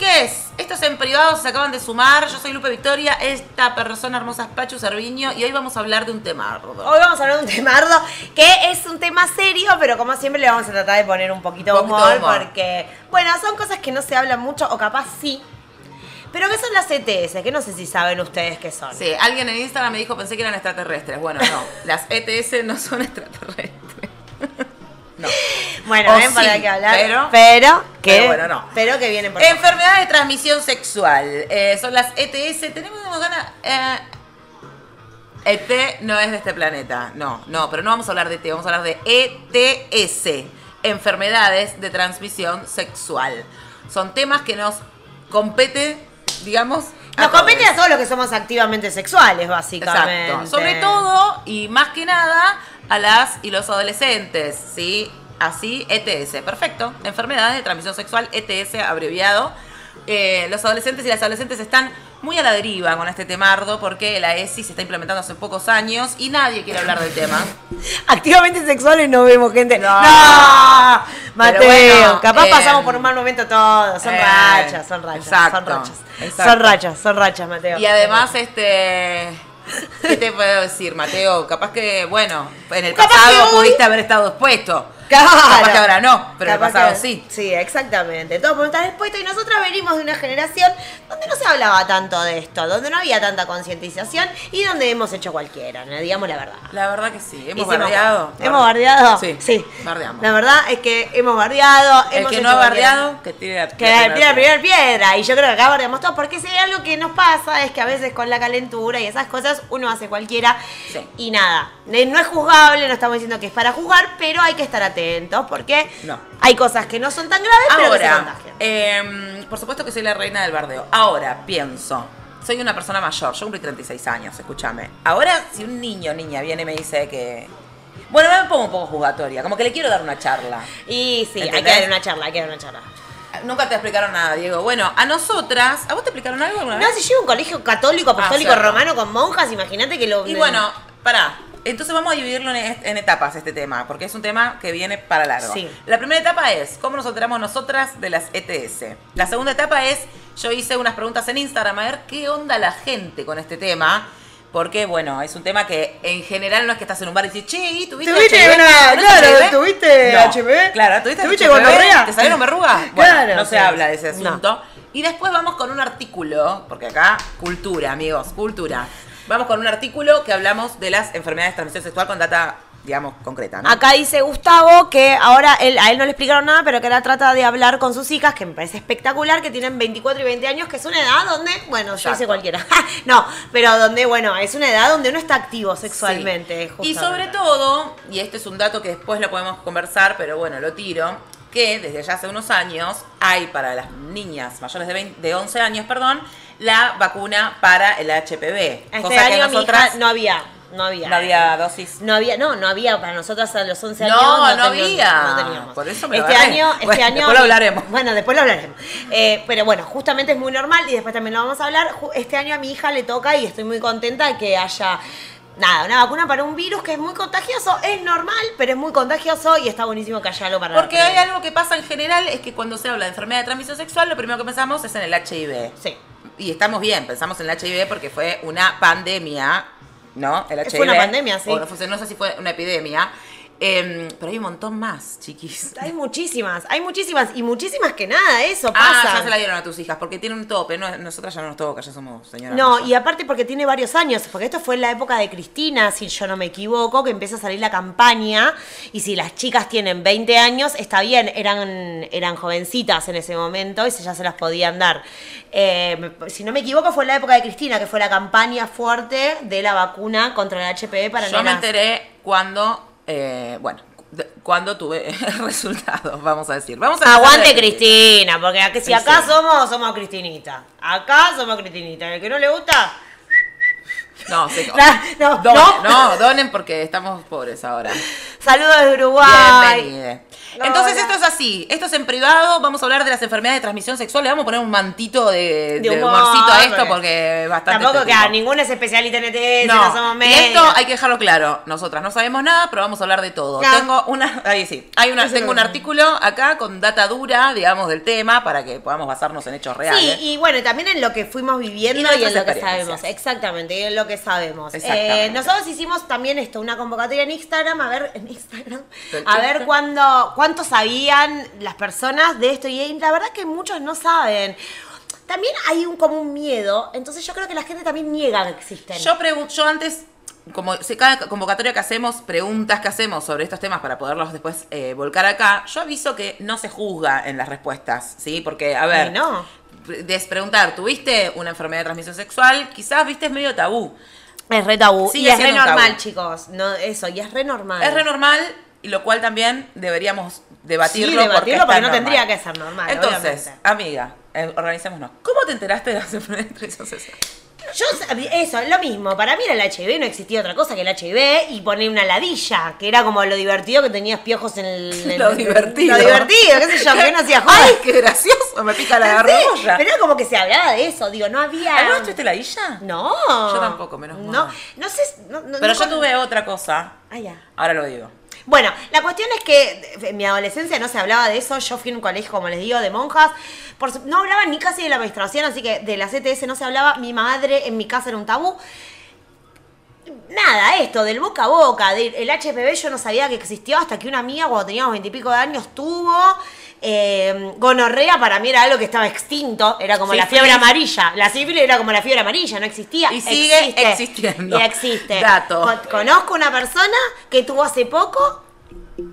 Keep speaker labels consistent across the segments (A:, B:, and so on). A: Chiques, estos en privado se acaban de sumar. Yo soy Lupe Victoria, esta persona hermosa es Pachu Cerviño y hoy vamos a hablar de un tema, Rodo.
B: Hoy vamos a hablar de un temardo que es un tema serio, pero como siempre le vamos a tratar de poner un poquito de
A: Un poquito
B: humor,
A: de humor.
B: porque, bueno, son cosas que no se hablan mucho, o capaz sí, pero que son las ETS, que no sé si saben ustedes qué son.
A: Sí, alguien en Instagram me dijo pensé que eran extraterrestres. Bueno, no, las ETS no son extraterrestres. No.
B: Bueno,
A: O
B: ven para
A: sí,
B: qué hablar,
A: pero-
B: pero, que,
A: pero bueno, no. Eh,
B: pero que vienen por
A: Enfermedades de transmisión sexual. eh, son las ETS. Tenemos ganas. eh, ET no es de este planeta. No, no, pero no vamos a hablar de ET, vamos a hablar de ETS. Enfermedades de transmisión sexual. Son temas que nos compete, digamos. a
B: Nos compete
A: todos.
B: a todos los que somos activamente sexuales, básicamente.
A: Exacto. Sobre todo y más que nada a las y los adolescentes, ¿sí? Así, ETS. Perfecto. Enfermedades de transmisión sexual, ETS abreviado. Eh, los adolescentes y las adolescentes están muy a la deriva con este temardo porque la ESI se está implementando hace pocos años y nadie quiere hablar del tema.
B: Activamente sexuales no vemos gente.
A: No.
B: No, Mateo,
A: Pero bueno,
B: capaz
A: eh,
B: pasamos por un mal momento todos. Son
A: eh,
B: rachas, son rachas, son
A: exacto,
B: rachas.
A: exacto.
B: Son rachas, son rachas, Mateo.
A: Y además, este. ¿Qué te puedo decir, Mateo? Capaz que, bueno, en el
B: Capaz que
A: pasado
B: hoy-
A: pudiste haber estado expuesto.
B: Claro.
A: Capaz que ahora no, pero en
B: Capaz
A: el pasado
B: que-
A: sí.
B: Sí, exactamente. Todos podemos estar expuestos y nosotros venimos de una generación donde no se hablaba tanto de esto, donde no había tanta concientización y donde hemos hecho cualquiera, ¿no? digamos la verdad.
A: La verdad que sí, hemos
B: Hicimos-
A: bardeado.
B: ¿Hemos bardeado?
A: Sí,
B: sí.
A: bardeamos.
B: La verdad es que hemos bardeado.
A: El
B: hemos
A: que
B: hecho
A: no ha
B: cualquiera.
A: bardeado, que tire la,
B: Que
A: la
B: la, la primera piedra, y yo creo que acá bardeamos todos, porque si hay algo que nos pasa es que a veces con la calentura y esas cosas uno hace cualquiera
A: Sí.
B: y nada, Eh, no es juzgable, no estamos diciendo que es para juzgar, pero hay que estar atentos porque
A: No.
B: hay cosas que no son tan graves, pero que se
A: Ahora,
B: contagian.
A: em, por supuesto que soy la reina del bardeo. Ahora, pienso, soy una persona mayor, yo cumplí 36 años, escúchame. Ahora, si un niño o niña viene y me dice que... Bueno, me pongo un poco jugatoria, como que le quiero dar una charla.
B: Y sí, hay que
A: ¿Entendés?
B: dar una charla, hay que dar una charla.
A: Nunca te explicaron nada, Diego. Bueno, a nosotras, ¿a vos te explicaron algo alguna
B: No,
A: vez?
B: si llega un colegio católico, apostólico,
A: cierto.
B: romano con monjas, imagínate que lo...
A: Y bueno, pará. Entonces vamos a dividirlo en, est- en etapas este tema, porque es un tema que viene para largo.
B: Sí.
A: La primera etapa es cómo nos enteramos nosotras de las ETS. La segunda etapa es, yo hice unas preguntas en Instagram a ver qué onda la gente con este tema, porque bueno, es un tema que en general no es que estás en un bar y dices, che, ¿y ¿tuviste,
B: ¿Tuviste
A: HPV?
B: una-
A: ¿No
B: claro,
A: HPV?
B: ¿tuviste
A: No.
B: HPV?
A: Claro, ¿tuviste,
B: ¿Tuviste
A: HPV?
B: gonorrea?
A: ¿Te salieron verrugas? Bueno,
B: Claro,
A: no se
B: sí.
A: habla de ese
B: No.
A: asunto. Y después vamos con un artículo, porque acá, cultura, amigos, cultura. Vamos con un artículo que hablamos de las enfermedades de transmisión sexual con data, digamos, concreta, ¿no?
B: Acá dice Gustavo que ahora él, a él no le explicaron nada, pero que ahora trata de hablar con sus hijas, que me parece espectacular, que tienen 24 y 20 años, que es una edad donde, bueno, yo
A: Exacto.
B: hice cualquiera. no, pero donde, bueno, es una edad donde uno está activo sexualmente.
A: Sí. Y
B: justamente.
A: sobre todo, y este es un dato que después lo podemos conversar, pero bueno, lo tiro, que desde ya hace unos años hay para las niñas mayores de, 20 de 11 años, perdón, la vacuna para el HPV.
B: Este
A: cosa que
B: año mi
A: nosotras
B: hija no había, no había.
A: no había dosis
B: No había, no, no había para nosotras a los 11
A: No,
B: años.
A: no
B: teníamos-
A: había.
B: no teníamos.
A: Por eso me lo
B: este
A: agarré.
B: año, este
A: Bueno,
B: año.
A: después lo hablaremos.
B: Bueno, después lo hablaremos. Eh, pero bueno, justamente es muy normal y después también lo vamos a hablar. Ju- Este año a mi hija le toca y estoy muy contenta de que haya. Nada, una vacuna para un virus que es muy contagioso, es normal, pero es muy contagioso y está buenísimo que haya algo para
A: Porque hay
B: prevenir.
A: algo que pasa en general, es que cuando se habla de enfermedad de transmisión sexual, lo primero que pensamos es en el HIV.
B: Sí.
A: Y estamos bien, pensamos en el HIV porque fue una pandemia, ¿no? El HIV.
B: Fue una pandemia, sí.
A: O no, fue- no sé si fue una epidemia. Em, pero hay un montón más, chiquis.
B: Hay muchísimas, hay muchísimas y muchísimas que nada, eso
A: Ah,
B: pasa.
A: ya se la dieron a tus hijas, porque tiene un tope. no- nosotras ya no nos toca, ya somos señoras.
B: No,
A: mayores.
B: y aparte porque tiene varios años, porque esto fue en la época de Cristina, si yo no me equivoco, que empieza a salir la campaña y si las chicas tienen 20 años, está bien, eran, eran jovencitas en ese momento y se- ya se las podían dar. Eh, me- si no me equivoco, fue en la época de Cristina, que fue la campaña fuerte de la vacuna contra el HPV para
A: Yo me
B: nenas.
A: enteré cuando, eh, bueno, de- cuando tuve resultados, vamos a decir. Vamos a empezar
B: Aguante
A: de-
B: Cristina, porque aquí-
A: Sí,
B: si acá
A: sí.
B: somos, somos Cristinita. Acá somos Cristinita. El que no le gusta,
A: No, sí,
B: No, no,
A: donen,
B: no.
A: no, donen porque estamos pobres ahora.
B: saludos de Uruguay.
A: Bienvenida.
B: No,
A: Entonces
B: no.
A: esto es así, esto es en privado, vamos a hablar de las enfermedades de transmisión sexual, le vamos a poner un mantito de,
B: De
A: de
B: humor,
A: humorcito a esto
B: porque
A: porque es bastante...
B: Tampoco que
A: tétrico.
B: ah, ninguno es especialista en ETS, no, somos
A: No, y
B: medios.
A: esto hay que dejarlo claro. Nosotras no sabemos nada, pero vamos a hablar de todo.
B: No.
A: Tengo una, ahí sí, hay una,
B: Eso
A: tengo
B: no.
A: un artículo acá con data dura, digamos, del tema para que podamos basarnos en hechos reales.
B: Sí, y bueno, también en lo que fuimos
A: Y
B: viviendo y,
A: nuestras
B: en lo que
A: experiencias.
B: sabemos. Exactamente, y en lo que sabemos.
A: Exactamente.
B: Eh, nosotros hicimos también esto, una convocatoria en Instagram, a ver, en Instagram,
A: Del
B: a ver
A: Insta.
B: cuándo, cuánto sabían las personas de esto. Y la verdad que muchos no saben. También hay un común miedo, entonces yo creo que la gente también niega que existen.
A: Yo pregun- yo antes, como si cada convocatoria que hacemos, preguntas que hacemos sobre estos temas para poderlos después eh, volcar acá, yo aviso que no se juzga en las respuestas, ¿sí? Porque, a ver,
B: Ay, no.
A: pre- des- preguntar, ¿tuviste una enfermedad de transmisión sexual? Quizás, viste, es medio tabú.
B: es re tabú.
A: Sigue
B: y es re
A: siendo un tabú.
B: normal, chicos. No, eso, y es re normal.
A: Es re normal, y lo cual también deberíamos debatirlo.
B: Sí, debatirlo
A: está
B: porque no
A: normal.
B: tendría que ser normal,
A: Entonces,
B: obviamente.
A: amiga, eh, organicémonos. ¿Cómo te enteraste de las enfermedades de transmisión sexual?
B: Yo, sab- eso, lo mismo. Para mí era el HIV, no existía otra cosa que el HIV y poner una ladilla, que era como lo divertido que tenías piojos en el. en-
A: Lo divertido.
B: Lo divertido, qué sé yo, que no hacía joda.
A: ¡Ay, qué gracioso! Me pica la
B: Sí,
A: garrolla.
B: Pero era como que se hablaba de eso, digo, no había.
A: ¿Alguna vez tuviste la villa?
B: No.
A: Yo tampoco, menos mal.
B: No, no sé. no- no-
A: Pero
B: no-
A: yo tuve otra cosa.
B: Ah, ya.
A: Ahora lo digo.
B: Bueno, la cuestión es que eh, en mi adolescencia no se hablaba de eso. Yo fui a un colegio, como les digo, de monjas. Por su- no hablaban ni casi de la menstruación, así que de la CTS no se hablaba. Mi madre en mi casa era un tabú. Nada, esto, del boca a boca, del el HPV yo no sabía que existió hasta que una amiga cuando teníamos veintipico de años tuvo. eh, gonorrea para mí era algo que estaba extinto, era como la
A: Sífilis.
B: fiebre amarilla. La sífilis era como la fiebre amarilla, no existía.
A: Y sigue existiendo.
B: Y existe.
A: Dato.
B: Con- Conozco una persona que tuvo hace poco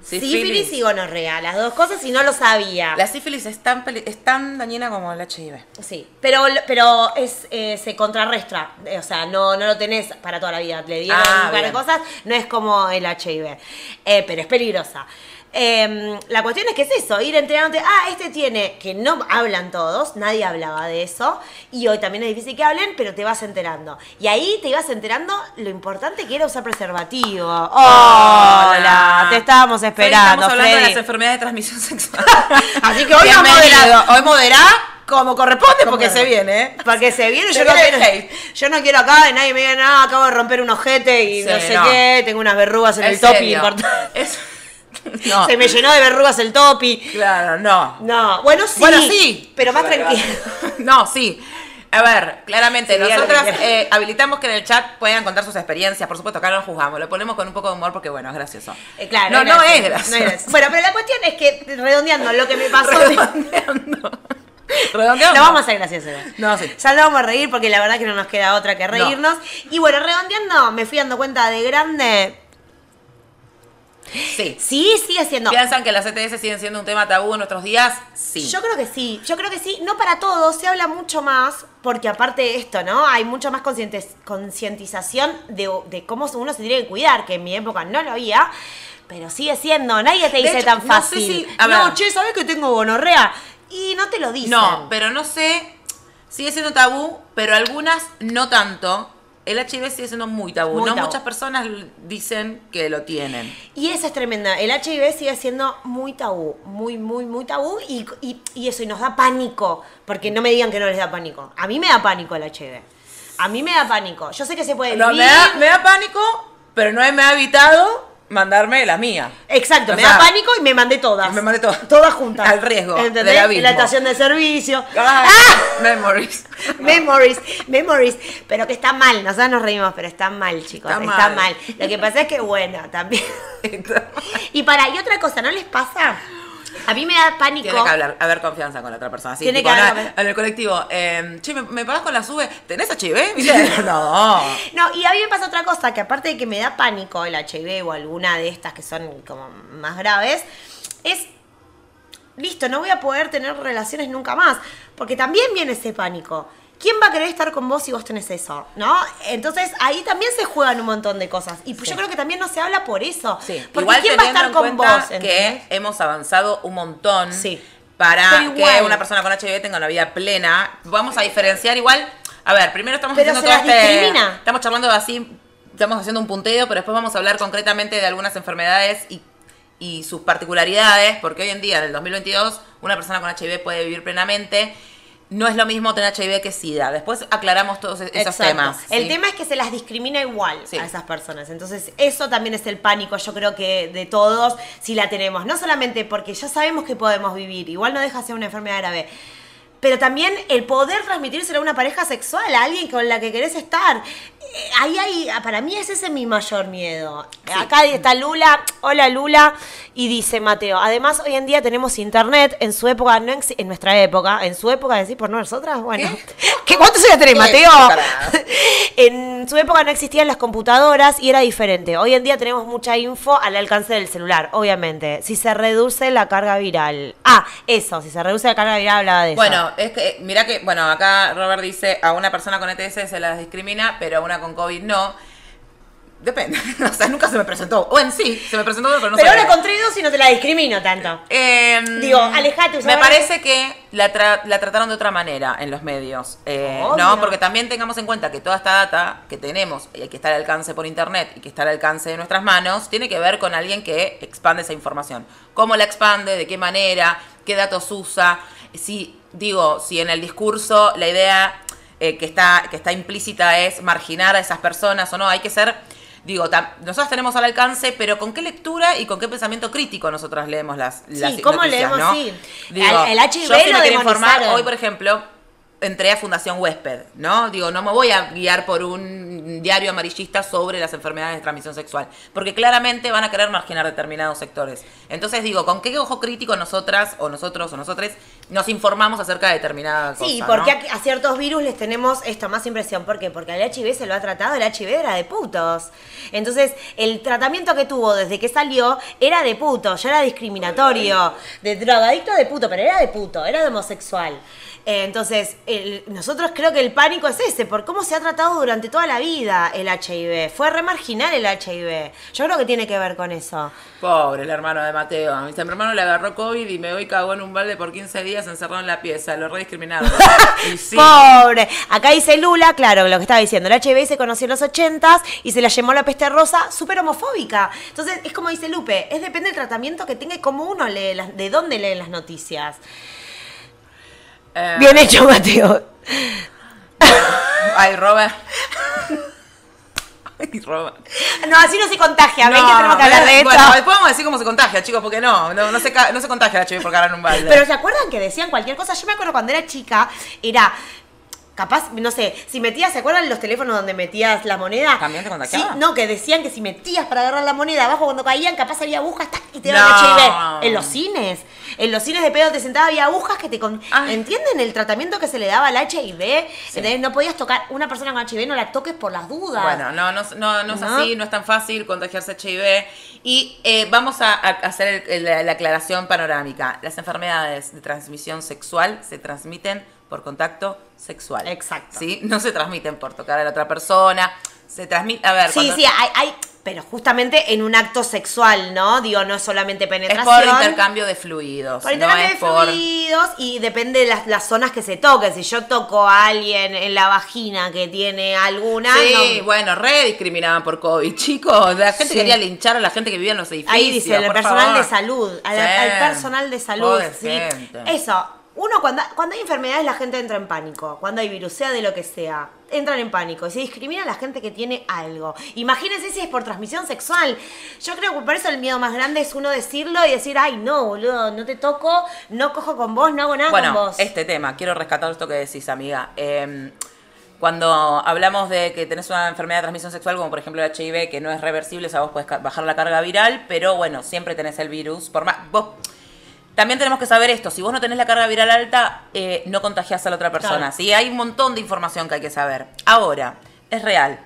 B: sífilis, y gonorrea, las dos cosas y no lo sabía.
A: La sífilis es tan, peli- es tan dañina como el HIV.
B: Sí, pero, pero es, eh, se contrarrestra, eh, o sea, no, no lo tenés para toda la vida, le dieron
A: Ah,
B: un par de
A: bien.
B: cosas, no es como el HIV, Eh, pero es peligrosa. Eh, la cuestión es que es eso, ir entrenándote, ah, este tiene, que no hablan todos, nadie hablaba de eso, y hoy también es difícil que hablen, pero te vas enterando. Y ahí te ibas enterando lo importante que era usar preservativo. Hola, te estábamos
A: Freddy,
B: esperando.
A: Estamos hablando de
B: Freddy.
A: las enfermedades de transmisión sexual.
B: Así que hoy a
A: Bienvenido.
B: moderar.
A: Hoy moderá como corresponde
B: Como
A: porque se
B: corresponde.
A: viene. ¿eh?
B: Porque se viene,
A: Se
B: yo no,
A: viene el
B: quiero,
A: hate.
B: yo no quiero acá, de nadie me diga nada, acabo de romper un ojete y
A: Sí,
B: no sé
A: no.
B: qué, tengo unas verrugas en,
A: En
B: el topi.
A: serio.
B: importante.
A: Es- No,
B: Se me llenó de verrugas el topi.
A: claro, no.
B: No, bueno, sí.
A: Bueno, sí.
B: Pero más tranquilo.
A: No, sí. A ver, claramente,
B: Sí,
A: nosotras
B: diga lo que quiera.
A: eh, habilitamos que en el chat puedan contar sus experiencias. Por supuesto, acá no juzgamos. Lo ponemos con un poco de humor porque, bueno, es gracioso.
B: Eh, claro,
A: no, no es
B: gracioso,
A: gracioso.
B: no es gracioso. Bueno, pero la cuestión es que, redondeando lo que me pasó,
A: Redondeando. Redondeando.
B: lo vamos a hacer gracioso.
A: No, sí.
B: Ya lo vamos a reír porque la verdad que no nos queda otra que reírnos. Y bueno, redondeando, me fui dando cuenta de grande.
A: Sí.
B: Sí, sigue siendo.
A: ¿Piensan que las ETS siguen siendo un tema tabú en nuestros días? Sí.
B: Yo creo que sí, yo creo que sí, no para todos, se habla mucho más, porque aparte de esto, ¿no? Hay mucha más concientes- concientización de, de cómo uno se tiene que cuidar, que en mi época no lo había, pero sigue siendo, nadie te
A: De
B: dice
A: hecho,
B: tan
A: no sé
B: fácil.
A: si- a ver.
B: "No, che, ¿sabes que tengo gonorrea? Y no te lo dicen.
A: No, pero no sé. Sigue siendo tabú, pero algunas no tanto. El HIV sigue siendo muy tabú.
B: Muy
A: no
B: tabú.
A: muchas personas l- dicen que lo tienen.
B: Y eso es tremenda. El HIV sigue siendo muy tabú, muy, muy, muy tabú. Y, y- y eso, y nos da pánico. Porque no me digan que no les da pánico. A mí me da pánico el HIV. A mí me da pánico. Yo sé que se puede
A: No, me,
B: vivir.
A: da, me da pánico, pero no me ha evitado mandarme la mía.
B: Exacto,
A: O
B: me
A: sea,
B: da pánico y me mandé todas.
A: me mandé todas.
B: Todas juntas.
A: Al riesgo
B: ¿Entendés?
A: del abismo.
B: En la estación de servicio.
A: Ay,
B: ¡Ah!
A: Memories.
B: Memories, memories. Pero que está mal, nosotros nos reímos, pero está mal, chicos.
A: Está
B: Está,
A: mal.
B: mal. Lo que pasa es que, bueno, también. Y para, y otra cosa, ¿no les pasa? A mí me da pánico.
A: Tiene que hablar, haber confianza con la otra persona. Sí,
B: Tiene
A: tipo,
B: que haber
A: no,
B: confianza.
A: en el colectivo, eh, che, ¿me, me pagás con la sube? ¿Tenés HIV? ¿Viste? No.
B: No, y a mí me pasa otra cosa, que aparte de que me da pánico el HIV o alguna de estas que son como más graves, es, listo, no voy a poder tener relaciones nunca más, porque también viene ese pánico. ¿Quién va a querer estar con vos si vos tenés eso? ¿No? Entonces ahí también se juegan un montón de cosas. Y pues yo creo que también no se habla por eso.
A: Sí.
B: Porque
A: Igual
B: ¿quién va
A: teniendo
B: a estar
A: en
B: con
A: cuenta
B: vos?
A: que
B: ¿entendés?
A: hemos avanzado un montón
B: Sí.
A: para
B: Pero igual.
A: que una persona con HIV tenga una vida plena. Vamos a diferenciar igual. A ver, primero estamos
B: Pero
A: haciendo
B: se
A: todo
B: las
A: este-
B: discrimina.
A: Estamos charlando así, estamos haciendo un punteo, pero después vamos a hablar concretamente de algunas enfermedades y y sus particularidades, porque hoy en día, en el 2022, una persona con HIV puede vivir plenamente. No es lo mismo tener HIV que SIDA. Después aclaramos todos esos
B: Exacto.
A: temas.
B: El
A: ¿sí?
B: tema es que se las discrimina igual
A: Sí.
B: a esas personas. Entonces, eso también es el pánico, yo creo que de todos, si la tenemos. No solamente porque ya sabemos que podemos vivir, igual no deja de ser una enfermedad grave. Pero también el poder transmitírselo a una pareja sexual, a alguien con la que querés estar. Eh, Ahí hay, para mí es ese mi mayor miedo. Acá está Lula, hola Lula, y dice Mateo. Además, hoy en día tenemos internet, en su época, no ex- en nuestra época, en su época, decís por nosotras, bueno. ¿Qué? ¿Cuántos años tenés,
A: ¿Qué?
B: Mateo?
A: Pará.
B: En su época no existían las computadoras y era diferente. Hoy en día tenemos mucha info al alcance del celular, obviamente. Si se reduce la carga viral. Ah, eso, si se reduce la carga viral hablaba de eso.
A: Bueno, es que, mirá que, bueno, acá Robert dice, a una persona con ETS se las discrimina, pero a una con COVID no. Depende. o sea, nunca se me presentó. O en sí, se me presentó, pero no
B: Pero
A: sabía.
B: ahora con trigo si no te la discrimino tanto.
A: Eh,
B: Digo, alejate,
A: Me
B: usá-
A: parece que la, tra- la trataron de otra manera en los medios. eh,
B: Obvio.
A: no, porque también tengamos en cuenta que toda esta data que tenemos y que está al alcance por internet y que está al alcance de nuestras manos, tiene que ver con alguien que expande esa información. ¿Cómo la expande? ¿De qué manera? ¿Qué datos usa? Si, digo, si en el discurso la idea eh, que, está, que está implícita es marginar a esas personas o no, hay que ser Digo, tam- nosotras tenemos al alcance, pero ¿con qué lectura y con qué pensamiento crítico nosotras leemos las, las
B: Sí, ¿cómo
A: noticias,
B: leemos?
A: no?
B: Sí.
A: Digo,
B: Al- el HIV
A: yo si
B: lo
A: me quiero informar,
B: demonizaron.
A: hoy, por ejemplo, entré a Fundación Huésped, ¿no? Digo, no me voy a guiar por un diario amarillista sobre las enfermedades de transmisión sexual, porque claramente van a querer marginar determinados sectores. Entonces, digo, ¿con qué ojo crítico nosotras, o nosotros, o nosotres, nos informamos acerca de determinada cosa,
B: Sí, porque
A: ¿no?
B: a, a ciertos virus les tenemos esto, más impresión. ¿Por qué? Porque al HIV se lo ha tratado, el HIV era de putos. Entonces, el tratamiento que tuvo desde que salió era de puto, ya era discriminatorio. De drogadicto de puto, pero era de puto, era de homosexual. Eh, Entonces, el- nosotros creo que el pánico es ese, por cómo se ha tratado durante toda la vida el HIV. Fue remarginal el HIV. Yo creo que tiene que ver con eso.
A: Pobre el hermano de Mateo. A mi mi hermano le agarró COVID y me voy cagó en un balde por 15 días encerrado en la pieza. Lo rediscriminaron. y sí.
B: Pobre. Acá dice Lula, claro, lo que estaba diciendo. El HIV se conoció en los 80 y se la llamó la peste rosa, súper homofóbica. Entonces, es como dice Lupe, es depende del tratamiento que tenga y cómo uno lee, las- de dónde lee las noticias.
A: Eh,
B: Bien hecho, Mateo.
A: Ay, Robert. Ay, Robert.
B: No, así no se contagia, ven que
A: No,
B: tenemos que hablar de
A: bueno,
B: esto.
A: podemos decir cómo se contagia, chicos, porque no. No, no se, ca- no se contagia la HIV por cagar en un balde.
B: Pero ¿se acuerdan que decían cualquier cosa? Yo me acuerdo cuando era chica, era... Capaz, no sé, si metías, ¿se acuerdan los teléfonos donde metías la moneda?
A: ¿También te contagiaba?
B: Sí, no, que decían que si metías para agarrar la moneda abajo cuando caían, capaz había agujas tac, y te daban
A: No.
B: HIV. En los cines. En los cines de pedo te sentabas, había agujas que te... con-
A: Ay.
B: ¿Entienden el tratamiento que se le daba al HIV? Entonces, No podías tocar... Una persona con HIV no la toques por las dudas.
A: Bueno, no, no, no, no es
B: ¿No?
A: así, no es tan fácil contagiarse HIV. Y eh, vamos a, a hacer el- el- la, la aclaración panorámica. Las enfermedades de transmisión sexual se transmiten por contacto sexual.
B: Exacto.
A: ¿Sí? No se transmiten por tocar a la otra persona. Se transmite, a ver,
B: sí,
A: cuando-
B: sí, hay... hay- pero justamente en un acto sexual, ¿no? Digo, no es solamente
A: es
B: penetración.
A: por intercambio de fluidos.
B: Por
A: no
B: intercambio
A: es por...
B: de fluidos y depende de las, las zonas que se toquen. Si yo toco a alguien en la vagina que tiene alguna,
A: Sí,
B: no-
A: bueno, re discriminaban por COVID, chicos. La gente
B: Sí.
A: quería linchar a la gente que vivía en los edificios.
B: ahí dice el
A: por
B: personal
A: favor.
B: de salud, al,
A: Sí.
B: al personal de salud.
A: Pobre
B: sí.
A: gente.
B: Eso, uno cuando, cuando hay enfermedades la gente entra en pánico, cuando hay virus, sea de lo que sea, entran en pánico y se discrimina a la gente que tiene algo. Imagínense si es por transmisión sexual. Yo creo que por eso el miedo más grande es uno decirlo y decir, ay no, boludo, no te toco, no cojo con vos, no hago nada con
A: Bueno,
B: vos.
A: este tema, quiero rescatar esto que decís, amiga. Eh, cuando hablamos de que tenés una enfermedad de transmisión sexual, como por ejemplo el HIV, que no es reversible, o sea, vos podés ca- bajar la carga viral, pero bueno, siempre tenés el virus. Por más, vos, también tenemos que saber esto, si vos no tenés la carga viral alta, eh, no contagiás a la otra persona.
B: Claro.
A: ¿sí? Hay un montón de información que hay que saber. Ahora, es real,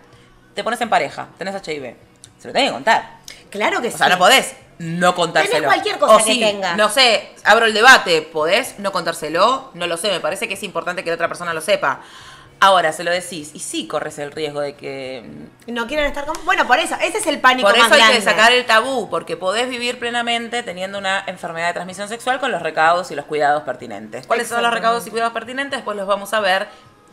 A: te pones en pareja, tenés HIV, se lo tenés que contar.
B: Claro que
A: O sea,
B: sí.
A: no podés no contárselo.
B: Tenés cualquier cosa
A: O
B: que
A: sí,
B: tengas.
A: No sé, abro el debate. ¿Podés no contárselo? No lo sé, me parece que es importante que la otra persona lo sepa. Ahora, se lo decís. Y sí corres el riesgo de que...
B: No quieren estar con. Bueno, por eso, ese es el pánico
A: Por
B: más
A: eso hay que
B: grande.
A: sacar el tabú, porque podés vivir plenamente teniendo una enfermedad de transmisión sexual con los recaudos y los cuidados pertinentes. ¿Cuáles son los
B: Exactamente.
A: recaudos y cuidados pertinentes? Pues los vamos a ver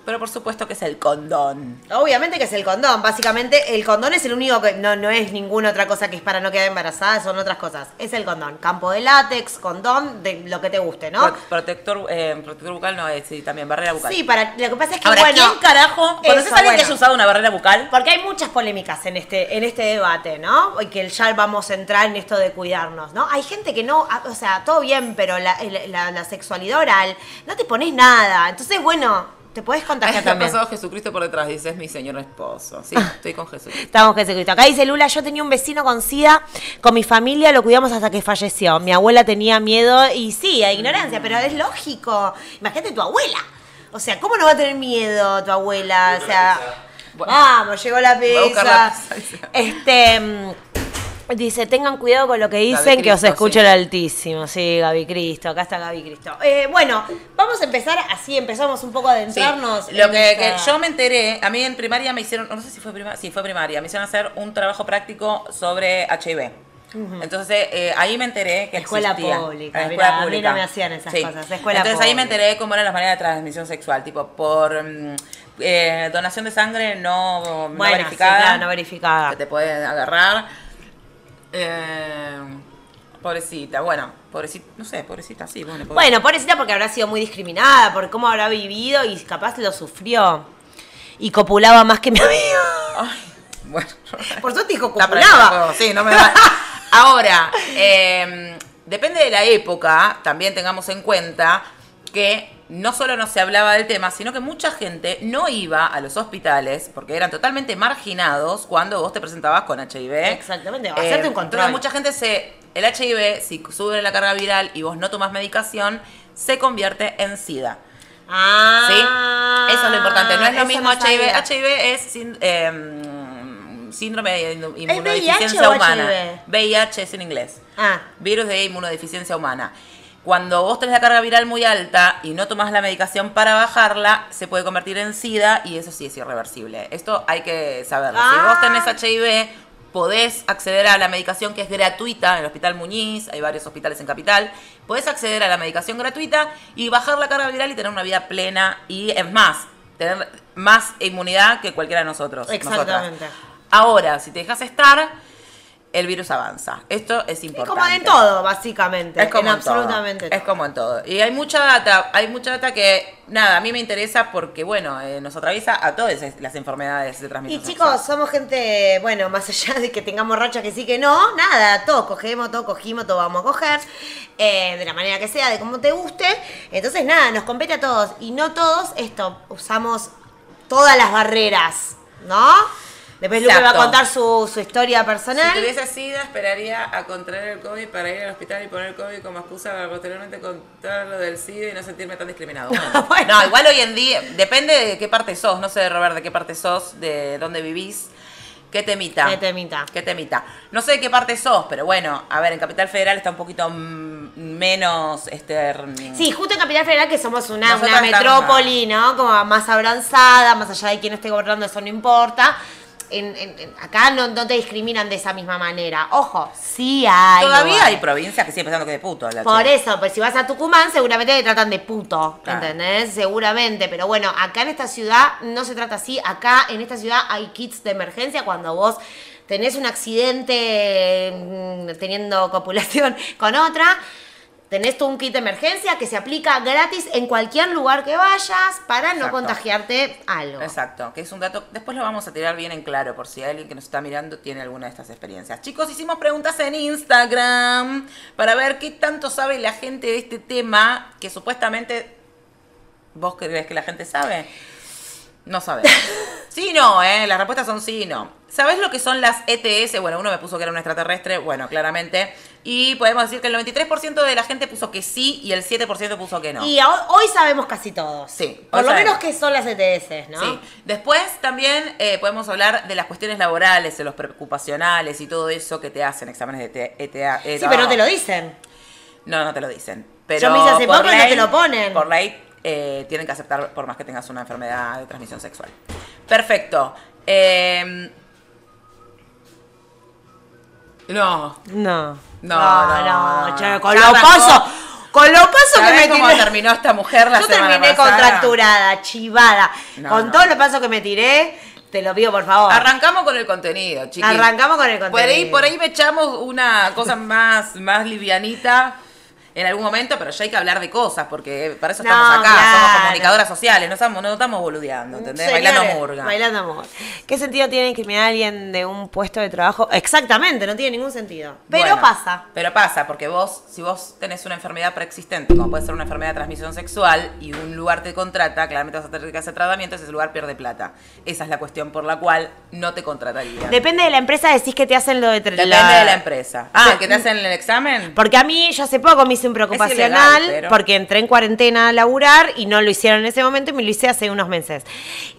A: Pero por supuesto que es el condón.
B: Obviamente que es el condón. Básicamente, el condón es el único que. No, no es ninguna otra cosa que es para no quedar embarazada, son otras cosas. Es el condón. Campo de látex, condón, de lo que te guste, ¿no?
A: Pro- protector, eh, protector bucal no es, sí, también barrera bucal.
B: Sí, para. Lo que pasa es que
A: Ahora,
B: bueno.
A: ¿quién carajo?
B: Eso,
A: ¿Conoces a alguien que
B: bueno.
A: haya usado una barrera bucal?
B: Porque hay muchas polémicas en este, en este debate, ¿no? Y que ya vamos a entrar en esto de cuidarnos, ¿no? Hay gente que no, ah, o sea, todo bien, pero la, el- la- la sexualidad oral, no te pones nada. Entonces, bueno, te puedes contagiar
A: Ha
B: también.
A: pasado Jesucristo por detrás, dice, es mi señor esposo. Ah. Sí, estoy con Jesús.
B: Estamos con Jesucristo. Acá dice Lula, yo tenía un vecino con SIDA, con mi familia lo cuidamos hasta que falleció. Mi abuela tenía miedo y sí, a ignorancia, pero es lógico. Imagínate tu abuela. O sea, ¿cómo no va a tener miedo tu abuela? O sea,
A: Bueno.
B: vamos, llegó la
A: a buscar la
B: pizza.
A: pizza.
B: Este mm, dice, tengan cuidado con lo que dicen que os
A: Cristo,
B: escucha
A: sí.
B: el altísimo. Sí, Gaby Cristo, acá está Gaby Cristo. Eh, bueno, vamos a empezar así, empezamos un poco a
A: Sí,
B: adentrarnos.
A: Lo
B: en
A: que, que
B: esta-
A: yo me enteré, a mí en primaria me hicieron, no sé si fue primaria, sí, fue primaria, me hicieron hacer un trabajo práctico sobre HIV. Entonces eh, ahí me enteré que
B: Escuela
A: existía.
B: pública,
A: En la
B: mirá, a mí no me hacían esas cosas, escuela
A: Entonces ahí me
B: pública.
A: enteré cómo eran las maneras de transmisión sexual, tipo por mm, eh, donación de sangre no, no
B: Bueno, sí,
A: verificada,
B: claro, no verificada.
A: que te pueden agarrar. Eh, pobrecita, bueno, pobrecita, no sé, pobrecita, sí, bueno, pobre-
B: Bueno, pobrecita porque habrá sido muy discriminada, por cómo habrá vivido y capaz lo sufrió. Y copulaba más que mi amigo.
A: Ay, bueno.
B: Por suerte dijo
A: Está prendida
B: copulaba.
A: fuego, Sí, no me va- Ahora, eh, depende de la época, también tengamos en cuenta que no solo no se hablaba del tema, sino que mucha gente no iba a los hospitales porque eran totalmente marginados cuando vos te presentabas con HIV.
B: Exactamente, hacerte un control.
A: Eh, entonces mucha gente se... El HIV, si sube la carga viral y vos no tomás medicación, se convierte en SIDA.
B: Ah,
A: ¿Sí? Eso es lo importante. No es lo
B: eso
A: mismo
B: no
A: HIV.
B: sabía.
A: HIV es sin- em, síndrome de inu-
B: VIH
A: inmunodeficiencia
B: o
A: humana.
B: HIV?
A: VIH es en inglés.
B: Ah,
A: Virus de inmunodeficiencia humana. Cuando vos tenés la carga viral muy alta y no tomás la medicación para bajarla, se puede convertir en SIDA y eso sí es irreversible. Esto hay que saberlo. Si vos tenés
B: Ah.
A: HIV, podés acceder a la medicación que es gratuita en el Hospital Muñiz, hay varios hospitales en Capital. Podés acceder a la medicación gratuita y bajar la carga viral y tener una vida plena y es más, tener más inmunidad que cualquiera de nosotros. nosotras.
B: Exactamente.
A: Ahora, si te dejas estar, el virus avanza. Esto es
B: es
A: importante.
B: como en todo, básicamente.
A: Es como
B: en
A: en todo.
B: absolutamente
A: Es como en todo. Y hay mucha data, hay mucha data que, nada, a mí me interesa porque, bueno, eh, nos atraviesa a todas es- las enfermedades de transmisión
B: Y chicos,
A: sexual.
B: somos gente, bueno, más allá de que tengamos racha que sí que no, nada, todos cogemos, todos cogimos, todos vamos a coger, eh, de la manera que sea, de como te guste. Entonces, nada, nos compete a todos. Y no todos, esto, usamos todas las barreras, ¿no? Después Lupe va a
A: Exacto.
B: contar su, su historia personal.
A: Si tuviese SIDA, esperaría a contraer el COVID para ir al hospital y poner el COVID como excusa para posteriormente contar lo del SIDA y no sentirme tan discriminado. Bueno.
B: Bueno.
A: No, igual hoy en día, depende de qué parte sos, no sé, Robert, de qué parte sos, de dónde vivís, qué temita.
B: Qué temita.
A: Qué temita. No sé de qué parte sos, pero bueno, a ver, en Capital Federal está un poquito mm, menos... Este, mm,
B: Sí, justo en Capital Federal, que somos una,
A: Nosotras
B: una
A: estamos
B: metrópoli, ¿no? Como más abranzada, más allá de quién esté gobernando, eso no importa. En- en- en- acá no, no te discriminan de esa misma manera. Ojo, sí hay.
A: Todavía hay
B: lugares.
A: provincias que siguen pensando que de puto. la
B: Por
A: chica.
B: eso, pues si vas a Tucumán, seguramente te tratan de puto,
A: Claro.
B: ¿entendés? Seguramente. Pero bueno, acá en esta ciudad no se trata así. Acá en esta ciudad hay kits de emergencia cuando vos tenés un accidente mm, teniendo copulación con otra. Tenés tú un kit de emergencia que se aplica gratis en cualquier lugar que vayas para no
A: Exacto.
B: contagiarte algo.
A: Exacto, que es un dato. Después lo vamos a tirar bien en claro por si alguien que nos está mirando tiene alguna de estas experiencias. Chicos, hicimos preguntas en Instagram para ver qué tanto sabe la gente de este tema que supuestamente vos crees que la gente sabe. No sabes. Sí, no, ¿eh? Las respuestas son sí y no. ¿Sabés lo que son las ETS? Bueno, uno me puso que era un extraterrestre, bueno, claramente. Y podemos decir que el 93% de la gente puso que sí y el 7% puso que no.
B: Y ho- hoy sabemos casi todos.
A: Sí,
B: Por
A: hoy
B: lo menos
A: sabemos.
B: que son las ETS, ¿no?
A: Sí. Después también eh, podemos hablar de las cuestiones laborales, de los preocupacionales y todo eso que te eh, hacen exámenes de ETA.
B: Sí, pero no te lo dicen.
A: No, no te lo dicen. Pero
B: Yo me hice hace
A: por
B: poco y no te lo ponen.
A: Por ley eh, tienen que aceptar por más que tengas una enfermedad de transmisión sexual. Perfecto. Eh, no.
B: No.
A: No, no, no.
B: che, con
A: Ya
B: lo
A: arrancó.
B: coso, Con lo paso que
A: ¿Sabés
B: me
A: cómo
B: tiré.
A: terminó esta mujer la
B: Yo
A: semana
B: terminé
A: pasada?
B: contracturada, chivada.
A: No,
B: con
A: no.
B: todo lo paso que me tiré, te lo pido por favor.
A: Arrancamos con el contenido, chicos.
B: Arrancamos con el
A: Por ahí,
B: contenido.
A: por ahí me echamos una cosa más, más livianita en algún momento, pero ya hay que hablar de cosas, porque para eso
B: No,
A: estamos acá, somos
B: claro. Mm,
A: comunicadoras sociales, no estamos, no estamos boludeando, ¿entendés? Bailando
B: Señores,
A: murga.
B: Bailando murga. ¿Qué sentido tiene discriminar a alguien de un puesto de trabajo? Exactamente, no tiene ningún sentido. Pero
A: Bueno,
B: pasa.
A: Pero pasa, porque vos, si vos tenés una enfermedad preexistente, como puede ser una enfermedad de transmisión sexual, y un lugar te contrata, claramente vas a tener que hacer tratamientos, ese lugar pierde plata. Esa es la cuestión por la cual no te contrataría.
B: Depende de la empresa, decís que te hacen lo de tra-
A: Depende de la empresa. Ah, ¿que te hacen el examen?
B: Porque a mí yo hace poco me hice un
A: Es ilegal,
B: preocupacional
A: pero-
B: porque entré en cuarentena a laburar y no lo hicieron en ese momento y me lo hice hace unos meses.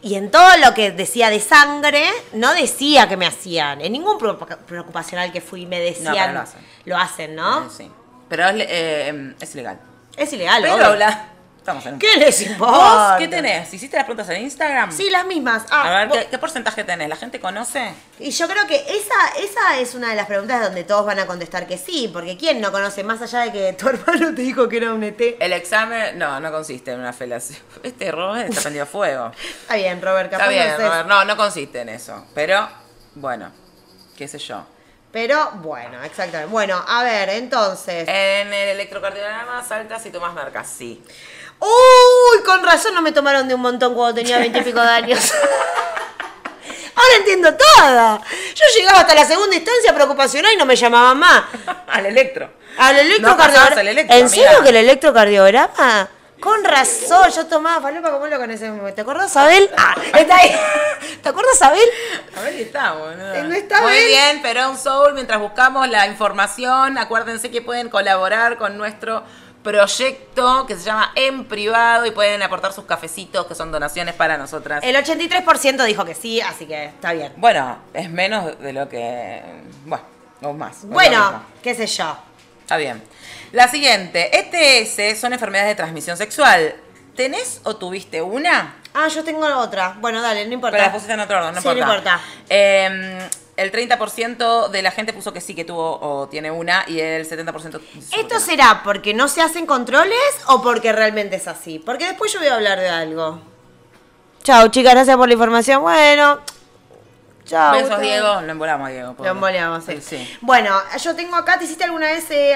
B: Y en todo lo que decía de sangre, no decía que me hacían. En ningún pro- preocupacional que fui me
A: No, pero
B: decían.
A: lo hacen.
B: lo hacen, ¿no?
A: Eh, Sí. Pero es, le- eh, es ilegal.
B: Es ilegal,
A: Pero
B: obvio.
A: la- Estamos en un...
B: ¿Qué les importa?
A: ¿Vos qué tenés? ¿Hiciste las preguntas en Instagram?
B: Sí, las mismas. Ah,
A: A ver,
B: vos-
A: ¿qué, qué porcentaje tenés? ¿La gente conoce?
B: Y yo creo que esa, esa es una de las preguntas donde todos van a contestar que sí, porque ¿quién no conoce más allá de que tu hermano te dijo que era un E ET?
A: El examen, no, no consiste en una felación. Este Robert está prendido a fuego.
B: Está bien, Robert, capaz
A: Está bien,
B: no sé.
A: Robert, no, no consiste en eso. Pero, bueno, qué sé yo.
B: Pero bueno, exactamente. Bueno, a ver, entonces.
A: En el electrocardiograma saltas y tomas marcas, sí.
B: ¡Uy! Con razón no me tomaron de un montón cuando tenía veintipico de años. Ahora entiendo todo. Yo llegaba hasta la segunda instancia preocupacional y no me llamaban más.
A: Al electro.
B: Al
A: pasabas
B: electrocardiograma.
A: el electro,
B: ¿En serio
A: amiga.
B: que el electrocardiograma? Con razón, yo tomaba falopa como lo con ese. ¿Te acordás, Abel? Ah, está ahí. ¿Te acordás, Abel?
A: A ver, está, boludo.
B: Eh, No está
A: Muy
B: bien.
A: bien, pero un soul, mientras buscamos la información, acuérdense que pueden colaborar con nuestro proyecto que se llama En Privado y pueden aportar sus cafecitos, que son donaciones para nosotras.
B: El 83% dijo que sí, así que está bien.
A: Bueno, es menos de lo que. Bueno, o más. o lo
B: Bueno,
A: mismo.
B: qué sé yo.
A: Está bien. La siguiente. ETS son enfermedades de transmisión sexual. ¿Tenés o tuviste una?
B: Ah, yo tengo otra. Bueno, dale, no importa.
A: Pero las pusiste en otro orden, no
B: Sí,
A: importa.
B: no importa.
A: Eh, el 30% de la gente puso que sí que tuvo o tiene una y el 70% puso que
B: ¿Esto
A: no.
B: será porque no se hacen controles o porque realmente es así? Porque después yo voy a hablar de algo. Chao, chicas, gracias por la información. Bueno, chao.
A: Besos,
B: chao.
A: Diego. Lo embolamos, a Diego. pobre.
B: Lo emboleamos, sí.
A: sí.
B: Bueno, yo tengo acá, ¿te hiciste alguna vez eh,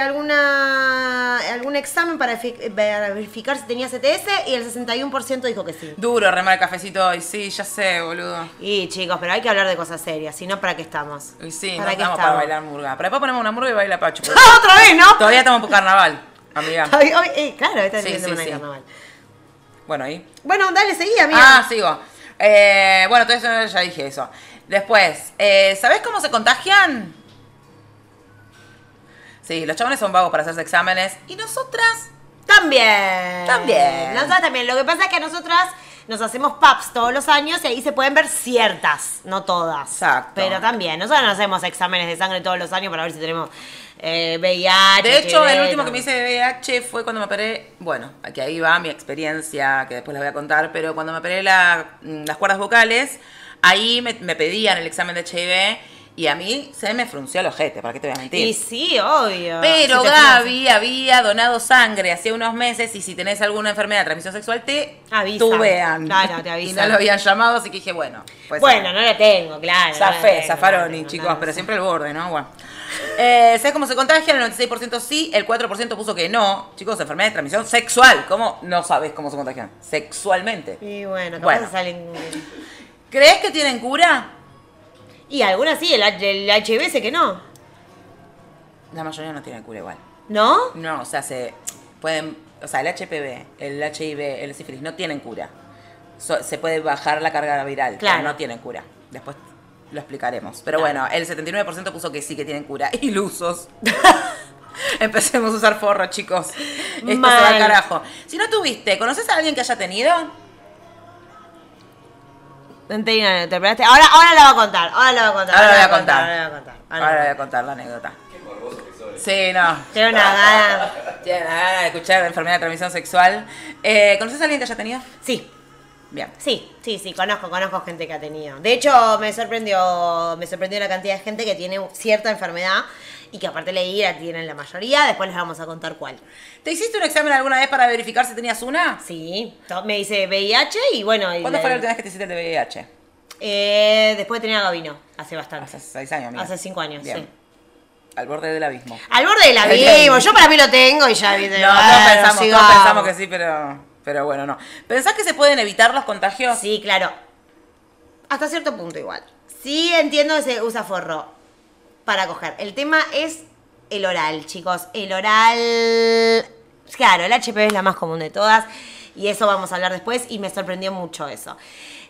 B: alguna, algún examen para fi- para verificar si tenías ETS? Y el 61% dijo que sí.
A: Duro remar el cafecito hoy. Sí, ya sé, boludo.
B: Y chicos, pero hay que hablar de cosas serias, si no, ¿para qué estamos?
A: Y sí, no
B: ¿Para qué
A: estamos para bailar murga. Pero después ponemos una murga y baila Pacho. porque
B: ¡Ah, otra vez, no!
A: Todavía estamos por carnaval, amiga.
B: Todavía- hoy- eh, claro, está
A: Sí,
B: viviendo
A: sí,
B: una
A: sí.
B: carnaval.
A: Bueno, ahí.
B: Bueno, dale, seguí, amiga.
A: Ah, sigo. Eh, bueno, todo eso ya dije eso. Después, eh, ¿sabés cómo se contagian? Sí, los chabones son vagos para hacerse exámenes. Y nosotras,
B: También.
A: También.
B: Nosotras también. Lo que pasa es que nosotras nos hacemos PAPs todos los años y ahí se pueden ver ciertas, no todas.
A: Exacto.
B: Pero también. Nosotros nos hacemos exámenes de sangre todos los años para ver si tenemos eh, VIH.
A: de hecho, el
B: HIV,
A: último que
B: no.
A: me hice de VIH fue cuando me operé, bueno, que ahí va mi experiencia, que después la voy a contar, pero cuando me operé la- mm, las cuerdas vocales, ahí me, me pedían el examen de HIV y a mí se me frunció el ojete, ¿para qué te voy a mentir?
B: Y sí, obvio.
A: Pero
B: Si te
A: Gaby había donado sangre hacía unos meses y si tenés alguna enfermedad de transmisión sexual te
B: Avisan.
A: tubean.
B: Claro, te
A: Y
B: avisan.
A: no lo habían llamado, así que dije, bueno.
B: financian.
A: pues,
B: bueno,
A: ah,
B: no la tengo, claro. no la
A: Zafé,
B: tengo, no la
A: zafaron y
B: tengo,
A: chicos,
B: no, no
A: pero
B: sé.
A: siempre el borde, ¿no? Bueno. Eh, ¿Sabes cómo se contagian? El 96% sí, el 4% puso que no. Chicos, enfermedad de transmisión sexual. ¿Cómo? No sabes cómo se contagian. Sexualmente.
B: Y bueno, capaz
A: Bueno.
B: salen.
A: ¿Crees que tienen cura?
B: Y algunas sí, el, el HIV sé que no.
A: La mayoría no tienen cura igual.
B: ¿No?
A: No, o sea, se pueden, o sea, el HPV, el HIV, el sífilis no tienen cura. So- se puede bajar la carga viral,
B: Claro.
A: pero no tienen cura. Después lo explicaremos. Pero bueno, el 79% puso que sí que tienen cura. Ilusos. Empecemos a usar forro, chicos. Esto se va
B: Mal.
A: al carajo. Si no tuviste, ¿conoces a alguien que haya tenido?
B: No te no, te operaste. Ahora, ahora la voy a contar. Ahora la voy a contar.
A: Ahora la voy a
B: Ahora la
A: contar.
B: voy a contar. ahora la
A: Ahora voy a contar la anécdota. Sí, no.
B: Tiene una gana.
A: Tiene la gana de escuchar enfermedad de transmisión sexual. Eh, ¿Conoces a alguien que haya tenido?
B: Sí.
A: Bien.
B: Sí, sí, sí, conozco, conozco gente que ha tenido. De hecho, me sorprendió, me sorprendió la cantidad de gente que tiene cierta enfermedad y que aparte leí la tienen la mayoría, después les vamos a contar cuál.
A: ¿Te hiciste un examen alguna vez para verificar si tenías una?
B: Sí, to- me dice VIH y bueno. y
A: ¿Cuándo fue la
B: la-
A: última vez que te hiciste el de VIH?
B: Eh, después de tener a Gabino, hace bastante.
A: Hace seis años, amiga.
B: Hace cinco años,
A: Bien.
B: sí.
A: Al borde del abismo.
B: Al borde del abismo, yo para mí lo tengo y ya viste.
A: No,
B: bueno,
A: todos pensamos, todos
B: sigamos.
A: pensamos que sí, pero, pero bueno, no. ¿Pensás que se pueden evitar los contagios?
B: Sí, claro. Hasta cierto punto igual. Sí entiendo que se usa forro para coger. El tema es el oral, chicos. El oral... Claro, el HPV es la más común de todas y eso vamos a hablar después y me sorprendió mucho eso.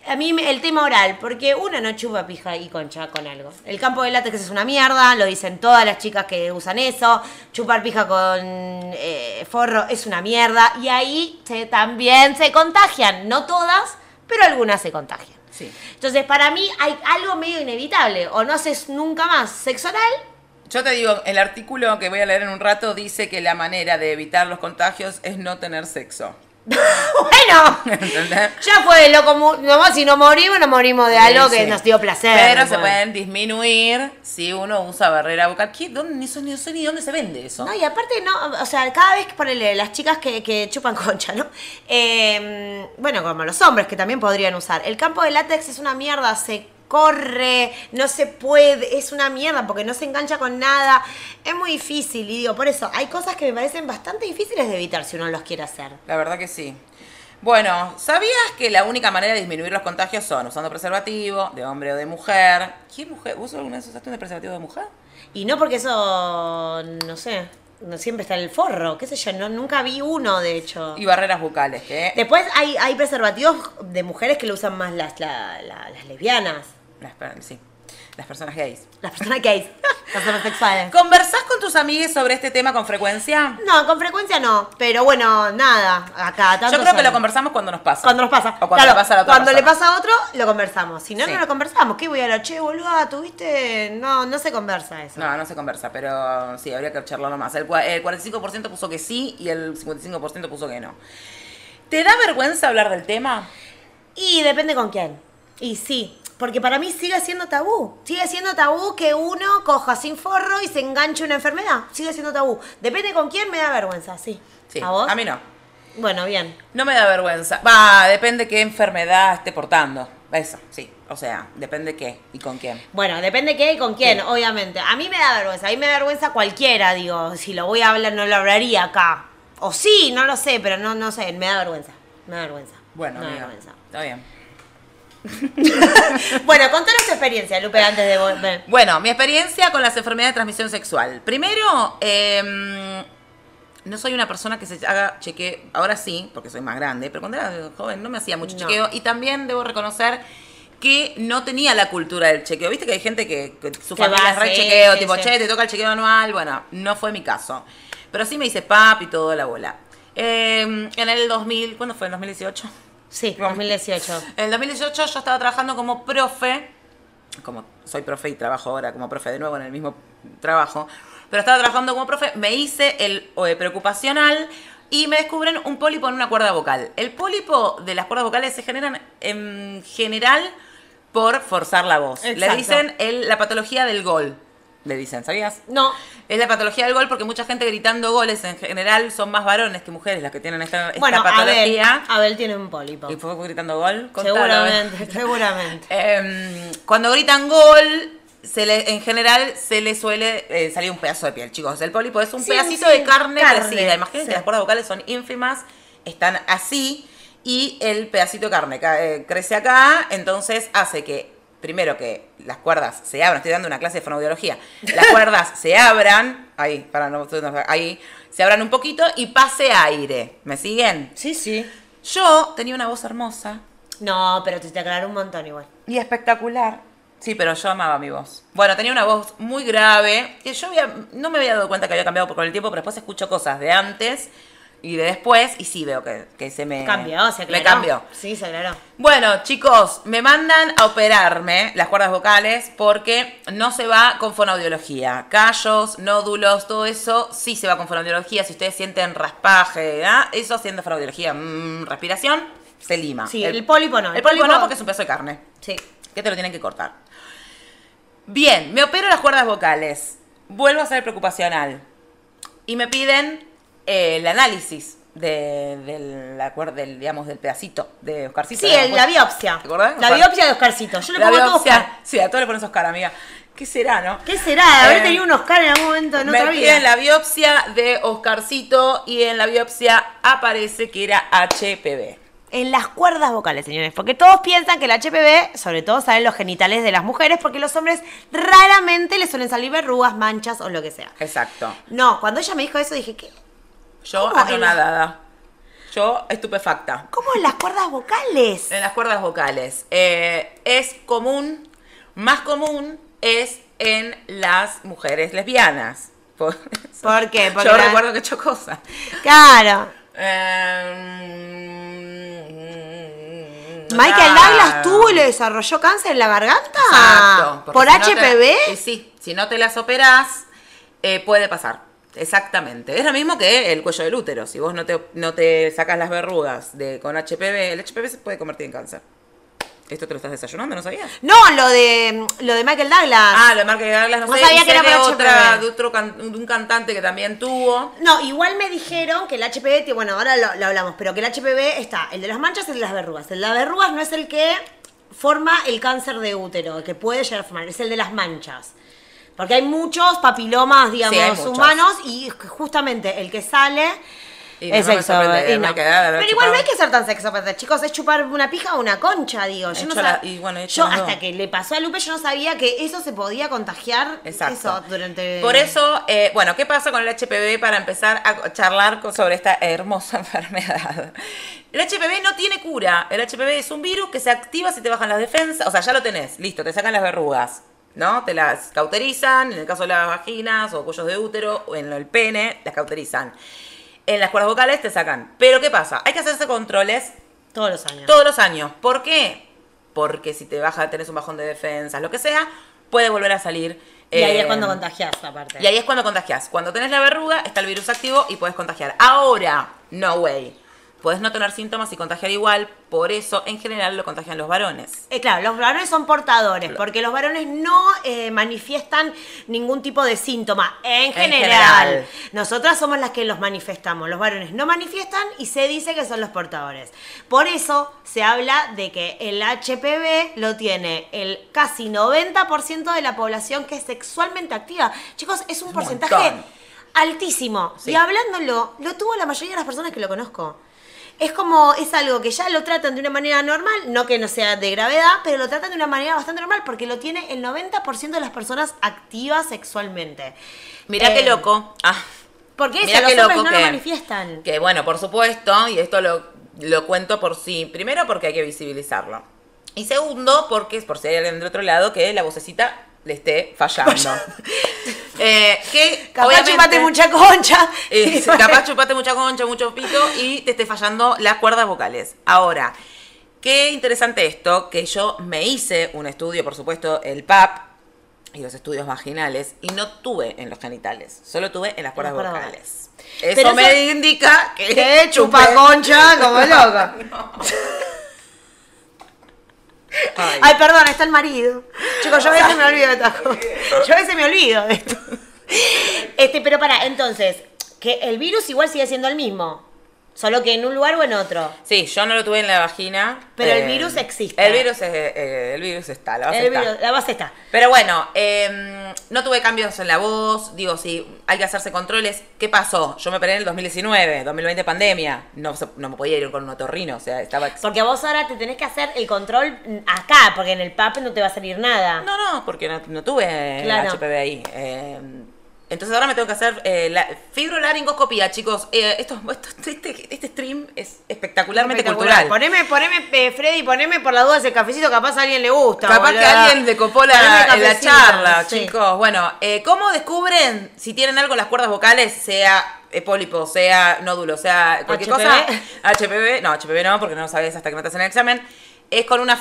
B: A mí me- el tema oral, porque uno no chupa pija y concha con algo. El campo de látex es una mierda, lo dicen todas las chicas que usan eso. Chupar pija con eh, forro es una mierda y ahí se- también se contagian. No todas, pero algunas se contagian.
A: Sí.
B: Entonces, para mí hay algo medio inevitable. O no haces nunca más sexo oral.
A: Yo te digo, el artículo que voy a leer en un rato dice que la manera de evitar los contagios es no tener sexo.
B: Bueno,
A: ¿Entendés?
B: ya fue lo común. Nomás si no morimos, no morimos de algo
A: Sí,
B: que
A: sí.
B: nos dio placer.
A: Pero se
B: Bueno.
A: pueden disminuir si uno usa barrera bucal. ¿Qué? ¿Dónde? Ni, sé- ni sé ni dónde se vende eso.
B: No, y aparte, no, o sea, cada vez que ponele las chicas que, que chupan concha, ¿no? Eh, bueno, como los hombres que también podrían usar. El campo de látex es una mierda, se corre, no se puede, es una mierda porque no se engancha con nada. Es muy difícil, y digo, por eso hay cosas que me parecen bastante difíciles de evitar si uno los quiere hacer.
A: La verdad que sí. Bueno, ¿sabías que la única manera de disminuir los contagios son usando preservativo de hombre o de mujer? ¿Qué mujer? ¿Vos alguna vez usaste un preservativo de mujer?
B: Y no porque eso, no sé, no siempre está en el forro, qué sé yo, no, nunca vi uno, de hecho.
A: Y barreras bucales, que
B: Después hay, hay preservativos de mujeres que lo usan más las, la- la- las lesbianas,
A: Las, per- sí, las personas gays.
B: las personas gays, las homosexuales.
A: ¿Conversás con tus amigues sobre este tema con frecuencia?
B: No, con frecuencia no, pero bueno, nada, acá tanto
A: Yo creo que
B: sale.
A: lo conversamos cuando nos pasa.
B: Cuando nos pasa.
A: O cuando
B: Claro,
A: le pasa a la otra
B: Cuando le
A: persona.
B: pasa a otro, lo conversamos. Si no,
A: Sí.
B: no lo conversamos. ¿Qué voy a la che, boluda? ¿Tuviste? No, no se conversa eso.
A: No, no se conversa, pero sí, habría que charlarlo más. El, cua- el 45% puso que sí y el 55% puso que no. ¿Te da vergüenza hablar del tema?
B: Y depende con quién. Y sí, porque para mí sigue siendo tabú. Sigue siendo tabú que uno coja sin forro y se enganche una enfermedad. Sigue siendo tabú. Depende con quién me da vergüenza, sí.
A: Sí.
B: ¿A vos?
A: A mí no.
B: Bueno, bien.
A: No me da vergüenza. Va, depende qué enfermedad esté portando. Eso, sí. O sea, depende qué y con quién.
B: Bueno, depende qué y con quién,
A: Sí.
B: obviamente. A mí me da vergüenza, a mí me da vergüenza cualquiera, digo, si lo voy a hablar no lo hablaría acá. O sí, no lo sé, pero no, no sé, me da vergüenza, me da vergüenza.
A: Bueno,
B: me da
A: amiga,
B: vergüenza.
A: está bien.
B: Bueno, contanos tu experiencia, Lupe, antes de volver.
A: Bueno, mi experiencia con las enfermedades de transmisión sexual. Primero, eh, no soy una persona que se haga chequeo, ahora sí, porque soy más grande, pero cuando era joven no me hacía mucho
B: No.
A: chequeo y también debo reconocer que no tenía la cultura del chequeo. Viste que hay gente que, que su
B: Que
A: familia
B: va,
A: es re
B: sí,
A: chequeo,
B: sí,
A: tipo,
B: sí.
A: che, te toca el chequeo anual. Bueno, no fue mi caso. Pero sí me hice pap y todo la bola. Eh, en el 2000, ¿cuándo fue? ¿En 2018?
B: Sí,
A: Vamos.
B: 2018.
A: En el 2018 yo estaba trabajando como profe, como soy profe y trabajo ahora como profe de nuevo en el mismo trabajo, pero estaba trabajando como profe, me hice el OE preocupacional y me descubren un pólipo en una cuerda vocal. El pólipo de las cuerdas vocales se generan en general por forzar la voz. Le
B: Exacto.
A: dicen el- la patología del gol. Le dicen, ¿sabías?
B: No,
A: Es la patología del gol porque mucha gente gritando goles en general son más varones que mujeres las que tienen esta, esta
B: bueno, Abel,
A: patología.
B: Abel tiene un pólipo.
A: Y fue gritando gol. Contalo.
B: Seguramente, seguramente.
A: Em, cuando gritan gol, se le, en general se le suele eh, salir un pedazo de piel, chicos. El pólipo es un
B: Sí,
A: pedacito
B: sí,
A: de carne,
B: carne,
A: crecida. Imagínense,
B: sí.
A: las cuerdas vocales son ínfimas, están así, y el pedacito de carne ca- eh, crece acá, entonces hace que, primero que las cuerdas se abran, estoy dando una clase de fonoaudiología, las cuerdas se abran, ahí, para no, ahí, se abran un poquito y pase aire. ¿Me siguen?
B: Sí, sí.
A: Yo tenía una voz hermosa
B: No, pero te te aclaró un montón igual.
A: y espectacular. Sí, pero yo amaba mi voz. Bueno, tenía una voz muy grave, que yo había- no me había dado cuenta que había cambiado por- con el tiempo, pero después escucho cosas de antes y de después, y sí veo que, que se me...
B: Cambió, se aclaró.
A: Me Eh, cambió.
B: Sí, se aclaró.
A: Bueno, chicos, me mandan a operarme las cuerdas vocales porque no se va con fonoaudiología. Callos, nódulos, todo eso sí se va con fonoaudiología. Si ustedes sienten raspaje, ¿ah? eso sienten fonoaudiología. Mm, respiración, se lima.
B: Sí, el pólipo no,
A: El,
B: el
A: pólipo,
B: pólipo-
A: no porque es un pedazo de carne,
B: Sí.
A: que te lo tienen que cortar. Bien, me opero las cuerdas vocales. Vuelvo a hacer preocupacional. Y me piden eh, el análisis de, del, la cuer- del, digamos, del pedacito de Oscarcito.
B: Sí,
A: de la
B: el-
A: cuer-
B: la biopsia.
A: ¿Te acordás?
B: La
A: Oscar-
B: biopsia de Oscarcito. Yo
A: pues,
B: le
A: La
B: pongo todo
A: biopsia.
B: Oscar.
A: Sí, a todos le pones Oscar, amiga. ¿Qué será, no?
B: ¿Qué será? Haber
A: Eh,
B: tenido un Oscar en algún momento en
A: me
B: otra vida.
A: piden la biopsia de Oscarcito y en la biopsia aparece que era HPV.
B: En las cuerdas vocales, señores, porque todos piensan que el HPV, sobre todo, sale en los genitales de las mujeres, porque los hombres raramente les suelen salir verrugas, manchas o lo que sea.
A: Exacto.
B: No, cuando ella me dijo eso dije, ¿qué?
A: Yo
B: ¿Cómo?
A: anonadada. Yo estupefacta.
B: ¿Cómo en las cuerdas vocales?
A: En las cuerdas vocales. Eh, es común, más común es en las mujeres lesbianas. Por, eso.
B: ¿Por qué? Porque
A: yo Em,
B: la-
A: recuerdo que he hecho cosas.
B: Claro.
A: Eh,
B: Michael
A: nada.
B: Douglas tuvo y le desarrolló cáncer en la garganta.
A: Exacto, porque
B: Ah, ¿Por
A: si no te-
B: HPV?
A: y sí, si no te las operás, eh, puede pasar. Exactamente. Es lo mismo que el cuello del útero. Si vos no te, no te sacas las verrugas de, con HPV, el HPV se puede convertir en cáncer. ¿Esto te lo estás desayunando? ¿No sabías?
B: No, lo de, lo de Michael Douglas.
A: Ah, lo de Michael Douglas, no,
B: No
A: sé,
B: sabía
A: y
B: que
A: sé
B: era
A: de
B: por
A: otra,
B: HPV.
A: de otro can- de un cantante que también tuvo.
B: No, igual me dijeron que el HPV, que, bueno, ahora lo, lo hablamos, pero que el HPV está, el de las manchas y el de las verrugas. El de las verrugas no es el que forma el cáncer de útero, que puede llegar a formar, es el de las manchas. Porque hay muchos papilomas, digamos,
A: hay muchos.
B: humanos y justamente el que sale
A: Y
B: es
A: no me
B: sexo.
A: sorprende,
B: y no.
A: me quedaba de haber
B: Pero igual no hay
A: chupado.
B: que ser tan sexópata, chicos, es chupar una pija o una concha, digo. Yo
A: He
B: no
A: hecho la-
B: sab-
A: y bueno, he hecho
B: yo
A: las dos.
B: hasta que le pasó a Lupe, yo no sabía que eso se podía contagiar.
A: Exacto.
B: Eso durante.
A: Por eso, eh, bueno, ¿qué pasa con el HPV para empezar a charlar co- sobre esta hermosa enfermedad? El HPV no tiene cura. El HPV es un virus que se activa si te bajan las defensas. O sea, ya lo tenés, listo, te sacan las verrugas, ¿no? Te las cauterizan, en el caso de las vaginas o cuellos de útero o en el pene, las cauterizan. En las cuerdas vocales te sacan. Pero ¿qué pasa? Hay que hacerse controles
B: Todos los años.
A: todos los años. ¿Por qué? Porque si te baja, tenés un bajón de defensas, lo que sea, puede volver a salir.
B: Y ahí es
A: eh,
B: cuando contagias, aparte.
A: y ahí es cuando contagias. Cuando tenés la verruga, está el virus activo y puedes contagiar. Ahora, no way. Puedes no tener síntomas y contagiar igual. Por eso, en general, lo contagian los varones.
B: Eh, claro, los varones son portadores, porque los varones no eh, manifiestan ningún tipo de síntoma, en general.
A: general.
B: Nosotras somos las que los manifestamos, los varones no manifiestan y se dice que son los portadores. Por eso se habla de que el HPV lo tiene el casi 90% de la población que es sexualmente activa. Chicos, es un
A: un
B: porcentaje
A: montón.
B: altísimo.
A: Sí.
B: Y hablándolo, lo tuvo la mayoría de las personas que lo conozco. Es como, es algo que ya lo tratan de una manera normal, no que no sea de gravedad, pero lo tratan de una manera bastante normal porque lo tiene el 90% de las personas activas sexualmente.
A: Mirá
B: Eh,
A: qué loco. Ah,
B: Porque eso,
A: Mirá
B: los
A: qué
B: hombres
A: loco
B: no
A: que-
B: lo manifiestan.
A: que bueno, por supuesto, y esto lo, lo cuento por sí. Primero, porque hay que visibilizarlo. Y segundo, porque es por si hay alguien del otro lado que la vocecita le esté fallando. Eh, que
B: Capaz
A: obviamente-
B: chupate mucha concha.
A: Eh, capaz chupaste mucha concha, mucho pito y te esté fallando las cuerdas vocales. Ahora, qué interesante esto, que yo me hice un estudio, por supuesto, el PAP y los estudios vaginales, y no tuve en los genitales, solo tuve en las cuerdas
B: cuerdas
A: vocales. Eso
B: Pero
A: me
B: eso-
A: indica que,
B: Que chupa
A: chupé.
B: concha como loca.
A: Ay.
B: Ay, perdón, está el marido. Chicos, yo a veces me olvido de estas cosas. Yo a veces me olvido de esto. Este, pero para, entonces, que el virus igual sigue siendo el mismo. Solo que en un lugar o en otro.
A: Sí, yo no lo tuve en la vagina. Eh,
B: Pero el virus existe.
A: El virus, es- eh, el virus está, la base
B: El
A: está.
B: virus, la base está.
A: Pero bueno, eh, no tuve cambios en la voz, digo, sí, hay que hacerse controles. ¿Qué pasó? Yo me operé en el 2019, 2020 pandemia, no, se- no me podía ir con un otorrino, o sea, estaba... ex-
B: Porque vos ahora te tenés que hacer el control acá, porque en el PAP no te va a salir nada.
A: No, no, porque no, no tuve
B: Claro.
A: HPV ahí. eh, entonces ahora me tengo que hacer eh, la fibrolaringoscopía, chicos. Eh, esto, esto- este, este stream es espectacularmente cultural.
B: Espectacular. Poneme, poneme, eh, Freddy, poneme por la duda ese cafecito, capaz a alguien le gusta.
A: Capaz que
B: boluda.
A: alguien le copó la, eh,
B: Poneme
A: la
B: cafecito,
A: charla,
B: sí.
A: chicos. Bueno, eh, ¿cómo descubren si tienen algo en las cuerdas vocales? Sea eh, pólipo, sea nódulo, sea cualquier
B: HPV.
A: cosa. HPV. No, HPV no, porque no lo sabes hasta que no te hacen el examen. Es con una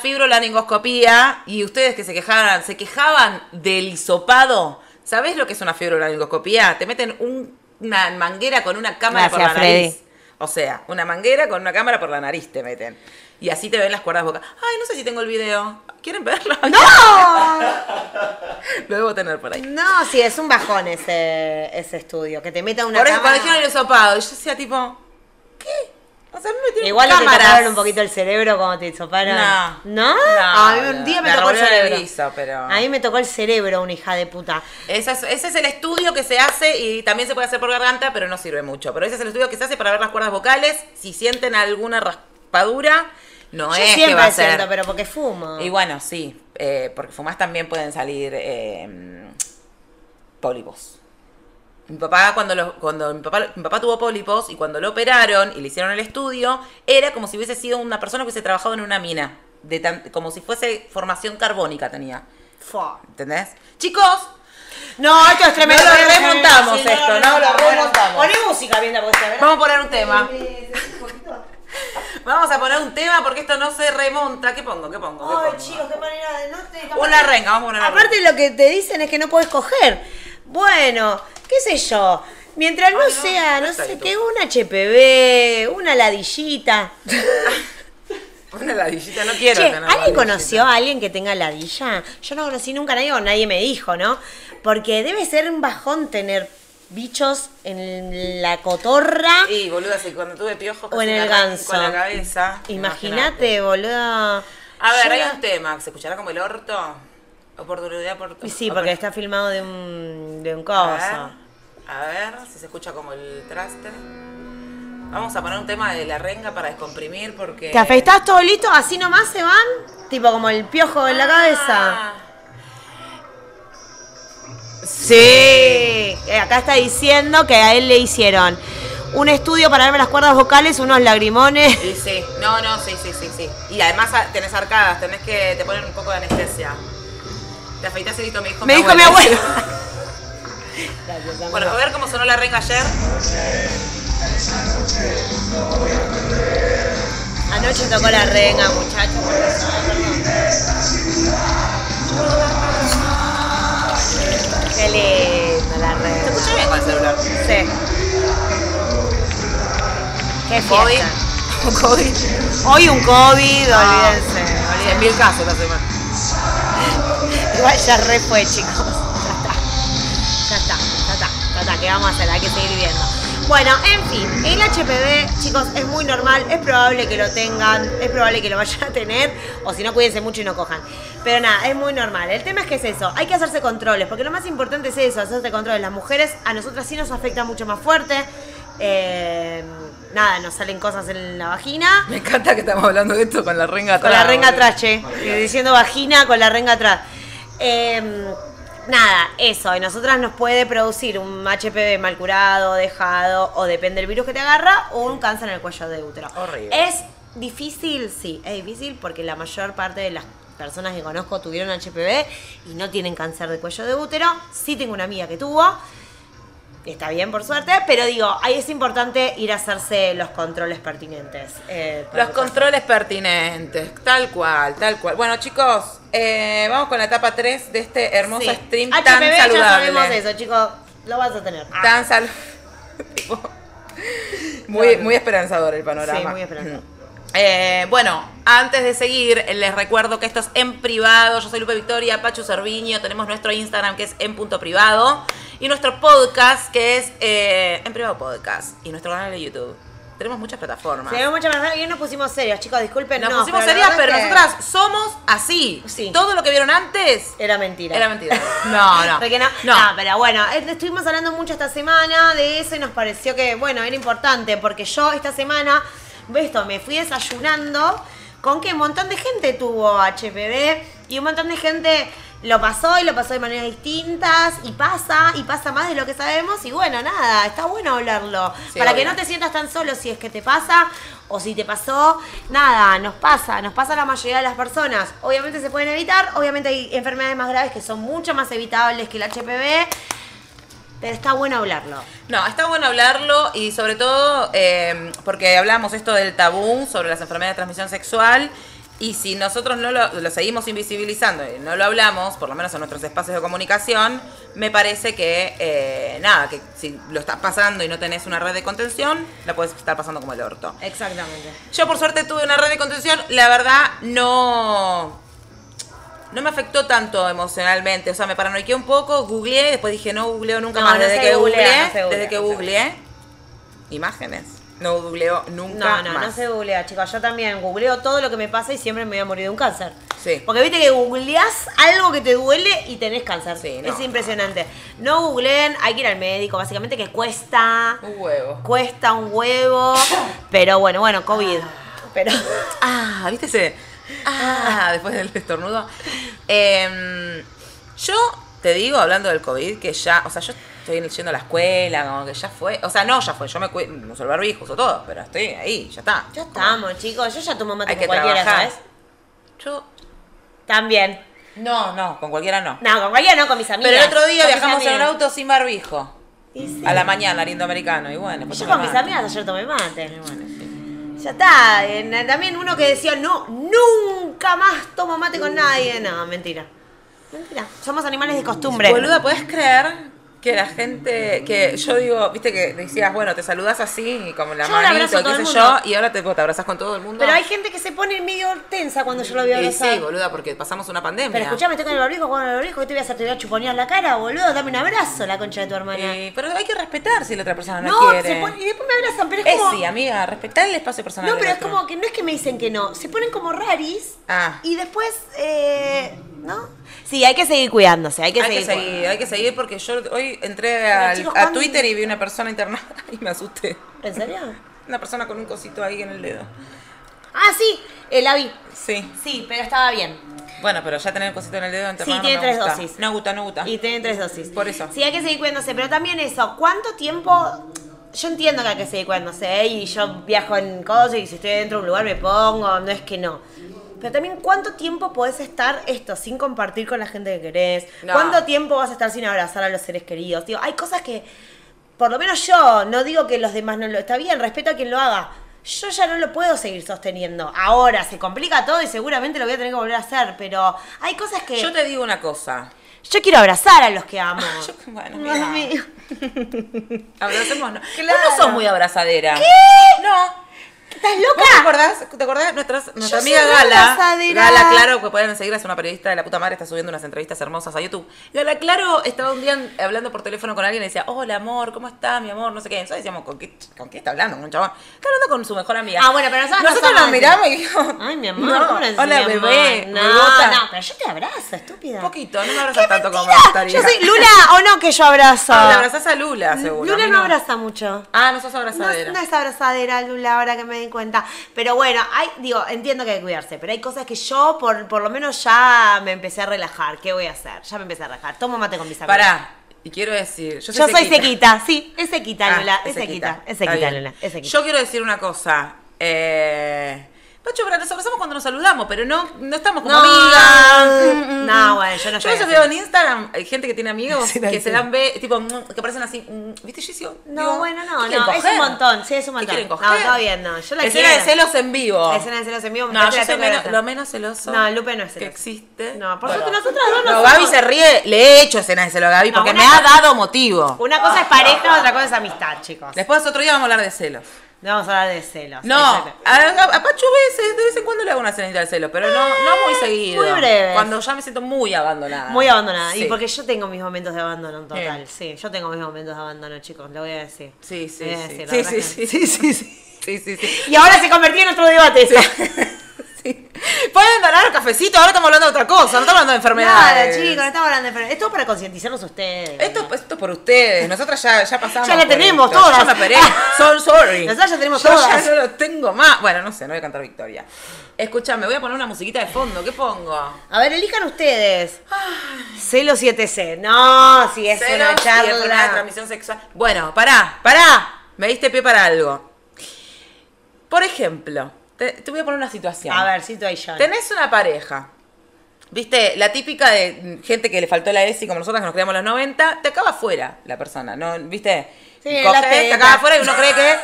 A: fibrolaringoscopía. Y ustedes que se quejaban, se quejaban del hisopado. ¿Sabés lo que es una fibrolaringoscopía? Te meten un- una manguera con una cámara por la
B: Gracias, Freddy.
A: nariz. O sea, una manguera con una cámara por la nariz te meten. y así te ven las cuerdas vocales. Ay, no sé si tengo el video. ¿Quieren verlo?
B: ¡No!
A: Lo debo tener por ahí.
B: No, sí, es un bajón ese, ese estudio. Que te meta una
A: Por eso,
B: cámara.
A: cuando dijeron el hisopado, yo decía tipo, ¿qué? O sea, a mí me tienen
B: Igual le te
A: cámaras.
B: tocaron un poquito el cerebro cuando te soparon.
A: No.
B: ¿No? Ah,
A: No,
B: a mí un
A: no.
B: día me
A: Me
B: tocó el
A: arruinó el
B: cerebro.
A: erizo, pero-
B: A mí me tocó el cerebro, una hija de puta.
A: Esa es- ese es el estudio que se hace y también se puede hacer por garganta, pero no sirve mucho. Pero ese es el estudio que se hace para ver las cuerdas vocales. Si sienten alguna raspadura, no
B: Yo
A: es que va
B: siempre
A: a ser.
B: siento, pero porque fumo.
A: Y bueno, sí, eh, porque fumás también pueden salir eh, pólipos. Mi papá, cuando, lo- cuando mi, papá, mi papá tuvo pólipos y cuando lo operaron y le hicieron el estudio, era como si hubiese sido una persona que hubiese trabajado en una mina, de tan- como si fuese formación carbónica tenía.
B: Fua.
A: ¿Entendés? Chicos,
B: No, esto es tremendo.
A: No lo remontamos esto, no lo remontamos.
B: Poné música bien la poesía, ¿verdad?
A: vamos a poner un tema. Vamos a poner un tema porque esto no se remonta. ¿Qué pongo? ¿Qué pongo? ¿Qué
B: Ay,
A: pongo?
B: chicos, qué manera de no te-
A: Una renga, vamos a poner una
B: Aparte lo que te dicen es que no puedes coger. Bueno, qué sé yo. Mientras no,
A: Ay, no,
B: sea, no
A: está
B: sé
A: YouTube.
B: qué, una HPV, una ladillita.
A: Una ladillita, no quiero.
B: Che,
A: tener
B: ¿alguien
A: ladillita.
B: conoció a alguien que tenga ladilla? Yo no conocí nunca a nadie o nadie me dijo, ¿no? Porque debe ser un bajón tener bichos en la cotorra.
A: Sí, boluda, sí, cuando tuve piojos
B: O
A: casi
B: en el
A: me arranqué
B: ganso.
A: Con la cabeza.
B: Imagínate, boludo.
A: A ver,
B: Yo
A: hay
B: la-
A: un tema, ¿se escuchará como el orto? Oportunidad por...
B: Sí, porque está filmado de un, de un coso.
A: A ver, a ver si se escucha como el traste. Vamos a poner un tema de la renga para descomprimir porque...
B: ¿Te afeitás todo listo? ¿Así nomás se van? Tipo como el piojo en la cabeza.
A: Ah.
B: Sí. Eh, Acá está diciendo que a él le hicieron un estudio para verme las cuerdas vocales, unos lagrimones.
A: Y sí, no, no, sí, sí, sí, sí. Y además ah, tenés arcadas, tenés que... te ponen un poco de anestesia. Te afeitas y listo, me dijo
B: Me
A: mi
B: dijo mi
A: abuela.
B: abuelo.
A: Bueno, a ver cómo sonó la renga ayer.
B: Anoche tocó la renga, muchachos. Qué lindo la
A: ¿Se
B: renga.
A: escucha bien con el celular?
B: Sí. Qué
A: COVID.
B: fiesta.
A: COVID. Ah.
B: Hoy un COVID, olvídense.
A: Olvídense. mil casos la semana.
B: Igual ya re fue, chicos. Ya está. Ya está, ya está, ya está. ¿Qué vamos a hacer? Hay que seguir viviendo. Bueno, en fin, el HPV, chicos, es muy normal, es probable que lo tengan, es probable que lo vayan a tener, o si no, cuídense mucho y no cojan. Pero nada, es muy normal. El tema es que es eso, hay que hacerse controles, porque lo más importante es eso, hacerse controles. Las mujeres a nosotras sí nos afecta mucho más fuerte. eh, nada, nos salen cosas en la vagina.
A: Me encanta que estamos hablando de esto con la renga
B: Con la renga atrás, che. Eh, Diciendo vagina con la renga atrás. Eh, nada, eso. Y nosotras nos puede producir un HPV mal curado, dejado, o depende del virus que te agarra, o un cáncer en el cuello de útero.
A: Horrible.
B: Es difícil, sí, es difícil porque la mayor parte de las personas que conozco tuvieron HPV y no tienen cáncer de cuello de útero. Sí tengo una amiga que tuvo. Está bien, por suerte, pero digo, ahí es importante ir a hacerse los controles pertinentes. eh, para
A: Los
B: que-
A: controles pertinentes, tal cual, tal cual. Bueno, chicos, eh, vamos con la etapa 3 de este hermoso
B: Sí.
A: stream
B: HPV,
A: tan
B: Ya sabemos
A: saludable.
B: eso, chicos. Lo vas a tener. Ah,
A: Tan saludable. muy, muy esperanzador el panorama.
B: Sí, muy esperanzador.
A: Eh, bueno, antes de seguir, les recuerdo que esto es en privado. Yo soy Lupe Victoria, Pachu Cerviño. Tenemos nuestro Instagram que es en punto privado. Y nuestro podcast que es eh, en privado podcast. Y nuestro canal de YouTube. Tenemos muchas plataformas.
B: se ve mucha más. Y nos pusimos serios, chicos. Disculpen.
A: Nos
B: no,
A: pusimos
B: pero la
A: serias,
B: verdad
A: pero
B: es que
A: nosotras somos así.
B: Sí.
A: Todo lo que vieron antes
B: Era mentira.
A: era mentira. No, no.
B: Porque no,
A: No.
B: Ah, pero bueno, eh, estuvimos hablando mucho esta semana de eso y nos pareció que, bueno, era importante porque yo esta semana, esto, me fui desayunando con que un montón de gente tuvo HPV y un montón de gente lo pasó y lo pasó de maneras distintas y pasa y pasa más de lo que sabemos y bueno, nada, está bueno hablarlo.
A: Sí,
B: Para que
A: obvio.
B: no te sientas tan solo si es que te pasa o si te pasó, nada, nos pasa, nos pasa a la mayoría de las personas. Obviamente se pueden evitar, obviamente hay enfermedades más graves que son mucho más evitables que el HPV, pero está bueno hablarlo.
A: No, está bueno hablarlo y sobre todo eh, porque hablamos esto del tabú sobre las enfermedades de transmisión sexual Y si nosotros no lo, lo seguimos invisibilizando y no lo hablamos, por lo menos en nuestros espacios de comunicación, me parece que, eh, nada, que si lo estás pasando y no tenés una red de contención, la puedes estar pasando como el orto.
B: Exactamente.
A: Yo por suerte tuve una red de contención, la verdad no no me afectó tanto emocionalmente, o sea, me paranoiqué un poco, googleé, después dije, no googleo nunca
B: No,
A: más
B: no
A: desde
B: se
A: que
B: googlea,
A: googleé,
B: no se googlea,
A: desde que
B: no se
A: googleé imágenes. No googleo nunca
B: No, no,
A: más.
B: no se googlea, chicos. Yo también googleo todo lo que me pasa y siempre me voy a morir de un cáncer.
A: Sí.
B: Porque viste que googleás algo que te duele y tenés cáncer.
A: Sí, no.
B: es impresionante. No googleen, hay que ir al médico, básicamente que cuesta,
A: Un huevo.
B: cuesta un huevo. Pero bueno, bueno, COVID. Pero.
A: Ah, ¿viste ese? Ah, después del estornudo. Em, yo te digo, hablando del COVID, que ya, o sea, yo estoy yendo a la escuela, como que ya fue, o sea, no, ya fue, yo me cuido, me uso el barbijo, uso todo, pero estoy ahí, ya está.
B: Ya estamos, chicos. Yo ya tomo mate
A: Hay
B: con
A: que
B: cualquiera,
A: trabajar.
B: ¿sabes?
A: Yo,
B: También.
A: no, no, con cualquiera no.
B: No, con cualquiera no, con mis amigas.
A: Pero el otro día
B: Con mis
A: viajamos en un
B: amigas.
A: auto sin barbijo.
B: Y sí.
A: A la mañana, lindo americano. Y bueno, después
B: Yo
A: tomé
B: con mis
A: mate.
B: amigas ayer tomé mate.
A: Y bueno, sí.
B: Ya está, eh, también uno que decía, no, nunca más tomo mate con nadie. No, mentira. Mentira. Somos animales de costumbre.
A: Boluda, ¿puedes creer que la gente, que yo digo, viste que decías, bueno, te saludas así, como la
B: Yo ahora
A: manito,
B: abrazo a todo
A: qué sé
B: el
A: yo,
B: mundo.
A: y ahora te, te abrazás con todo el mundo?
B: Pero hay gente que se pone medio tensa cuando yo lo veo
A: Y
B: abrazar.
A: sí, boluda, porque pasamos una pandemia.
B: pero escuchame, estoy con el barbijo, con el barbijo, ¿qué te voy a hacer? ¿Te voy a chuponear la cara, boludo? Dame un abrazo, la concha de tu hermana.
A: Y- pero hay que respetar si la otra persona no,
B: no,
A: quiere.
B: se pone- y después me abrazan, pero es,
A: Es
B: como...
A: sí, amiga, respetar el espacio personal
B: no,
A: del
B: pero es
A: otro.
B: como que no es que me dicen que no. Se ponen como raris
A: Ah.
B: y después, eh, ¿no? Sí, hay que seguir cuidándose, hay que
A: hay
B: seguir
A: que seguir, hay que seguir porque yo hoy entré
B: Pero,
A: al-
B: chicos,
A: a
B: ¿cuándo?
A: Twitter y vi una persona internada y me asusté.
B: ¿En serio?
A: Una persona con un cosito ahí en el dedo.
B: Ah, sí, eh, la vi.
A: Sí.
B: Sí, pero estaba bien.
A: Bueno, pero ya tener el cosito en el dedo
B: Sí,
A: internado no
B: tiene
A: me
B: tres
A: gusta.
B: dosis.
A: No gusta, no gusta.
B: Y tiene tres dosis.
A: Por eso.
B: Sí, hay que seguir cuidándose, pero también eso, ¿cuánto tiempo? Yo entiendo que hay que seguir cuidándose, ¿eh? y yo viajo en cosas y si estoy dentro de un lugar me pongo, no es que no. Pero también, ¿cuánto tiempo podés estar esto sin compartir con la gente que querés?
A: No.
B: ¿Cuánto tiempo vas a estar sin abrazar a los seres queridos? Digo, hay cosas que, por lo menos yo, no digo que los demás no lo... Está bien, respeto a quien lo haga. Yo ya no lo puedo seguir sosteniendo. Ahora se complica todo y seguramente lo voy a tener que volver a hacer, pero hay cosas que...
A: Yo te digo una cosa.
B: Yo quiero abrazar a los que amo.
A: Ah, Yo- bueno,
B: Dios
A: mira.
B: mío.
A: Abracemos, no.
B: Claro.
A: Vos no sos muy abrazadera. ¿Qué? No.
B: ¿Estás
A: ¿Vos te
B: loca?
A: acordás? ¿Te acordás? Nuestras- nuestra
B: Yo
A: amiga
B: soy
A: Gala.
B: abrazadera.
A: Gala, claro, que pueden seguir, es una periodista de la puta madre, está subiendo unas entrevistas hermosas a YouTube. Gala, claro, estaba un día en- hablando por teléfono con alguien y decía, hola amor, ¿cómo está mi amor? No sé qué. Nosotros decíamos, ¿con qué, con qué está hablando? Con un chabón. Está hablando con su mejor amiga.
B: Ah, bueno, pero nosotros no
A: nosotros
B: somos
A: nos
B: así.
A: miramos y dijimos,
B: Ay, mi amor,
A: no,
B: ¿cómo le decís
A: Hola,
B: mi amor?
A: bebé.
B: No,
A: bebota.
B: no, pero yo te abrazo, estúpida.
A: Un poquito, no me abrazas tanto como me
B: Mira,
A: gustaría.
B: yo soy Lula o no que yo abrazo.
A: Ah, la abrazás a Lula, seguro. a
B: Lula
A: mí
B: no abraza mucho.
A: Ah, no sos
B: No,
A: abrazadera.
B: no es abrazadera, Lula, ahora que me di cuenta. Pero bueno, hay, digo, entiendo que hay que cuidarse, pero hay cosas que yo por, por lo menos ya me empecé a relajar. ¿Qué voy a hacer? Ya me empecé a relajar. Tomo mate con mis amigos.
A: Pará, y quiero decir, yo
B: Yo
A: soy
B: soy
A: sequita.
B: sequita, sí, es sequita,
A: Ah,
B: Lula, es
A: es
B: sequita,
A: sequita.
B: es
A: Está
B: sequita,
A: bien.
B: Lula, es sequita.
A: Yo quiero decir una cosa. Eh... Pacho, pero nos abrazamos cuando nos saludamos, pero no, no estamos como
B: No,
A: amigas.
B: mm, mm, no, bueno, yo no
A: Yo
B: llegué
A: eso
B: a
A: veo
B: hacer.
A: en Instagram, hay gente que tiene amigos
B: Sí,
A: que
B: sí.
A: se dan be tipo, mm, que parecen así, mm, ¿viste? Yo digo,
B: No,
A: digo,
B: bueno, no,
A: ¿qué quieren
B: no, es
A: coger?
B: un montón, sí, es un
A: ¿Qué
B: montón.
A: quieren
B: No,
A: coger?
B: está bien, no, yo la
A: Escena
B: quiero.
A: de celos en vivo.
B: Escena de celos en vivo, me
A: No,
B: parece
A: yo
B: la
A: soy
B: tengo que
A: menos-
B: hacer.
A: lo menos celoso.
B: No, Lupe no es
A: Que
B: celoso.
A: existe.
B: No, por suerte nosotras dos no
A: No,
B: somos-
A: Gaby se ríe, le he hecho escenas de celos a Gaby
B: No,
A: porque
B: una
A: me ha
B: cosa-
A: dado motivo.
B: Una cosa es pareja, otra cosa es amistad, chicos.
A: Después otro día vamos a hablar de celos.
B: No vamos a hablar de celos.
A: No, a,
B: exacto.
A: a- a Pachu veces, de vez en cuando le hago una cenita de celos, pero no, no Ah, muy seguido.
B: muy breves.
A: Cuando ya me siento muy abandonada.
B: Muy abandonada.
A: Sí.
B: Y porque yo tengo mis momentos de abandono en total.
A: Bien.
B: Sí, yo tengo mis momentos de abandono, chicos. Lo voy a decir.
A: Sí, sí,
B: Lo voy a
A: Eh, sí.
B: decir, la
A: Sí,
B: verdad
A: sí,
B: es
A: sí,
B: que-
A: sí, sí, sí, sí, sí.
B: Y ahora se convirtió en nuestro debate. eso.
A: Sí. Pueden donar cafecito, ahora estamos hablando de otra cosa, no estamos hablando de
B: Nada,
A: enfermedades.
B: chicos, no estamos hablando de enfermedades. Esto es para concientizarnos ustedes.
A: Esto, esto es por ustedes, nosotras ya, ya pasamos.
B: Ya la
A: por
B: tenemos
A: esto.
B: todas.
A: Yo me operé. So sorry.
B: Nosotras ya tenemos
A: Yo
B: todas.
A: Ya no lo tengo más. Bueno, no sé, no voy a cantar Victoria. Escuchame, voy a poner una musiquita de fondo. ¿Qué pongo?
B: A ver, elijan ustedes. Celo 7C. No, si es
A: Celos
B: una
A: y enfermedad de
B: charla.
A: transmisión sexual. Bueno, pará, pará. Me diste pie para algo. Por ejemplo, te, te voy a poner una situación.
B: A ver, situation.
A: Tenés una pareja. Viste, la típica de mm, gente que le faltó la ESI, como nosotras que nos creamos los 90, te acaba afuera la persona, ¿no? ¿Viste?
B: Sí,
A: Cogés,
B: las
A: te
B: tetas.
A: acaba afuera y uno cree que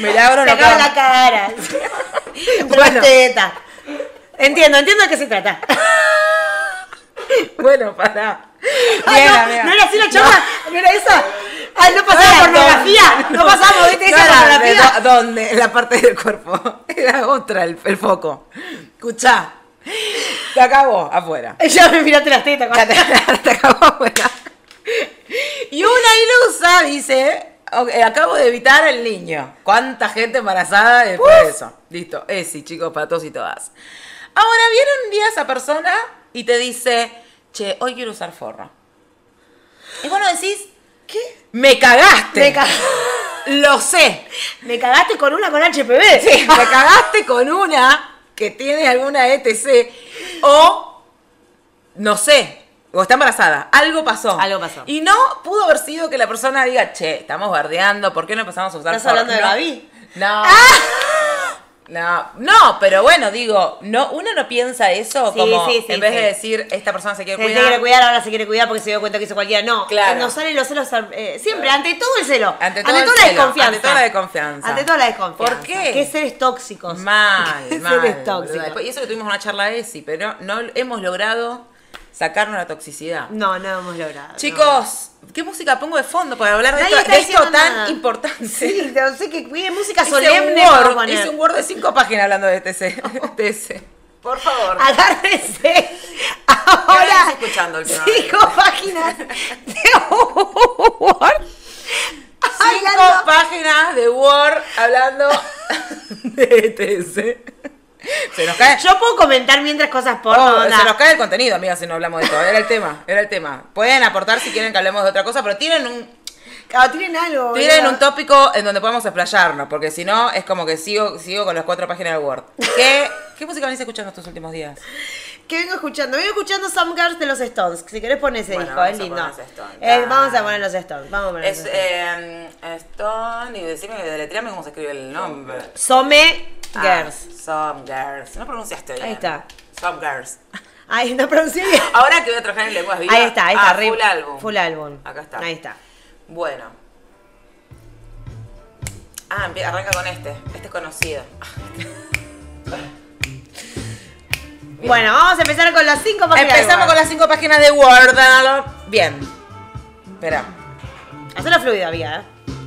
A: milagro
B: Se
A: no
B: acaba
A: acaba.
B: la cara. Pero
A: Bueno.
B: teta. Entiendo, entiendo de qué se trata.
A: Bueno, pará.
B: Ay,
A: Bien,
B: Ah, no,
A: amiga.
B: no era así la chapa, no era esa. Ah, no pasaba
A: era
B: pornografía,
A: donde-
B: no pasaba movete
A: No
B: esa
A: era de
B: pornografía.
A: do- donde, en la parte del cuerpo. Era otra el, el foco. Escuchá. Te acabó afuera.
B: Ya me miraste las tetas.
A: Ya te, ya te acabó afuera. Y una ilusa dice. "Ok, acabo de evitar al niño. ¿Cuánta gente embarazada después de eso? Listo. Esi, chicos, para todos y todas. Ahora viene un día esa persona y te dice, che, hoy quiero usar forro. Y vos no decís,
B: ¿Qué?
A: me cagaste.
B: Me ca-
A: Lo sé.
B: Me cagaste con una con HPV.
A: Sí, me cagaste con una que tiene alguna ETC o no sé, o está embarazada. Algo pasó.
B: Algo pasó.
A: Y no pudo haber sido que la persona diga, che, estamos bardeando, ¿por qué no empezamos a usar
B: ¿Estás hablando de
A: porno?"
B: Gaby? Ah.
A: No. No, no, pero bueno, digo, no, uno no piensa eso
B: Sí,
A: como
B: sí, sí,
A: en vez
B: sí.
A: de decir esta persona se quiere
B: Se
A: cuidar.
B: quiere cuidar, ahora se quiere cuidar porque se dio cuenta que hizo cualquiera. No,
A: Claro.
B: nos salen los celos eh, siempre, ante todo el celo.
A: Ante todo el
B: toda la
A: celo,
B: desconfianza.
A: ante toda la desconfianza.
B: Ante toda la desconfianza.
A: ¿Por qué?
B: Qué seres tóxicos.
A: Mal,
B: Qué
A: mal.
B: seres
A: boluda.
B: tóxicos.
A: Después- Y eso que tuvimos una charla de ESI, pero no hemos logrado sacarnos la toxicidad.
B: No, no lo hemos logrado. no.
A: Chicos, ¿qué música pongo de fondo para hablar de
B: Nadie
A: esto,
B: está
A: de esto
B: diciendo
A: tan
B: nada.
A: importante?
B: Sí, no sé que cuide música
A: Hice
B: solemne.
A: un
B: por
A: Word,
B: poner.
A: hice un Word de cinco páginas hablando de TC. TC. Por favor.
B: Agárrese.
A: venís
B: Ahora.
A: escuchando últimamente?
B: Cinco páginas de Word.
A: Cinco
B: Hablando-
A: páginas de Word hablando de TC. Se nos cae.
B: Yo puedo comentar mientras cosas por
A: Oh, se nos cae el contenido, amiga, si no hablamos de esto. Era el tema, era el tema. Pueden aportar si quieren que hablemos de otra cosa, pero tienen un,
B: Claro, tienen algo.
A: tienen
B: boludo.
A: un tópico en donde podamos explayarnos, porque si no es como que sigo, sigo con las cuatro páginas de Word. ¿Qué, ¿Qué música venís escuchando estos últimos días?
B: ¿Qué vengo escuchando? Vengo escuchando Some Girls de los Stones. que Si querés poner ese
A: Bueno,
B: disco, es
A: vamos a
B: lindo.
A: poner los Stones,
B: Eh,
A: dale.
B: vamos a poner los Stones. Vamos a poner
A: Es
B: los Stones.
A: eh, Stone, y decime, deletreame cómo se escribe el nombre.
B: Some Girls.
A: Ah, some Girls. No pronunciaste bien.
B: Ahí está.
A: Some Girls.
B: Ay, no pronuncié bien.
A: Ahora que voy a trabajar en lenguas vivas.
B: Ahí está, ahí está.
A: Ah,
B: re-
A: full álbum.
B: Full álbum.
A: Acá está.
B: Ahí está.
A: Bueno. Ah, empie- arranca con este. Este es conocido.
B: Bueno, vamos a empezar con las cinco páginas.
A: Empezamos con las cinco páginas de Word. Bien. Espera.
B: las. Hacelo fluido, amiga.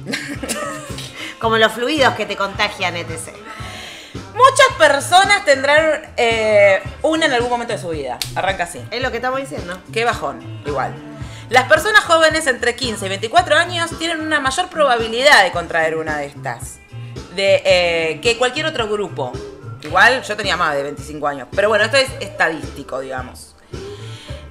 B: ¿eh? Como los fluidos que te contagian, etc.
A: Muchas personas tendrán eh, una en algún momento de su vida. Arranca así.
B: Es lo que estamos diciendo.
A: Qué bajón, igual. Las personas jóvenes entre 15 y 24 años tienen una mayor probabilidad de contraer una de estas de, eh, que cualquier otro grupo. Igual yo tenía más de 25 años, pero bueno, esto es estadístico, digamos.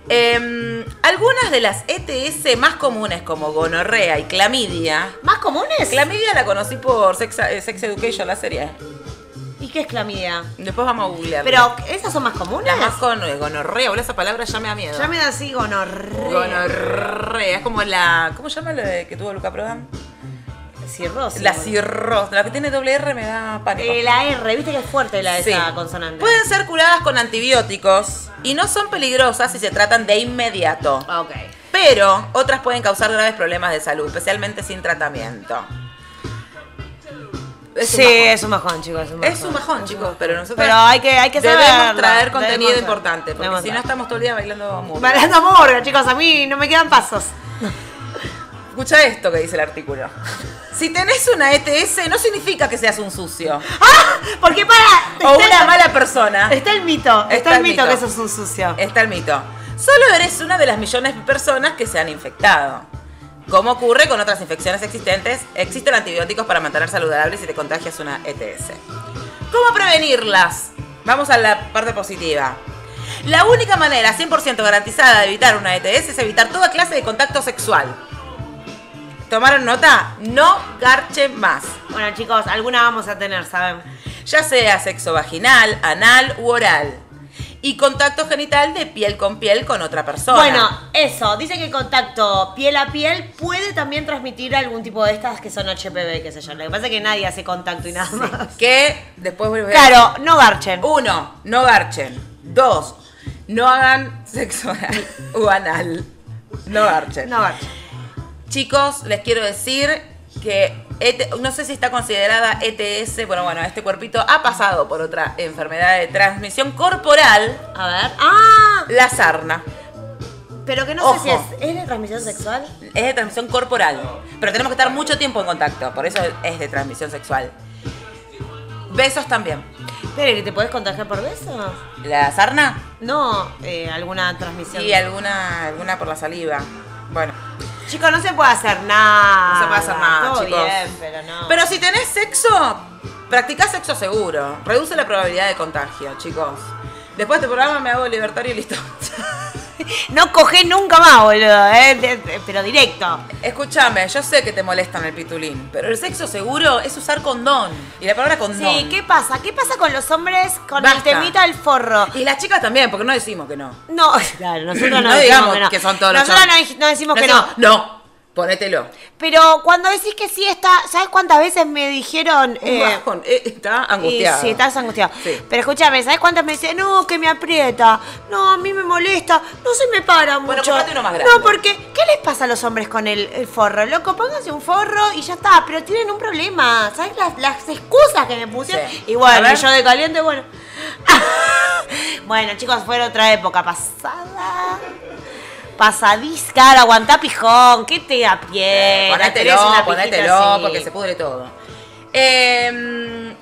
A: Em, algunas de las ETS más comunes como gonorrea y clamidia.
B: ¿Más comunes?
A: Clamidia la conocí por Sex, eh, Sex Education, la serie.
B: ¿Y qué es clamidia?
A: Después vamos a googlear.
B: Pero, ¿esas son más comunes?
A: las más con eh, gonorrea, boludo, esa palabra ya me da miedo.
B: Ya me da así gonorrea.
A: Gonorrea, es como la. ¿Cómo se llama la de- que tuvo Luca Prodan?
B: Cirrosis.
A: La
B: boludo.
A: cirrosis. La que tiene doble R me da pánico.
B: Eh, la R, viste que es fuerte la
A: Sí.
B: esa consonante.
A: Pueden ser curadas con antibióticos y no son peligrosas si se tratan de inmediato.
B: Ah, Ok.
A: Pero otras pueden causar graves problemas de salud, especialmente sin tratamiento. Es un
B: sí,
A: bajón.
B: es un bajón, chicos. Es un bajón,
A: Es un bajón, chicos, pero nosotros
B: Pero hay que, hay que saber.
A: debemos traer contenido importante, porque si no estamos todo el día bailando mucho.
B: Bailando morga, chicos, a mí no me quedan pasos.
A: Escucha esto que dice el artículo. Si tenés una ETS, no significa que seas un sucio
B: ¡Ah! Porque para.
A: o
B: está
A: una
B: el-
A: mala persona.
B: Está el mito, está, el mito, que sos un sucio.
A: Está el mito. Solo eres una de las millones de personas que se han infectado. Como ocurre con otras infecciones existentes, existen antibióticos para mantener saludables si te contagias una ETS. ¿Cómo prevenirlas? Vamos a la parte positiva. La única manera 100% garantizada de evitar una ETS es evitar toda clase de contacto sexual. ¿Tomaron nota? No garchen más.
B: Bueno, chicos, alguna vamos a tener, ¿saben?
A: Ya sea sexo vaginal, anal u oral. Y contacto genital de piel con piel con otra persona.
B: Bueno, eso. Dice que el contacto piel a piel puede también transmitir algún tipo de estas que son HPV, qué sé yo. Lo que pasa es que nadie hace contacto y nada más.
A: que después voy a...
B: Claro, no garchen.
A: Uh, Uno, no garchen. Dos, no hagan sexo oral o anal. No garchen.
B: No garchen.
A: Chicos, les quiero decir que ET no sé si está considerada E ETS, bueno, bueno, este cuerpito ha pasado por otra enfermedad de transmisión corporal,
B: A ver. ¡Ah!
A: la sarna.
B: Pero que no
A: Ojo.
B: sé si es. ¿Es de transmisión sexual?
A: Es de transmisión corporal, pero tenemos que estar mucho tiempo en contacto, por eso es de transmisión sexual. Besos también.
B: Pero que te podés contagiar por besos.
A: ¿La sarna?
B: No, eh, alguna transmisión.
A: Sí, alguna, alguna por la saliva. Bueno,
B: Chicos, no se puede hacer nada.
A: no se puede hacer nada,
B: Todo
A: chicos.
B: bien, pero no.
A: Pero si tenés sexo, practicá sexo seguro. Reduce la probabilidad de contagio, chicos. Después de este programa me hago libertario y listo.
B: No cogé nunca más, boludo, eh, de- de- pero directo.
A: Escúchame, yo sé que te molestan el pitulín, pero el sexo seguro es usar condón. Y la palabra condón.
B: Sí, ¿qué pasa? ¿Qué pasa con los hombres con el
A: Basta.
B: temita del forro?
A: Y las chicas también, porque no decimos que no.
B: No, claro, nosotros no,
A: No
B: decimos
A: digamos
B: que, no.
A: que son todos los
B: Nosotros
A: chavos.
B: no, dij- no decimos que no.
A: decimos, no. Ponételo.
B: Pero cuando decís que sí está, ¿sabes cuántas veces me dijeron?
A: Un
B: eh,
A: bajón. Eh, está angustiado.
B: Y sí, estás angustiado.
A: Sí.
B: Pero escúchame, ¿sabes cuántas me dicen? No, que me aprieta. No, a mí me molesta. No se me para mucho.
A: Bueno, comprate uno más grande.
B: No, porque ¿qué les pasa a los hombres con el, el forro? Loco, pónganse un forro y ya está. Pero tienen un problema. ¿Sabes las, las excusas que me pusieron?
A: Sí.
B: Y
A: A
B: bueno,
A: ver.
B: yo de caliente, bueno. bueno, chicos, fue otra época pasada. Pasadisca, aguantá pijón, ¿qué te da pie?
A: ponételo, ponételo, Eh, porque se pudre todo. Eh,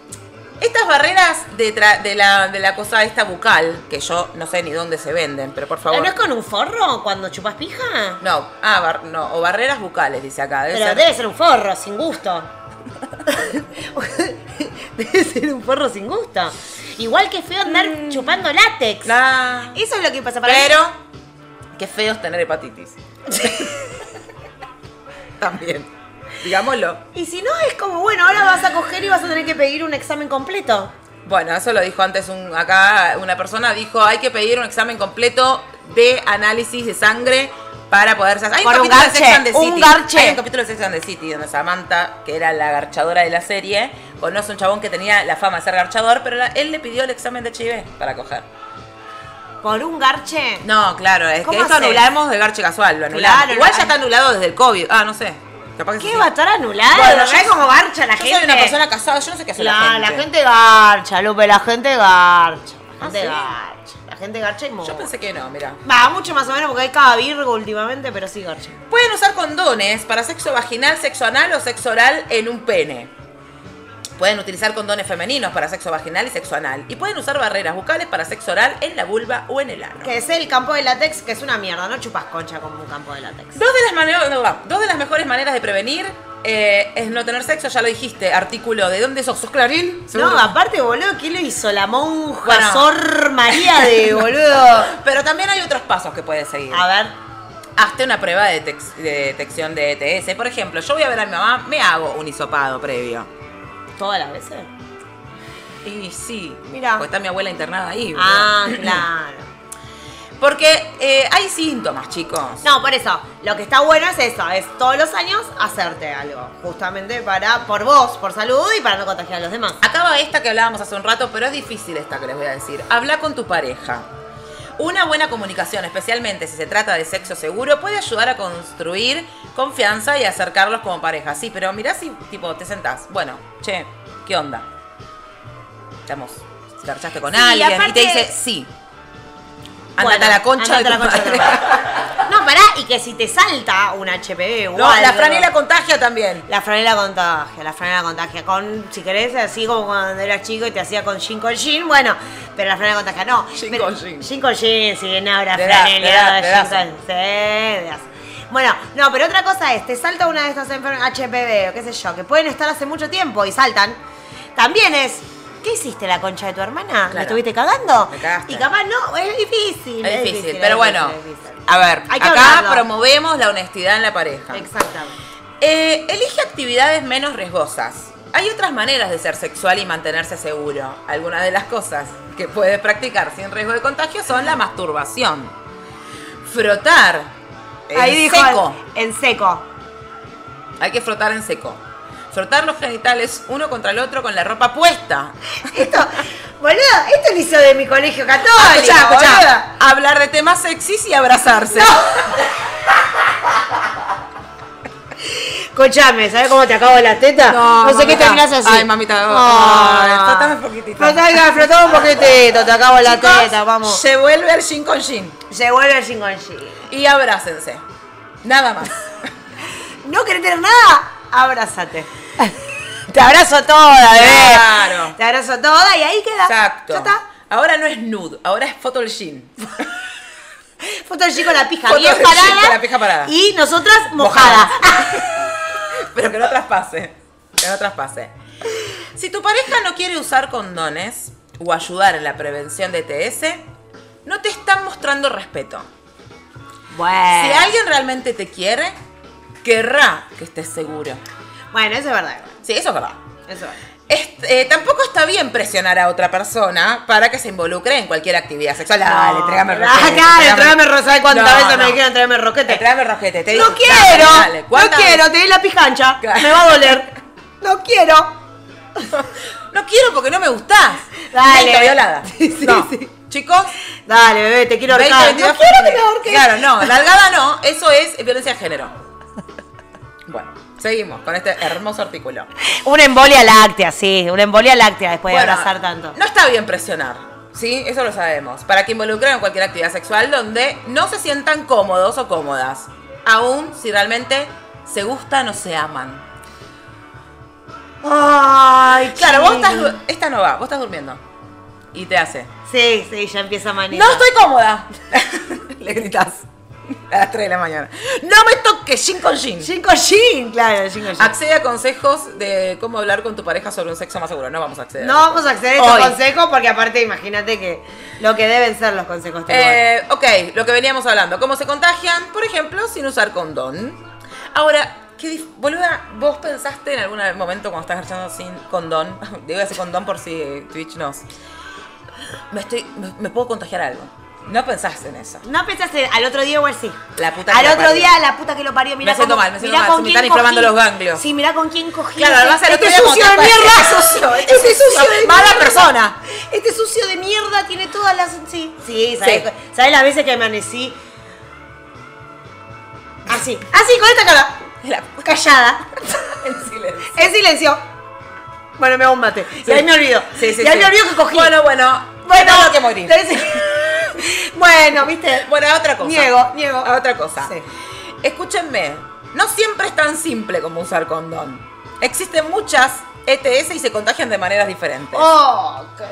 A: estas barreras de, tra- de la, de la cosa esta bucal, que yo no sé ni dónde se venden, pero por favor.
B: Ah, ¿No es con un forro cuando chupas pija?
A: No, ah, bar- no, o barreras bucales, dice acá. Debe
B: Pero
A: ser-
B: debe ser un forro sin gusto. debe ser un forro sin gusto. Igual que feo andar chupando látex.
A: Ah,
B: Eso es lo que pasa para
A: pero, qué feo es tener hepatitis. También, digámoslo.
B: mí. Y si no, es como, bueno, ahora vas a coger y vas a tener que pedir un examen completo.
A: Bueno, eso lo dijo antes un, acá una persona, dijo, hay que pedir un examen completo de análisis de sangre para poder... Hay
B: Por un
A: capítulo de
B: garche,
A: Sex and the
B: un
A: City.
B: garche.
A: Hay un capítulo de Sex and the City donde Samantha, que era la garchadora de la serie, conoce a un chabón que tenía la fama de ser garchador, pero la- él le pidió el examen de HIV para coger.
B: Por un garche.
A: No, claro, es que
B: ¿Cómo
A: esto
B: haces?
A: anulamos del garche casual, lo anulamos.
B: Claro,
A: Igual
B: no,
A: ya está
B: ay.
A: anulado desde el COVID. Ah, no sé. Capaz que
B: ¿Qué
A: sí.
B: va a estar anulado?
A: Bueno,
B: ya
A: yo-
B: como garcha la
A: Yo
B: gente.
A: soy una persona casada, yo no sé qué hace
B: Claro, la gente garcha, Lupe, la gente garcha.
A: Ah,
B: La gente
A: ¿sí?
B: garcha. La gente garcha y moja.
A: Yo pensé que no, mira.
B: Va, mucho más o menos porque hay cada virgo últimamente, pero sí garcha.
A: Pueden usar condones para sexo vaginal, sexo anal o sexo oral en un pene. Pueden utilizar condones femeninos para sexo vaginal y sexo anal. Y pueden usar barreras bucales para sexo oral en la vulva o en el ano.
B: Que es el campo de látex, que es una mierda, no chupas concha como un campo de látex.
A: Dos de, las mane- no, va. Dos de las mejores maneras de prevenir eh, es no tener sexo, ya lo dijiste. Artículo, ¿de dónde sos? ¿Sos Clarín?
B: No,
A: Seguro.
B: aparte, boludo, ¿qué lo hizo? La monja
A: Bueno.
B: Sor María de boludo.
A: Pero también hay otros pasos que puedes seguir.
B: A ver.
A: Hazte una prueba de, detex- de detección de ETS. Por ejemplo, yo voy a ver a mi mamá, me hago un hisopado previo.
B: ¿Todas las veces?
A: Y sí,
B: Mirá.
A: Porque está mi abuela internada ahí. boludo.
B: Ah, claro.
A: Porque eh, hay síntomas, chicos.
B: No, por eso, lo que está bueno es eso, es todos los años hacerte algo. Justamente para, por vos, por salud y para no contagiar a los demás.
A: Acaba esta que hablábamos hace un rato, pero es difícil esta que les voy a decir. Habla con tu pareja. Una buena comunicación, especialmente si se trata de sexo seguro, puede ayudar a construir confianza y acercarlos como pareja. Sí, pero mirá si, tipo, te sentás. Bueno, che, ¿qué onda? Estamos, te garchaste con
B: Sí,
A: alguien y te
B: aparte-
A: dice, sí. Andate
B: Bueno,
A: a la concha
B: andate
A: de
B: a
A: tu
B: la concha de tu
A: madre.
B: madre. No, pará, y que si te salta un HPV o
A: No, la
B: algo-
A: franela contagia también.
B: La franela contagia, la franela contagia. Con, si querés, así como cuando eras chico y te hacía con jean con jean, bueno, pero la franela contagia no.
A: Jean
B: Pero-
A: con jean.
B: Jean con jean, sí, no, la
A: De edad, de edad,
B: franela.
A: de
B: jean
A: edad.
B: con- sí, de edad. Bueno, no, pero otra cosa es, te salta una de estas enfermedades, HPV o qué sé yo, que pueden estar hace mucho tiempo y saltan. También es, ¿qué hiciste la concha de tu hermana? ¿La
A: Claro.
B: estuviste cagando?
A: Me cagaste.
B: Y capaz no, es difícil.
A: Es difícil,
B: es
A: pero bueno.
B: difícil, es difícil.
A: A ver,
B: Hay que
A: acá
B: hablarlo.
A: promovemos la honestidad en la pareja.
B: Exactamente.
A: Eh, elige actividades menos riesgosas. Hay otras maneras de ser sexual y mantenerse seguro. Algunas de las cosas que puedes practicar sin riesgo de contagio son la masturbación, frotar en
B: Ahí dijo,
A: seco.
B: en seco.
A: Hay que frotar en seco. Frotar los genitales uno contra el otro con la ropa puesta.
B: Esto, boludo, esto lo hizo de mi colegio católico.
A: Escuchá, escuchá.
B: boluda.
A: Hablar de temas sexys y abrazarse.
B: Escuchame, ¿sabes cómo te acabo la teta? No, sé qué
A: mamita.
B: terminas así.
A: Ay, mamita. Ay, frotame un poquitito.
B: Frotame, frotame un poquitito, te acabo la
A: Chicos,
B: teta, vamos.
A: Se vuelve al shin con shin.
B: Se vuelve el chingonchi.
A: Y abrácense. Nada más.
B: ¿No querés tener nada? Abrázate. te abrazo toda, bebé.
A: Claro.
B: Te abrazo toda y ahí queda.
A: Exacto.
B: Eh. Ya está.
A: Ahora no es nude, ahora es foto al shin.
B: Foto del chico con la pija
A: Foto
B: bien
A: del chico
B: parada.
A: con la pija parada.
B: Y nosotras mojadas. Ah.
A: Pero que no traspase. Que no traspase. Si tu pareja no quiere usar condones o ayudar en la prevención de TS, no te están mostrando respeto. Si
B: bueno.
A: alguien realmente te quiere, querrá que estés seguro.
B: Bueno, eso es verdad. igual.
A: Sí, eso es verdad.
B: Eso es verdad.
A: Este, eh, tampoco está bien presionar a otra persona para que se involucre en cualquier actividad sexual. Dale,
B: No.
A: tráigame el
B: Ah,
A: rosquete.
B: claro,
A: tráigame-
B: tráigame el rosquete. ¿Cuántas
A: No,
B: veces me
A: no.
B: dijeron tráigame el rosquete?
A: Tráigame el rosquete. Te
B: No
A: dije,
B: quiero,
A: dale, dale.
B: no
A: ¿Cuántas
B: quiero, te di la pijancha,
A: Claro.
B: me va a doler. No quiero.
A: No quiero porque no me gustás.
B: Dale.
A: Neta, violada.
B: Sí, sí,
A: no.
B: sí.
A: Chicos,
B: Dale, bebé, te quiero
A: 20,
B: ahorcar.
A: 22,
B: no quiero que me ahorques.
A: Claro, no, largada no, eso es violencia de género. Bueno, seguimos con este hermoso artículo.
B: Una embolia láctea, sí, una embolia láctea después
A: Bueno,
B: de abrazar tanto.
A: No está bien presionar, ¿sí? Eso lo sabemos. Para que involucren en cualquier actividad sexual donde no se sientan cómodos o cómodas. Aún si realmente se gustan o se aman.
B: Ay,
A: Claro, vos estás.
B: chico.
A: du- Esta no va, vos estás durmiendo. Y te hace.
B: Sí, sí, ya empieza a manejar.
A: ¡No estoy cómoda! Le gritas. A las 3 de la mañana. ¡No me toques! ¡Shin con shin!
B: Jinko Jin, claro, Jinko Jin.
A: Accede a consejos de cómo hablar con tu pareja sobre un sexo más seguro. No vamos a acceder.
B: No vamos a acceder a
A: Hoy.
B: estos consejos porque aparte imagínate que lo que deben ser los consejos. de
A: Eh, ok, lo que veníamos hablando. ¿Cómo se contagian? Por ejemplo, sin usar condón. Ahora, ¿qué dif- boluda, ¿vos pensaste en algún momento cuando estás echando sin condón? Digo ese condón por si Twitch nos. Me, estoy, me, me puedo contagiar algo. No pensaste en eso.
B: No pensaste, al otro día igual sí.
A: La puta que
B: Al
A: la
B: otro
A: parió.
B: día, la puta que lo parió. Mirá
A: Me siento
B: cómo-
A: mal, me siento
B: mirá
A: mal,
B: con
A: se me
B: quién
A: están inflamando
B: cogí.
A: los ganglios.
B: Sí, mirá con quién cogí.
A: Claro, además el
B: este
A: otro día
B: sucio de
A: cuando-
B: mierda.
A: Este sucio, este
B: Este
A: sucio
B: sucio
A: de
B: de
A: mala
B: mierda.
A: persona.
B: Este sucio de mierda tiene todas las... Sí, sí,
A: ¿sabés?
B: ¿sabes? ¿Sabes las veces que amanecí? Así, así, con esta cara.
A: La-
B: Callada.
A: en silencio.
B: En silencio. Bueno, me hago un mate. Y
A: Sí.
B: ahí me olvido.
A: Sí, sí,
B: y ahí
A: sí.
B: me olvido que cogí.
A: Bueno, bueno.
B: Bueno,
A: tengo que morir.
B: bueno, viste.
A: Bueno, a otra cosa.
B: Niego, niego.
A: A otra cosa.
B: Sí.
A: Escúchenme, no siempre es tan simple como usar condón. Existen muchas ETS y se contagian de maneras diferentes.
B: Oh, qué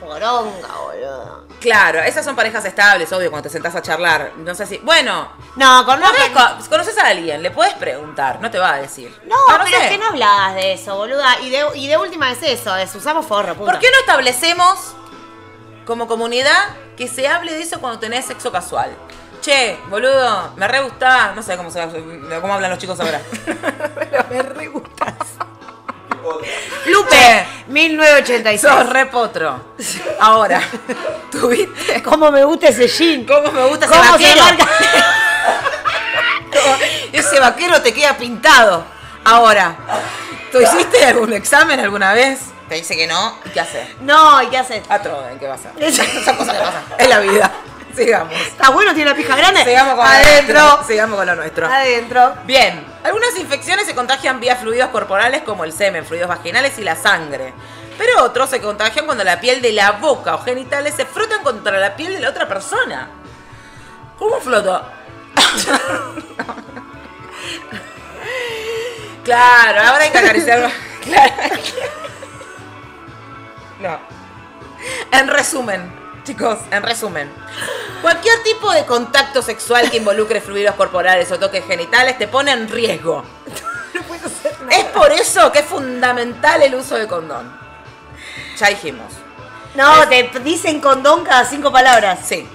B: poronga, boludo.
A: Claro, esas son parejas estables, obvio, cuando te sentás a charlar. No sé si. Bueno,
B: No, con
A: podés co- conoces a alguien, le puedes preguntar, no te va a decir.
B: No,
A: Ah,
B: pero
A: sé.
B: es que no hablabas de eso, boluda. Y de, y de última es eso, es usamos forro, punto.
A: ¿Por qué no establecemos como comunidad que se hable de eso cuando tenés sexo casual? Che, boludo, me re gustás. No sé cómo, se- cómo hablan los chicos ahora. me re gustás.
B: Lupe, 1986.
A: Sos repotro. Ahora, ¿tuviste?
B: ¿Cómo me gusta ese jean?
A: ¿Cómo me gusta ese
B: ¿Cómo se
A: vaquero?
B: marca?
A: Ese vaquero te queda pintado. Ahora, ¿tú hiciste algún examen alguna vez? Te dice que no. ¿Y qué haces?
B: No, ¿y qué haces?
A: Atroden, ¿qué pasa?
B: Esas cosas que pasan.
A: Es la vida. Sigamos.
B: ¿Está bueno? ¿Tiene la pija grande?
A: Sigamos con lo
B: Adentro.
A: nuestro. Sigamos con lo nuestro.
B: Adentro.
A: Bien, algunas infecciones se contagian vía fluidos corporales como el semen, fluidos vaginales y la sangre. Pero otros se contagian cuando la piel de la boca o genitales se frotan contra la piel de la otra persona. ¿Cómo flota? claro, ahora hay que acariciar. Claro. No. En resumen, chicos, en resumen. Cualquier tipo de contacto sexual que involucre fluidos corporales o toques genitales te pone en riesgo. Es por eso que es fundamental el uso de condón. Ya dijimos.
B: No, te dicen condón cada cinco palabras.
A: Sí.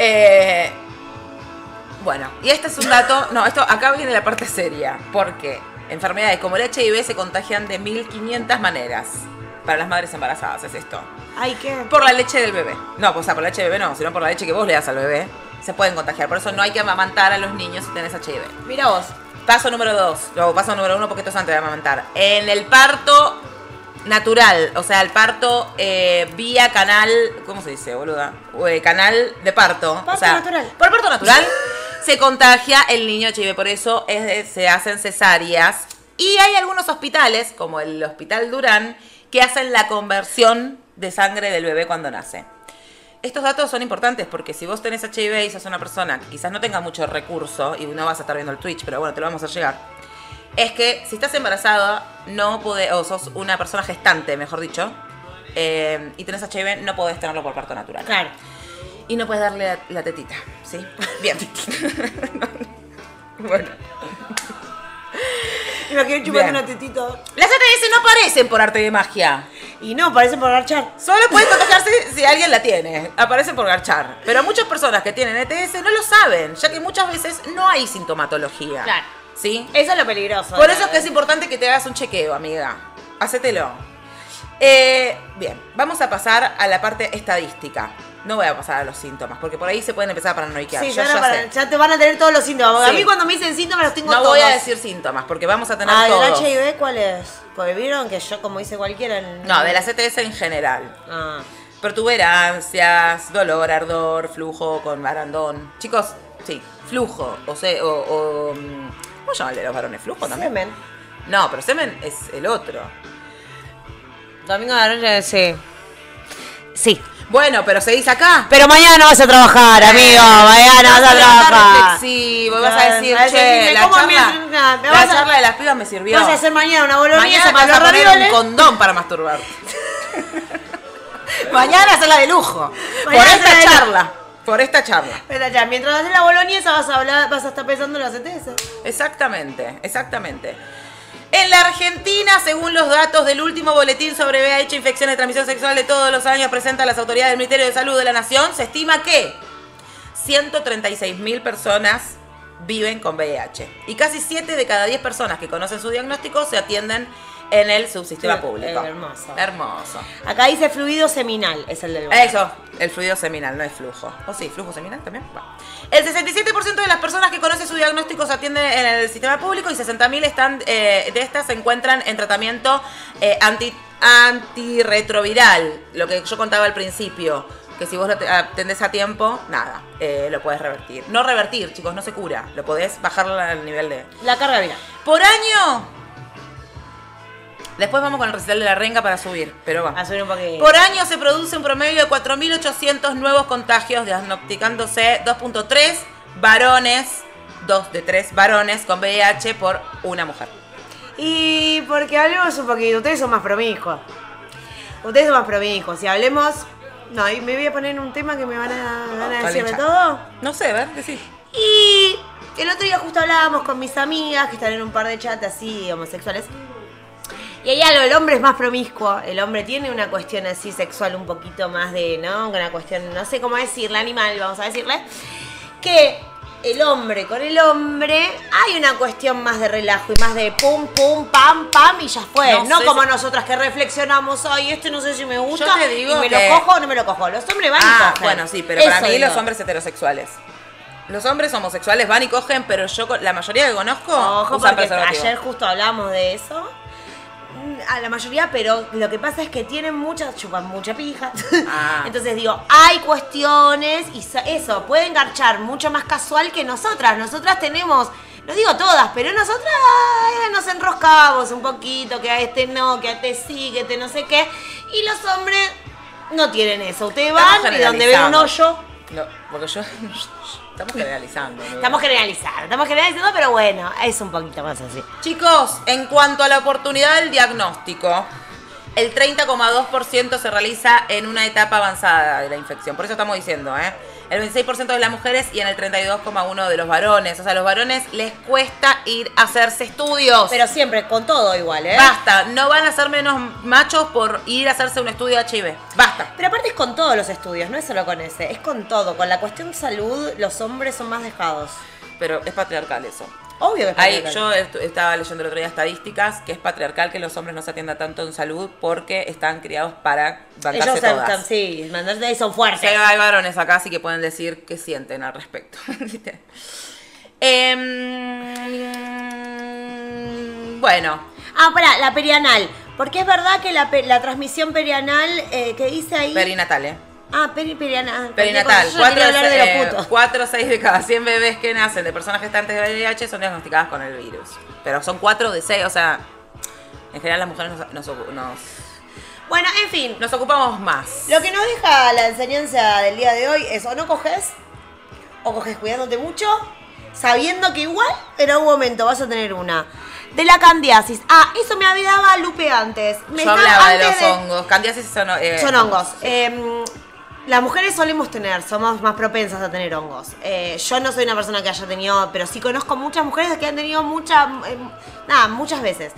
A: Eh, bueno, y este es un dato. No, esto acá viene la parte seria. Porque enfermedades como el HIV se contagian de 1500 maneras. Para las madres embarazadas es esto.
B: Ay, qué.
A: Por la leche del bebé. No, o sea, por la leche del bebé no, sino por la leche que vos le das al bebé. Se pueden contagiar. Por eso no hay que amamantar a los niños si tenés HIV.
B: Mira vos.
A: Paso número dos. Luego, paso número uno, porque esto es antes de amamantar. En el parto natural, o sea, el parto eh, vía canal. ¿Cómo se dice, boluda? O, eh, canal de parto. o
B: Parto
A: sea,
B: natural.
A: Por parto natural. se contagia el niño HIV, por eso es de- se hacen cesáreas. Y hay algunos hospitales, como el Hospital Durán, que hacen la conversión de sangre del bebé cuando nace. Estos datos son importantes porque si vos tenés HIV y sos una persona que quizás no tenga mucho recurso y no vas a estar viendo el Twitch, pero bueno, te lo vamos a llegar. Es que si estás embarazada, no podés, o sos una persona gestante, mejor dicho, eh, y tenés HIV, no podés tenerlo por parto natural.
B: Claro.
A: Y no puedes darle la, la tetita, ¿sí? Bien. bueno.
B: Imagínate chupando
A: Bien.
B: una tetita.
A: Las ATS no aparecen por arte de magia.
B: Y no, parecen por garchar.
A: Solo pueden contagiarse si alguien la tiene. Aparecen por garchar. Pero muchas personas que tienen ETS no lo saben, ya que muchas veces no hay sintomatología.
B: Claro.
A: ¿Sí?
B: Eso es lo peligroso.
A: Por eso es que es importante que te hagas un chequeo, amiga. Hacételo. Eh, bien, vamos a pasar a la parte estadística. No voy a pasar a los síntomas, porque por ahí se pueden empezar a paranoiquear.
B: Sí,
A: Yo
B: ya,
A: ya
B: para-
A: sé.
B: ya te van a tener todos los síntomas. porque
A: Sí.
B: A mí cuando me dicen síntomas los tengo
A: No
B: todos.
A: voy a decir síntomas, porque vamos a tener
B: Ah, ¿del
A: todos.
B: HIV cuál es? Porque vieron que yo, como dice cualquiera... el-
A: No, de la CTS en general.
B: Ah.
A: Protuberancias, dolor, ardor, flujo con barandón. Chicos, sí, flujo. O sea, o. o, mm, ¿Cómo llaman el de los varones? ¿Flujo también?
B: Semen.
A: No, pero semen es el otro.
B: Domingo de la noche, sí. Sí.
A: Bueno, pero se dice acá.
B: Pero mañana no vas a trabajar, amigo. Mañana vas a
A: levantar
B: trabajar.
A: reflexivo y vas a decir,
B: Vas a decir,
A: che,
B: me
A: la
B: como mi-
A: charla,
B: me
A: la
B: vas a-
A: charla de las pibas me sirvió.
B: Vas a hacer mañana una
A: Mañana
B: boloñesa
A: te vas
B: para
A: a
B: los
A: poner un
B: ravioles.
A: condón para masturbar.
B: Mañana hacer la de lujo.
A: Por esta charla. Por esta charla.
B: Espera, ya, mientras haces la boloñesa vas a hablar, vas a estar pensando en E la CTS.
A: Exactamente, exactamente. En la Argentina, según los datos del último boletín sobre VIH, infección de transmisión sexual de todos los años, presenta las autoridades del Ministerio de Salud de la Nación, se estima que 136.000 personas viven con VIH. Y casi 7 de cada 10 personas que conocen su diagnóstico se atienden en el subsistema
B: Sí,
A: público.
B: eh, hermoso.
A: Hermoso.
B: Acá dice fluido seminal, es el del
A: Eso, el fluido seminal, no es flujo. ¿O sí, flujo seminal también? Bueno. El 67% de las personas que conocen su diagnóstico se atienden en el sistema público y 60.000 están, eh, de estas se encuentran en tratamiento eh, anti, antirretroviral, lo que yo contaba al principio, que si vos lo te- atendés a tiempo, nada, eh, lo podés revertir. No revertir, chicos, no se cura, lo podés bajar al nivel de...
B: La carga viral.
A: Por año... Después vamos con el recital de la renga para subir, pero va.
B: A subir un poquito.
A: Por año se produce un promedio de 4.800 nuevos contagios, diagnosticándose 2.3 varones, 2 de 3 varones con VIH por una mujer.
B: Y porque hablemos un poquito, ustedes son más promiscuos. Ustedes son más promiscuos. Si hablemos. No, y me voy a poner en un tema que me van a, me van a decir de
A: Calincha.
B: todo.
A: No sé, ver, decís.
B: Y el otro día justo hablábamos con mis amigas que están en un par de chats así homosexuales. Y hay algo, el hombre es más promiscuo, el hombre tiene una cuestión así sexual un poquito más de, ¿no? Una cuestión, no sé cómo decirle, animal, vamos a decirle. Que el hombre con el hombre hay una cuestión más de relajo y más de pum, pum, pam, pam y ya fue.
A: No
B: No,
A: sé
B: como
A: si-
B: nosotras que reflexionamos, ay, esto no sé si me gusta,
A: te digo
B: y me
A: que-
B: lo cojo o no me lo cojo. Los hombres van y
A: Ah,
B: cogen.
A: bueno, sí, pero para
B: Eso
A: mí los
B: digo.
A: hombres heterosexuales. Los hombres homosexuales van y cogen, pero yo con- la mayoría que conozco
B: Ojo,
A: usan
B: porque
A: preservativo.
B: ayer justo hablamos de eso. Mm, A la mayoría, pero lo que pasa es que tienen muchas, chupan mucha pija.
A: Ah.
B: Entonces digo, hay cuestiones y so- eso, pueden garchar mucho más casual que nosotras. Nosotras tenemos, no digo todas, pero nosotras eh, nos enroscamos un poquito, que a este no, que a este sí, que este no sé qué. Y los hombres no tienen eso. Ustedes
A: Estamos
B: van y donde ven un
A: generalizando.
B: hoyo,
A: No, porque yo... Estamos generalizando. amiga.
B: estamos generalizando, estamos generalizando, pero bueno, es un poquito más así.
A: Chicos, en cuanto a la oportunidad del diagnóstico, el 30,2% se realiza en una etapa avanzada de la infección. Por eso estamos diciendo, ¿eh? El 26% de las mujeres y en el 32,1% de los varones. O sea, a los varones les cuesta ir a hacerse estudios.
B: Pero siempre, con todo igual, ¿eh?
A: Basta, no van a ser menos machos por ir a hacerse un estudio de HIV. Basta.
B: Pero aparte es con todos los estudios, no es solo con ese, es con todo. Con la cuestión salud, los hombres son más dejados.
A: Pero es patriarcal eso.
B: Obvio que es
A: Ahí,
B: patriarcal.
A: yo est- estaba leyendo el otro día estadísticas que es patriarcal que los hombres no se atiendan tanto en salud porque están criados para bancarse
B: Ellos se
A: todas.
B: gustan, sí, mandarse son
A: Sí, hay,
B: fuertes.
A: hay varones acá, así que pueden decir qué sienten al respecto. Em, bueno,
B: Ah, pará, la perianal. Porque es verdad que la, pe- la transmisión perianal eh, que dice ahí.
A: perinatal, ¿eh?
B: Ah, peri, periana-
A: Perinatal.
B: Yo
A: Cuatro,
B: quería hablar de
A: eh,
B: los putos.
A: cuatro o seis de cada 100 bebés que nacen de personas gestantes de VIH son diagnosticadas con el virus. Pero son cuatro de seis, o sea, en general las mujeres nos, nos ocu- nos-
B: Bueno, en fin.
A: nos ocupamos más.
B: Lo que nos deja la enseñanza del día de hoy es o no coges, o coges cuidándote mucho, sabiendo que igual en algún momento vas a tener una. De la candidiasis. Ah, eso me hablaba Lupe antes. Me
A: Yo
B: estaba-
A: hablaba de los
B: antes
A: hongos. Candidiasis son, eh,
B: Son hongos. Eh, las mujeres solemos tener, somos más propensas a tener hongos. Eh, yo no soy una persona que haya tenido, pero sí conozco muchas mujeres que han tenido muchas, nada, muchas veces.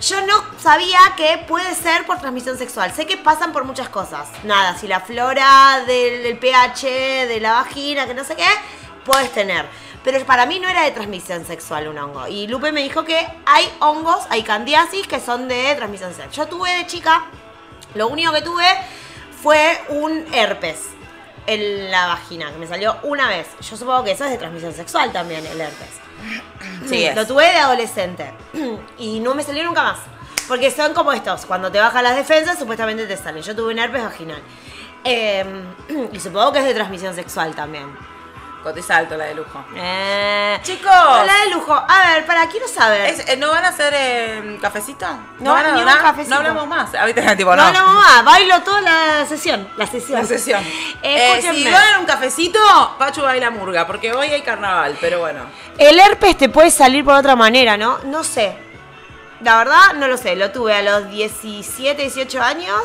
B: Yo no sabía que puede ser por transmisión sexual. Sé que pasan por muchas cosas. Nada, si la flora del, del pH, de la vagina, que no sé qué, puedes tener. Pero para mí no era de transmisión sexual un hongo. Y Lupe me dijo que hay hongos, hay candidiasis que son de transmisión sexual. Yo tuve de chica lo único que tuve fue un herpes en la vagina, que me salió una vez. Yo supongo que eso es de transmisión sexual también, el herpes.
A: Sí, es.
B: Mm, Lo tuve de adolescente y no me salió nunca más. Porque son como estos, cuando te bajan las defensas supuestamente te salen. Yo tuve un herpes vaginal. Eh, y supongo que es de transmisión sexual también.
A: Cotiza alto la de lujo.
B: Eh,
A: Chicos.
B: La de lujo. A ver, para, quiero saber.
A: Es- eh, ¿No van a hacer eh, cafecito?
B: No,
A: van a
B: ni un
A: donar?
B: cafecito.
A: No hablamos más. Ahorita, tipo,
B: no,
A: no.
B: hablamos más, bailo toda la sesión. La sesión.
A: La sesión.
B: Eh,
A: Eh, si
B: escúchenme.
A: donan un cafecito, Pachu baila murga, porque hoy hay carnaval, pero bueno.
B: El herpes te puede salir por otra manera, ¿no? No sé. La verdad, no lo sé. Lo tuve a los 17, 18 años.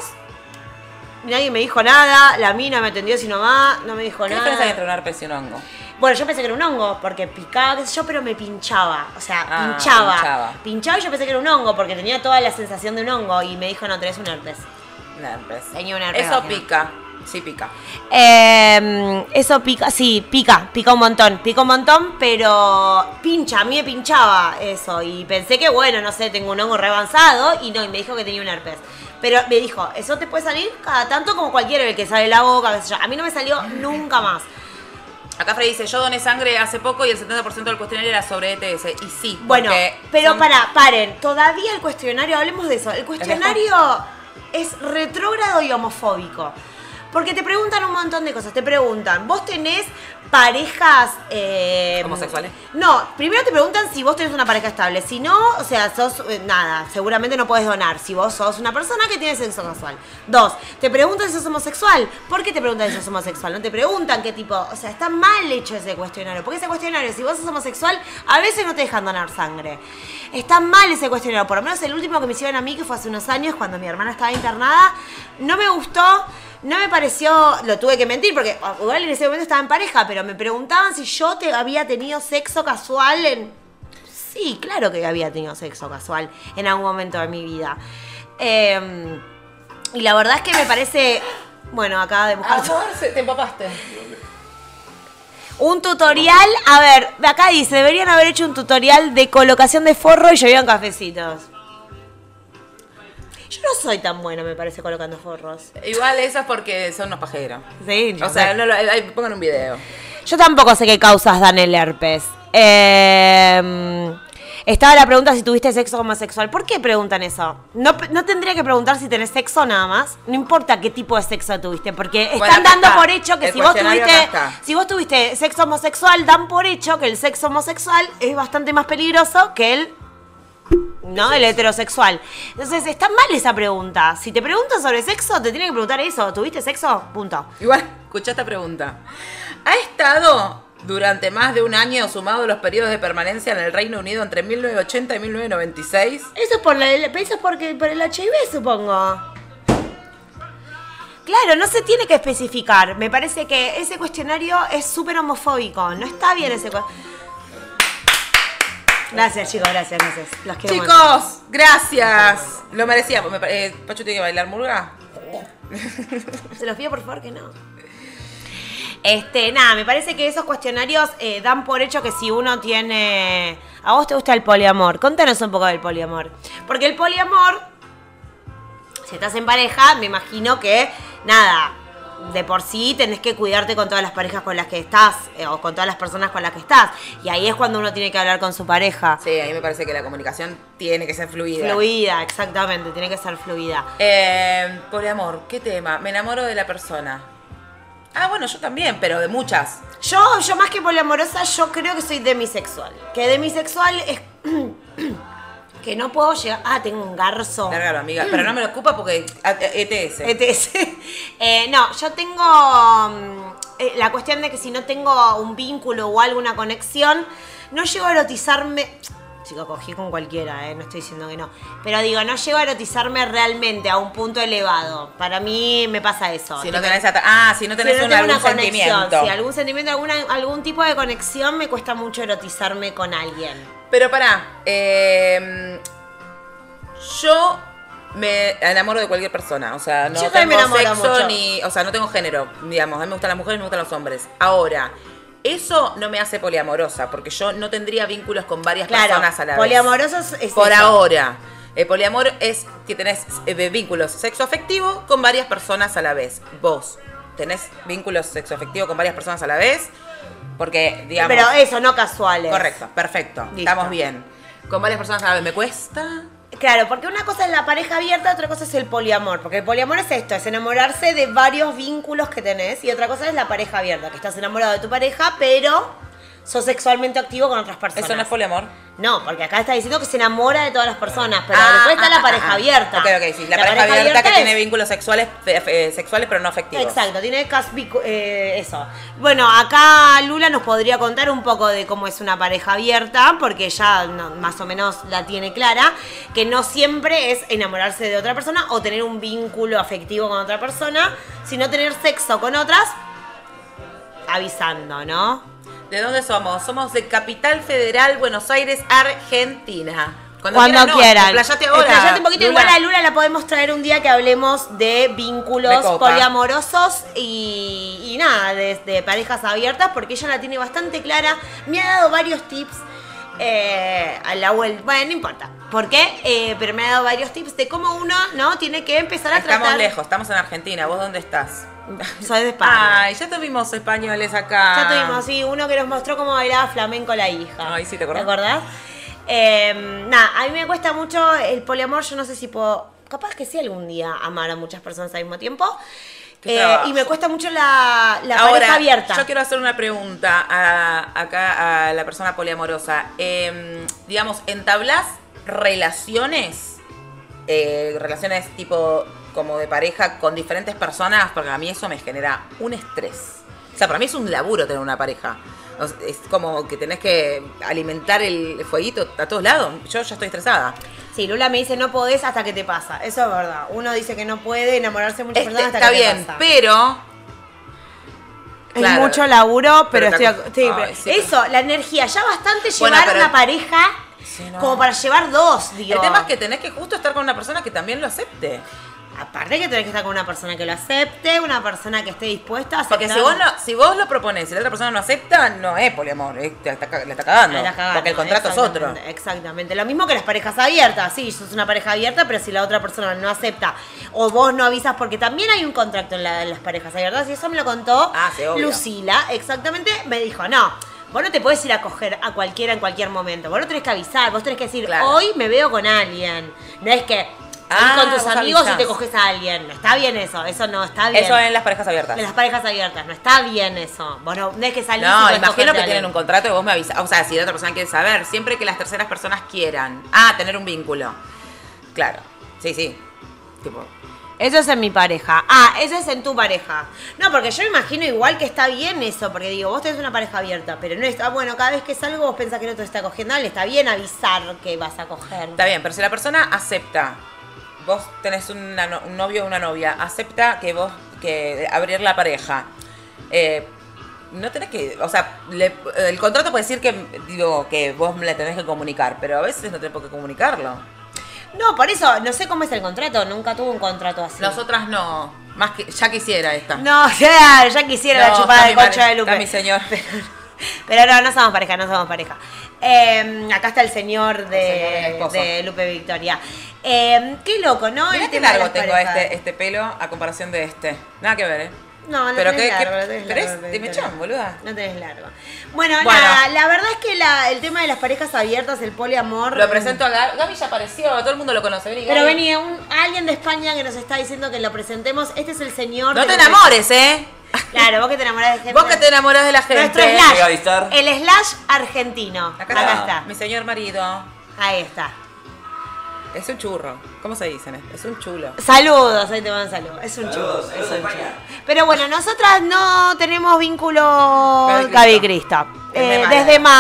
B: Nadie me dijo nada. La mina me atendió si nomás. No me dijo
A: ¿Qué
B: nada.
A: diferencia hay entre un herpes y un hongo?
B: Bueno, yo pensé que era un hongo, porque picaba, qué sé yo, pero me pinchaba. O sea,
A: Ah,
B: pinchaba.
A: pinchaba.
B: pinchaba. y yo pensé que era un hongo, porque tenía toda la sensación de un hongo. Y me dijo, no, tenés un herpes.
A: Un herpes.
B: Tenía un herpes
A: Eso
B: vaginal.
A: pica. Sí pica.
B: Eh, eso pica, sí, pica, pica un montón, pica un montón, pero pincha, a mí me pinchaba eso. Y pensé que, bueno, no sé, tengo un hongo re avanzado y no, y me dijo que tenía un herpes. Pero me dijo, eso te puede salir cada tanto como cualquiera, el que sale la boca, qué sé yo. A mí no me salió nunca más.
A: Acá Freddy dice, yo doné sangre hace poco y el 70% del cuestionario era sobre ETS. Y sí,
B: Bueno,
A: porque
B: pero
A: son-
B: para, paren, todavía el cuestionario, hablemos de eso. El cuestionario es retrógrado y homofóbico. Porque te preguntan un montón de cosas. Te preguntan, ¿vos tenés parejas. eh,
A: ¿Homosexuales?
B: No, primero te preguntan si vos tenés una pareja estable. Si no, o sea, sos. eh, nada, seguramente no podés donar. Si vos sos una persona que tiene sexo casual. Dos, te preguntan si sos homosexual. ¿Por qué te preguntan si sos homosexual? No te preguntan qué tipo. O sea, está mal hecho ese cuestionario. Porque ese cuestionario, si vos sos homosexual, a veces no te dejan donar sangre. Está mal ese cuestionario. Por lo menos el último que me hicieron a mí, que fue hace unos años, cuando mi hermana estaba internada, no me gustó. No me pareció, lo tuve que mentir, porque ah, igual en ese momento estaba en pareja, pero me preguntaban si yo te había tenido sexo casual en... Sí, claro que había tenido sexo casual en algún momento de mi vida. Eh, y la verdad es que me parece... Bueno, acaba de mojar todo.
A: Amor, Ah, se- te empapaste.
B: Un tutorial, a ver, acá dice, deberían haber hecho un tutorial de colocación de forro y llovían cafecitos. Yo no soy tan buena, me parece, colocando forros.
A: Igual eso es porque son unos pajeros.
B: Sí,
A: O sea, no lo- ahí pongan un video.
B: Yo tampoco sé qué causas dan el herpes. Eh, estaba la pregunta si tuviste sexo homosexual. ¿Por qué preguntan eso? No, pe- no tendría que preguntar si tenés sexo nada más. No importa qué tipo de sexo tuviste, porque están
A: Bueno, acá
B: dando
A: está.
B: por hecho que
A: El
B: si vos
A: cuestionario
B: tuviste.
A: acá está.
B: Si vos tuviste sexo homosexual, dan por hecho que el sexo homosexual es bastante más peligroso que el. ¿No? El heterosexual. Entonces, está mal esa pregunta. Si te preguntan sobre sexo, te tienen que preguntar eso. ¿Tuviste sexo? Punto.
A: Igual, escucha esta pregunta. ¿Ha estado durante más de un año sumado los periodos de permanencia en el Reino Unido entre 1980 y 1996?
B: Eso es por, la, eso es porque, por el HIV, supongo. Claro, no se tiene que especificar. Me parece que ese cuestionario es súper homofóbico. No está bien ese cua- Gracias, chicos, gracias, gracias. Los quiero un montón.
A: Chicos, gracias. Lo merecíamos. Me pa- eh, Pachu tiene que bailar murga.
B: Se los pido, por favor, que no. Este, nada, me parece que esos cuestionarios eh, dan por hecho que si uno tiene... ¿A vos te gusta el poliamor? Contanos un poco del poliamor. Porque el poliamor si estás en pareja, me imagino que nada, de por sí tenés que cuidarte con todas las parejas con las que estás eh, o con todas las personas con las que estás. Y ahí es cuando uno tiene que hablar con su pareja.
A: Sí, a mí me parece que la comunicación tiene que ser fluida.
B: Fluida, exactamente, tiene que ser fluida.
A: Eh, poliamor, ¿qué tema? Me enamoro de la persona. Ah, bueno, yo también, pero de muchas.
B: Yo, yo más que poliamorosa, yo creo que soy demisexual. Que demisexual es que no puedo llegar. Ah, tengo un garzo.
A: Lárgalo, amiga. Pero no me lo ocupa porque ah, eh, E a- a-
B: E
A: ETS.
B: ETS. Eh, no, yo tengo mm, eh, la cuestión de que si no tengo un vínculo o alguna conexión, no llego a erotizarme. Chico, cogí con cualquiera, eh, no estoy diciendo que no. Pero digo, no llego a erotizarme realmente a un punto elevado. Para mí me pasa eso.
A: si no tenés ata- ah, si no tenés
B: Si no
A: un,
B: tengo
A: algún
B: una conexión,
A: sentimiento.
B: sí, algún sentimiento, alguna- algún tipo de conexión, me cuesta mucho erotizarme con alguien.
A: Pero pará, eh, yo me enamoro de cualquier persona, o sea, no
B: Yo también me
A: tengo
B: enamoro
A: sexo
B: mucho.
A: ni, o sea, no tengo género, digamos, a mí me gustan las mujeres, me gustan los hombres. Ahora, eso no me hace poliamorosa, porque yo no tendría vínculos con varias
B: Claro,
A: personas a la vez.
B: poliamorosos es
A: Por
B: eso.
A: ahora. El poliamor es que tenés eh, vínculos sexo afectivo con varias personas a la vez. Vos tenés vínculos sexo afectivo con varias personas a la vez, porque digamos.
B: Pero eso, no casuales.
A: Correcto, perfecto.
B: Listo.
A: Estamos bien. Con varias personas a la vez me cuesta.
B: Claro, porque una cosa es la pareja abierta, otra cosa es el poliamor. Porque el poliamor es esto, es enamorarse de varios vínculos que tenés. Y otra cosa es la pareja abierta, que estás enamorado de tu pareja, pero sos sexualmente activo con otras personas.
A: Eso no es poliamor.
B: No, porque acá está diciendo que se enamora de todas las personas, pero
A: Ah,
B: después está
A: ah,
B: la
A: ah,
B: pareja
A: ah.
B: abierta.
A: Ok, ok, sí. La, pareja, abierta, que
B: es-
A: tiene vínculos sexuales, fe- fe- eh, sexuales pero no afectivos.
B: Exacto, tiene cas- vicu- eh, eso. Bueno, acá Lula nos podría contar un poco de cómo es una pareja abierta, porque ya no- más o menos la tiene clara, que no siempre es enamorarse de otra persona o tener un vínculo afectivo con otra persona, sino tener sexo con otras avisando, ¿no?
A: ¿De dónde somos? Somos de Capital Federal, Buenos Aires, Argentina.
B: Cuando quieran.
A: Playate ahora.
B: Explayate un poquito.
A: Lula.
B: Igual a Lula la podemos traer un día que hablemos de
A: Me
B: vínculos
A: copa.
B: poliamorosos y, y nada, de, de parejas abiertas, porque ella la tiene bastante clara. Me ha dado varios tips eh, a la vuelta. Bueno, no importa. ¿Por qué? Eh, pero me ha dado varios tips de cómo uno no tiene que empezar a
A: Estamos
B: tratar.
A: lejos, Ah, estamos en Argentina. ¿Vos dónde estás?
B: Soy de España.
A: Ay, ya tuvimos españoles acá.
B: Ya tuvimos, sí, uno que nos mostró cómo bailaba flamenco la hija.
A: Ah. Ay, sí, ¿te acordás?
B: acordás? Eh, nada, a mí me cuesta mucho el poliamor, yo no sé si puedo, capaz que sí algún día amar a muchas personas al mismo tiempo.
A: Qué
B: Eh,
A: trabajo.
B: y me cuesta mucho la, la
A: Ahora,
B: pareja abierta.
A: Yo quiero hacer una pregunta a, acá a la persona poliamorosa. Eh, digamos, ¿entablás relaciones? Eh, relaciones tipo como de pareja con diferentes personas, porque a mí eso me genera un estrés. O sea, para mí es un laburo tener una pareja. O sea, Es como que tenés que alimentar el fueguito a todos lados. Yo ya estoy estresada.
B: Sí, Lula me dice no podés hasta que te pasa. Eso es verdad. Uno dice que no puede enamorarse de muchas
A: Este,
B: personas hasta
A: está
B: que
A: bien,
B: te pasa.
A: pero
B: Es
A: Claro.
B: mucho laburo, pero,
A: Pero te
B: estoy.
A: acu-
B: sí,
A: Ay,
B: pero-
A: sí, pero-
B: Eso, la energía. Ya bastante llevar
A: Bueno, pero-
B: una pareja
A: Sí, no.
B: como para llevar dos, digo.
A: el tema es que tenés que justo estar con una persona que también lo acepte.
B: Aparte que tenés que estar con una persona que lo acepte, una persona que esté dispuesta a aceptar.
A: Porque si vos, no, si vos lo propones y la otra persona no acepta, no es poliamor, es- te está, ca- la está cagando.
B: Ah, la cagás,
A: porque el
B: no,
A: contrato es otro.
B: exactamente, Exactamente. Lo mismo que las parejas abiertas. Sí, sos una pareja abierta, pero si la otra persona no acepta o vos no avisas, porque también hay un contrato en, la- en las parejas abiertas, y eso me lo contó
A: Ah, sí, obvio.
B: Lucila, exactamente, me dijo, no. Vos no te podés ir a coger a cualquiera en cualquier momento. Vos no tenés que avisar, vos tenés que decir,
A: Claro.
B: hoy me veo con alguien. No es que
A: Ah,
B: salís con tus
A: vos
B: amigos
A: avisás.
B: y te coges a alguien. No está bien eso, eso no está bien.
A: Eso en las parejas abiertas.
B: De las parejas abiertas, no está bien eso. Vos no, no es que salís y
A: No,
B: puedes
A: imagino
B: cogerte
A: que
B: a
A: tienen
B: alguien.
A: un contrato y vos me avisas. O sea, si la otra persona quiere saber, siempre que las terceras personas quieran. Ah, tener un vínculo. Claro. Sí, sí. Tipo,
B: Eso es en mi pareja. Ah, eso es en tu pareja. No, porque yo me imagino igual que está bien eso, porque digo, vos tenés una pareja abierta, pero no está bueno, cada vez que salgo vos pensás que no te está cogiendo, dale, está bien avisar que vas a coger.
A: Está bien, pero si la persona acepta, vos tenés una no- un novio o una novia, acepta que vos, que abrir la pareja, eh, no tenés que, o sea, le- el contrato puede decir que, digo, que vos le tenés que comunicar, pero a veces no tenés por qué comunicarlo.
B: No, por eso, no sé cómo es el contrato, nunca tuve un contrato así.
A: Nosotras no, más que, ya quisiera esta.
B: No, ya, ya quisiera
A: No,
B: la
A: está
B: chupada de
A: mi
B: concha
A: mare-
B: de Lupe.
A: está mi señor.
B: Pero no, no somos pareja, no somos pareja. Eh, acá está el señor
A: El señor del
B: de,
A: esposo.
B: de Lupe Victoria. Eh, qué loco, ¿no?
A: Mirá
B: El
A: qué
B: tema de
A: largo
B: las
A: tengo
B: parejas.
A: este, este pelo a comparación de este. Nada que ver, ¿eh?
B: No, no
A: pero
B: tenés
A: qué, qué-
B: largo, no tenés
A: pero
B: largo,
A: es
B: Lupe
A: de
B: Victoria.
A: mechón, boluda.
B: No tenés largo. Bueno,
A: Bueno.
B: nada, la verdad es que la- el tema de las parejas abiertas, el poliamor.
A: Lo presento a Gaby. Gaby ya apareció, todo el mundo lo conoce. Vení,
B: Pero
A: Gaby.
B: vení, un, alguien de España que nos está diciendo que lo presentemos. Este es el señor.
A: No
B: de
A: te
B: los-
A: enamores, ¿eh?
B: Claro, vos que te enamorás de gente.
A: Vos que te enamorás de la gente.
B: Nuestro
C: Voy a
B: slash.
C: avisar.
B: El slash argentino. Acá,
A: Acá está.
B: está.
A: Mi señor marido.
B: Ahí está.
A: Es un churro. ¿Cómo se dicen? Es un chulo.
B: Saludos, ahí te van saludos. Es un chulo.
C: Saludos, saludos, España.
B: Pero bueno, nosotras no tenemos vínculo
A: Cabicristo.
B: cabicrista.
A: Desde
B: Eh,
A: Málaga.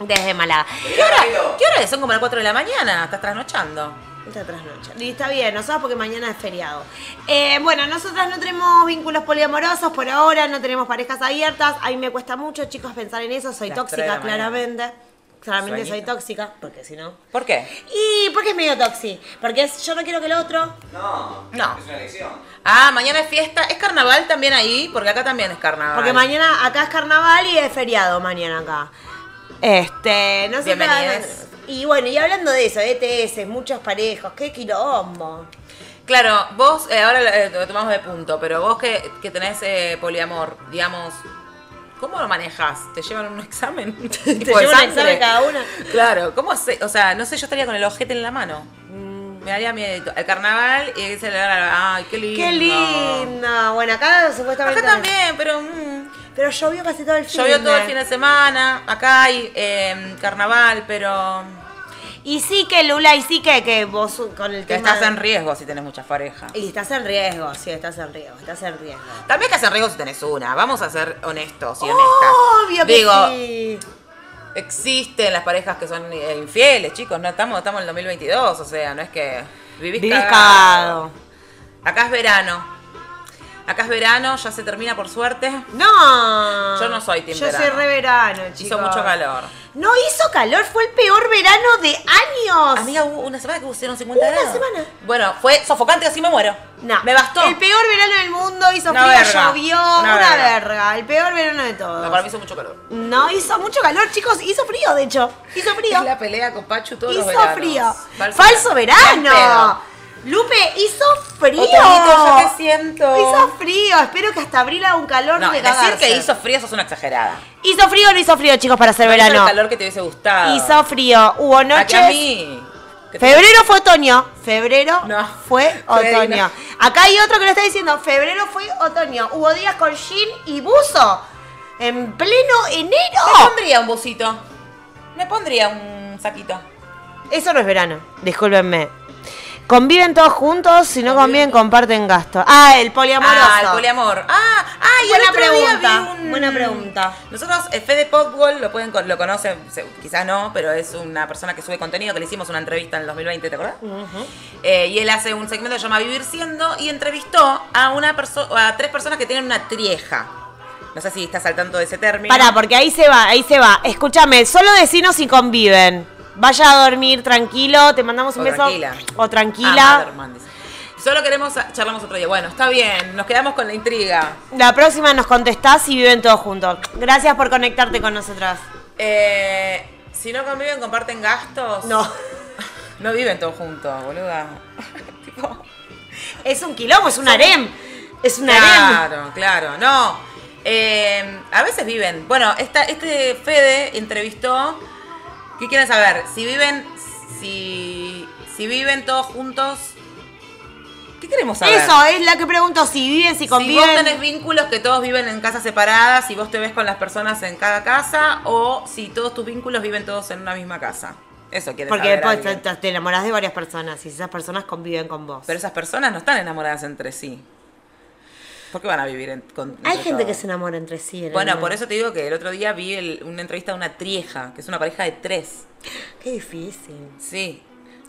B: Desde Málaga. Desde Málaga.
A: ¿Qué hora, ¿Qué hora es? Son como las 4 de la mañana. Estás trasnochando.
B: Esta trasnocha. Y está bien, nosotros porque mañana es feriado. Eh, bueno, nosotras no tenemos vínculos poliamorosos por ahora, no tenemos parejas abiertas. A mí me cuesta mucho, chicos, pensar en eso. Soy
A: Las tres de
B: tóxica,
A: la mañana.
B: claramente. Claramente soy
A: Sueñito.
B: tóxica, porque si no.
A: ¿Por qué?
B: Y porque es medio tóxico. Porque es, yo no quiero que el otro.
C: No,
A: No.
C: es una elección.
A: Ah, mañana es fiesta. ¿Es carnaval también ahí? Porque acá también es carnaval.
B: Porque mañana acá es carnaval y es feriado mañana acá. Este, no sé.
A: Bienvenides.
B: Y bueno, y hablando de eso, ETS, muchos parejos, qué quilombo.
A: Claro, vos, eh, ahora eh, lo tomamos de punto, pero vos que, que tenés eh, poliamor, digamos, ¿cómo lo manejás? ¿Te llevan un examen? ¿Te
B: llevan un examen cada una?
A: Claro, ¿cómo se, O sea, no sé, yo estaría con el ojete en la mano.
B: Mm,
A: Me daría miedo. El carnaval y se le da ¡Ay, qué lindo!
B: Qué lindo. Bueno, acá supuestamente.
A: Acá también, pero. mm,
B: Pero llovió casi todo el fin.
A: llovió todo el fin de semana. Acá hay eh, carnaval, pero.
B: Y sí que Lula, y sí que, que vos con el
A: Que
B: tema.
A: estás en riesgo si tenés muchas parejas.
B: Y estás en riesgo, sí, estás en riesgo, estás en riesgo.
A: También que hacen riesgo si tenés una. Vamos a ser honestos y honestas.
B: Obvio que
A: Digo,
B: sí.
A: existen las parejas que son eh, infieles, chicos. No estamos, estamos en el 2022, o sea, no es que vivís,
B: Vivís cagado.
A: cagado. Acá es verano. Acá es verano, ya se termina por suerte.
B: No.
A: Yo no soy team
B: Yo soy
A: verano.
B: re verano, chicos.
A: Hizo mucho calor.
B: No hizo calor, fue el peor verano de años.
A: Amiga, hubo una semana que pusieron 50
B: Una
A: grados.
B: semana.
A: Bueno, fue sofocante, así me muero.
B: No.
A: Me bastó.
B: El peor verano del mundo, hizo
A: Una
B: frío,
A: verga.
B: llovió, una,
A: Una
B: verga.
A: verga.
B: El peor verano de
A: No, para
B: todos.
A: mí hizo mucho calor.
B: No, hizo mucho calor, chicos. Hizo frío, de hecho. Hizo frío.
A: Es la pelea con Pachu todos
B: Hizo
A: los veranos.
B: frío. Falso,
A: Ni al
B: verano.
A: pedo.
B: Lupe, hizo
A: Otoñito,
B: frío.
A: yo te siento.
B: Hizo frío. Espero que hasta abril haga un calor
A: no,
B: de
A: decir
B: cagarse.
A: que hizo frío, sos una exagerada.
B: Hizo frío o no hizo frío, chicos, para hacer
A: No hizo
B: verano.
A: el calor que te hubiese gustado.
B: Hizo frío. Hubo
A: ¿A que a
B: noches.
A: mí. Que te-
B: Febrero fue otoño. Febrero
A: No.
B: fue
A: Febrero.
B: otoño. Acá hay otro que lo está diciendo. Febrero fue otoño. Hubo días con jean y buzo. En pleno
A: Me
B: enero.
A: pondría un busito. Me pondría un saquito.
B: Eso no es verano. Discúlpenme. Conviven todos juntos. Si no conviven, comparten gasto. Ah, el poliamoroso.
A: Ah, el poliamor. Ah, ah y el
B: Buena
A: otro día
B: pregunta,
A: vi un-
B: buena pregunta.
A: Nosotros, eh, Fede Popwall, lo pueden con- lo conocen, se- quizás no, pero es una persona que sube contenido, que le hicimos una entrevista en el 2020, ¿te acordás? Eh, y él hace un segmento que se llama Vivir Siendo y entrevistó a una perso- a tres personas que tienen una trieja. No sé si estás al tanto de ese término.
B: Pará, porque ahí se va, ahí se va. Escúchame, solo decinos si conviven. Vaya a dormir tranquilo, te mandamos un
A: O
B: beso.
A: tranquila.
B: O
A: Ah,
B: tranquila.
A: Motherman, dice. Solo queremos, ah, charlamos otro día. Bueno, está bien, nos quedamos con la intriga.
B: La próxima nos contestás y viven todos juntos. Gracias por conectarte con nosotras.
A: Eh, si no conviven, comparten gastos.
B: No.
A: No viven todos juntos, boluda. Tipo,
B: Es un quilombo, es un harem. Es un harem.
A: claro, claro, no. Eh, a veces viven. Bueno, esta, este Fede entrevistó. ¿Qué quieren saber? Si viven. Si. Si viven todos juntos. ¿Qué queremos saber?
B: Eso es la que pregunto, si viven, si
A: Si vos
B: conviven.
A: tenés vínculos que todos viven en casas separadas, si vos te ves con las personas en cada casa, o si todos tus vínculos viven todos en una misma casa. Eso quiere
B: Porque
A: saber
B: después
A: alguien.
B: te, te enamorás de varias personas y esas personas conviven con vos.
A: Pero esas personas no están enamoradas entre sí. ¿Por qué van a vivir en- con entre
B: Hay gente
A: todos?
B: que se enamora entre sí. en el
A: Bueno,
B: mundo.
A: por eso te digo que el otro día vi el- una entrevista de una trieja, que es una pareja de tres.
B: Qué difícil.
A: Sí.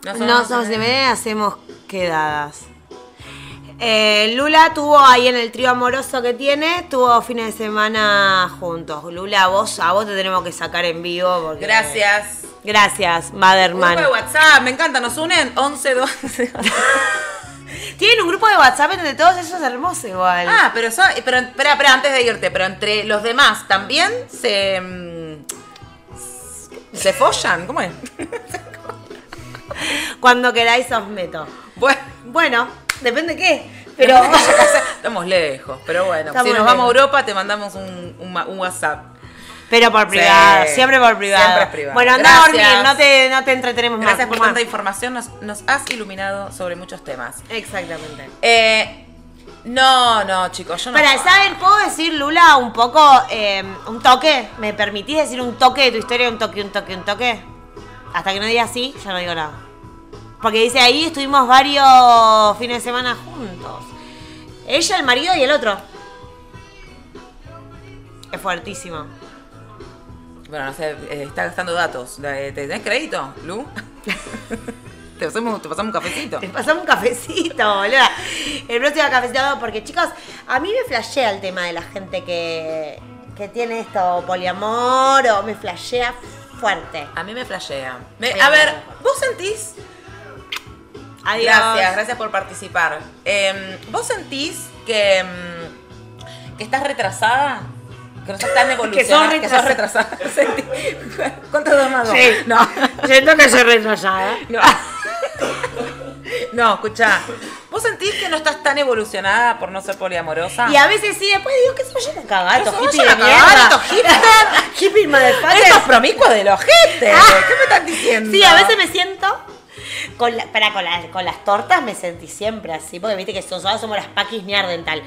B: No somos de Medellín, hacemos quedadas. Eh, Lula tuvo ahí en el trío amoroso que tiene, tuvo fines de semana juntos. Lula, vos a vos te tenemos que sacar en vivo. porque-
A: Gracias.
B: Gracias,
A: Grupo
B: Motherman.
A: de WhatsApp, me encanta, nos unen 11, 12.
B: Tienen un grupo de WhatsApp entre todos, eso es hermoso igual.
A: Ah, pero, so- pero espera, espera, antes de irte, pero entre los demás también se. mm, ¿Se follan? ¿Cómo es?
B: Cuando queráis os meto.
A: Bueno,
B: Bueno, depende qué. Pero
A: estamos lejos, pero bueno.
B: Estamos
A: si nos vamos a
B: lejos.
A: Europa, te mandamos un, un ma- un WhatsApp.
B: pero por
A: Sí.
B: privado, siempre por privado.
A: Siempre es privado.
B: Bueno, anda a
A: Gracias.
B: dormir, no te, no te entretenemos más.
A: Gracias por
B: Mua.
A: tanta información, nos, nos has iluminado sobre muchos temas.
B: Exactamente.
A: Eh, No, no, chicos, yo no.
B: Para, ¿saben? ¿Puedo decir, Lula, un poco, eh, un toque? ¿Me permitís decir un toque de tu historia? Un toque, un toque, un toque. Hasta que no diga sí, ya no digo nada. Porque dice, ahí estuvimos varios fines de semana juntos. Ella, el marido y el otro. Es fuertísimo.
A: Bueno, no sé, eh, está gastando datos. Eh, ¿Tenés crédito, Lu? te, pasamos, te pasamos un cafecito.
B: Te pasamos un cafecito, boluda. El próximo cafecito, porque chicos, a mí me flashea el tema de la gente que, que tiene esto, poliamor, o me flashea fuerte.
A: A mí me flashea. Me-
B: Sí,
A: a ver,
B: me acuerdo.
A: ¿vos sentís?
B: Adiós.
A: Gracias, gracias por participar. Em, ¿Vos sentís que, em, que estás retrasada? Que no sos tan evolucionada.
B: sos
A: retrasada. Sentí- ¿Cuántos dos más dos? No.
B: Siento que soy retrasada.
A: No. No, escuchá. ¿Vos sentís que no estás tan evolucionada por no ser poliamorosa?
B: Y a veces sí, después digo que se vayan a cagar,
A: Pero
B: estos
A: se
B: hippies
A: vayan
B: de
A: a cagar,
B: mierda.
A: estos hipsters.
B: Hippies motherfuckers.
A: Estos promiscuos de los gente. ¿Qué me estás diciendo?
B: Ah. Sí, a veces me siento. Con la- pará, con, la- con las tortas me sentí siempre así, porque viste que nosotros somos las paquis neardental.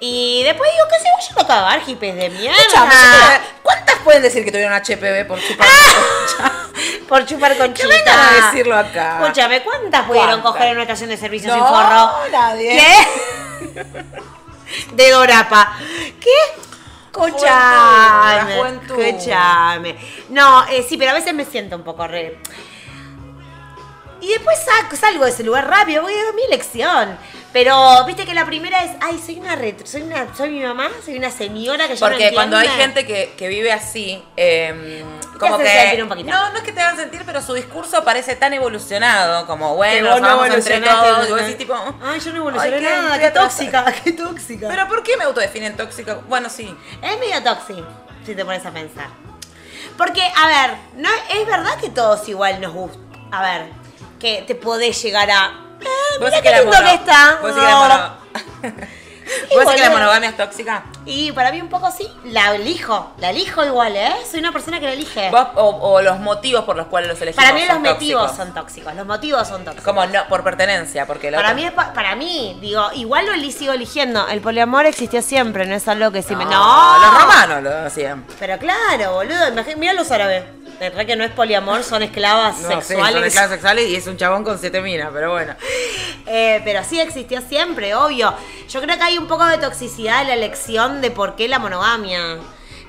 B: Y después digo, ¿qué se vayan a cagar, hippies de mierda?
A: Escuchame, escuchame, ¿Cuántas pueden decir que tuvieron HPV por chupar?
B: Ah. Por chupar con
A: Que vengan a decirlo acá.
B: Escúchame, ¿cuántas pudieron
A: ¿Cuántas?
B: coger en una estación de servicio sin
A: No,
B: forro?
A: nadie.
B: ¿Qué? De Dorapa. ¿Qué? Escúchame.
A: Juventud, la juventud.
B: Escúchame. No, eh, sí, pero a veces me siento un poco re. Y después saco- salgo de ese lugar rápido, voy a mi elección. Pero viste que la primera es, ay, soy una retro, soy una, soy mi mamá, soy una señora que yo
A: Porque
B: no
A: cuando hay
B: entiende.
A: gente que, que vive así, eh, como
B: hacen
A: que.
B: sentir un poquito.
A: No, no es que te hagan sentir, pero su discurso parece tan evolucionado, como
B: Que
A: bueno,
B: vos
A: nos
B: no
A: vamos entre
B: evolucionaste,
A: todos. Y vos
B: ¿no?
A: decís tipo.
B: Ay, yo no evolucioné
A: "Ay, qué-
B: nada,
A: qué
B: qué
A: atrás".
B: tóxica, qué tóxica.
A: Pero ¿por qué me autodefinen tóxico? Bueno, sí.
B: Es medio toxic, si te pones a pensar. Porque, a ver, no, es verdad que todos igual nos gusta. A ver, que te podés llegar a. Eh,
A: Vos
B: mirá
A: decís
B: qué
A: que la
B: lindo
A: mono-
B: que está.
A: vos decís que la mono-
B: Y
A: ¿Vos decís que la
B: boludo.
A: monogamia es tóxica?
B: Y para mí un poco sí, la elijo. La elijo igual, ¿eh? Soy una persona que la elige.
A: Vos- o, o los motivos por los cuales los elegimos.
B: Eh. Para mí los
A: son
B: motivos
A: tóxicos.
B: son tóxicos. Los motivos son tóxicos.
A: Como no, por pertenencia, porque lo
B: Para
A: otro-
B: mí, es pa- para mí, digo, igual lo eli- sigo eligiendo. El poliamor existió siempre, no es algo que sí me.
A: No,
B: ¡No!
A: los romanos lo hacían.
B: Pero claro, boludo, imagi- mirá los árabes. De verdad que no es poliamor, son
A: No,
B: esclavas
A: sí, son de
B: sexuales.
A: clases sexuales y es un chabón con siete minas, pero bueno.
B: Eh, pero sí existió siempre, obvio. Yo creo que hay un poco de toxicidad en la elección de por qué la monogamia.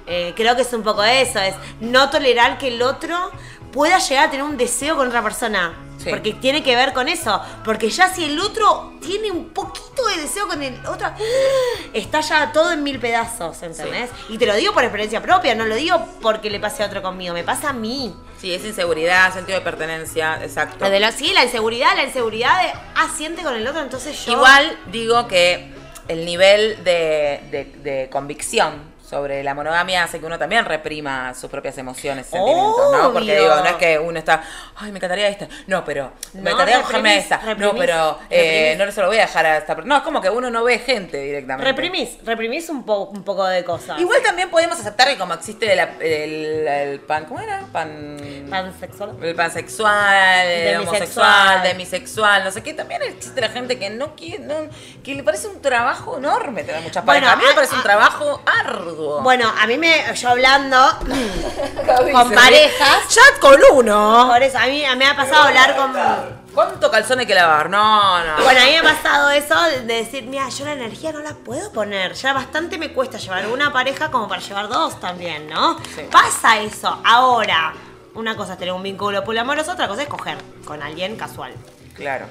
B: Eh, creo que es un poco eso, es no tolerar que el otro pueda llegar a tener un deseo con otra persona.
A: Sí.
B: Porque tiene que ver con eso. Porque ya si el otro tiene un poquito de deseo con el otro, está ya todo en mil pedazos, ¿entendés? Y te lo digo por experiencia propia, no lo digo porque le pase a otro conmigo, me pasa a mí.
A: Sí, es inseguridad, sentido de pertenencia, exacto.
B: Lo de la- sí, la inseguridad, la inseguridad de, ah, siente con el otro, entonces yo...
A: Igual digo que el nivel de, de- de convicción sobre la monogamia hace que uno también reprima sus propias emociones, sentimientos, ¿no? Porque
B: Obvio.
A: digo, no es que uno está, ay, me encantaría esta, no, pero me
B: No,
A: encantaría cogerme a
B: reprimís,
A: esta, no,
B: reprimís,
A: pero eh,
B: reprimís.
A: no se lo voy a dejar a esta persona. No, es como que uno no ve gente directamente.
B: Reprimís, reprimís un, po- un poco de cosas.
A: Igual también podemos aceptar que como existe la- el, el pan, ¿cómo era? Pan...
B: Pansexual.
A: El pansexual, el
B: Demisexual.
A: homosexual, demisexual, no sé qué. También existe la gente que no quiere, no- que le parece un trabajo enorme tener muchas
B: Bueno,
A: parejas. a mí me
B: a-
A: parece un
B: a-
A: trabajo arduo.
B: Bueno, a mí me, yo hablando
A: Dice, ¿eh?
B: con parejas,
A: Ya con uno.
B: por eso, a mí me ha pasado hablar con...
A: ¿Cuánto calzón hay que lavar? No, no.
B: Bueno, a mí me ha pasado eso de de decir, mira, yo la energía no la puedo poner. Ya bastante me cuesta llevar una pareja como para llevar dos también, ¿no?
A: Sí.
B: Pasa eso. Ahora, una cosa es tener un vínculo poliamoroso, otra cosa es coger con alguien casual.
A: Claro.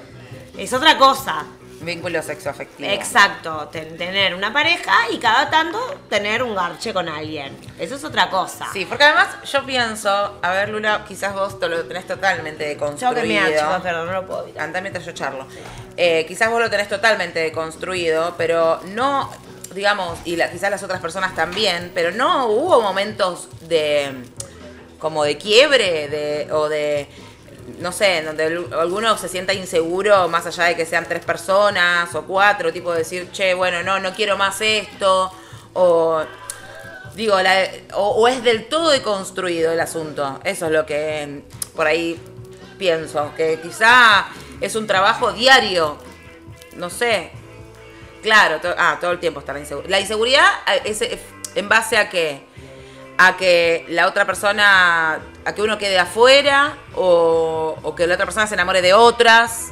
B: Es otra cosa.
A: Vínculo sexoafectivo.
B: Exacto, ten- tener una pareja y cada tanto tener un garche con alguien. Eso es otra cosa.
A: Sí, porque además yo pienso, a ver Lula, quizás vos te lo tenés totalmente
B: Yo
A: deconstruido.
B: que me chicos, perdón, no lo puedo evitar.
A: Andá mientras yo charlo. Eh, quizás vos lo tenés totalmente deconstruido, pero no, digamos, y la- quizás las otras personas también, pero no hubo momentos de como de quiebre de, o de, no sé, en donde el- alguno se sienta inseguro más allá de que sean tres personas o cuatro, tipo decir, che, bueno, no, no quiero más esto, o Digo, la- o, o es del todo deconstruido el asunto. Eso es lo que eh, por ahí pienso. Que quizá es un trabajo diario. No sé. Claro, to- ah, todo el tiempo está la inseguridad. La inseguridad eh, es eh, en base a que a que la otra persona, a que uno quede afuera o, o que la otra persona se enamore de otras.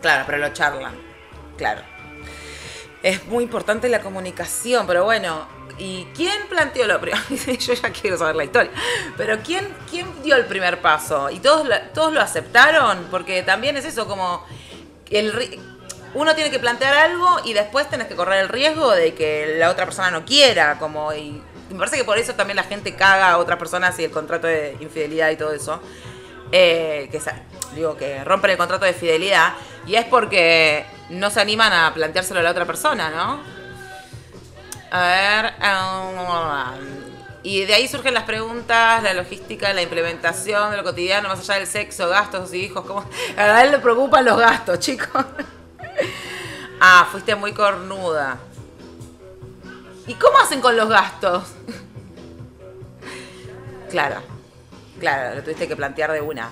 A: Claro, pero lo charlan. Claro. Es muy importante la comunicación, pero bueno, ¿y quién planteó lo primero? Yo ya quiero saber la historia. Pero ¿quién, quién dio el primer paso? ¿Y todos, lo- todos lo aceptaron? Porque también es eso, como el ri- uno tiene que plantear algo y después tenés que correr el riesgo de que la otra persona no quiera, como y me parece que por eso también la gente caga a otras personas y el contrato de infidelidad y todo eso. Eh, que sa- digo que rompen el contrato de fidelidad y es porque no se animan a planteárselo a la otra persona, ¿no? A ver. ah, y de ahí surgen las preguntas, la logística, la implementación de lo cotidiano, más allá del sexo, gastos y hijos. ¿cómo? A él le preocupan los gastos, chicos. Ah, fuiste muy cornuda. ¿Y cómo hacen con los gastos? Claro, claro, lo tuviste que plantear de una.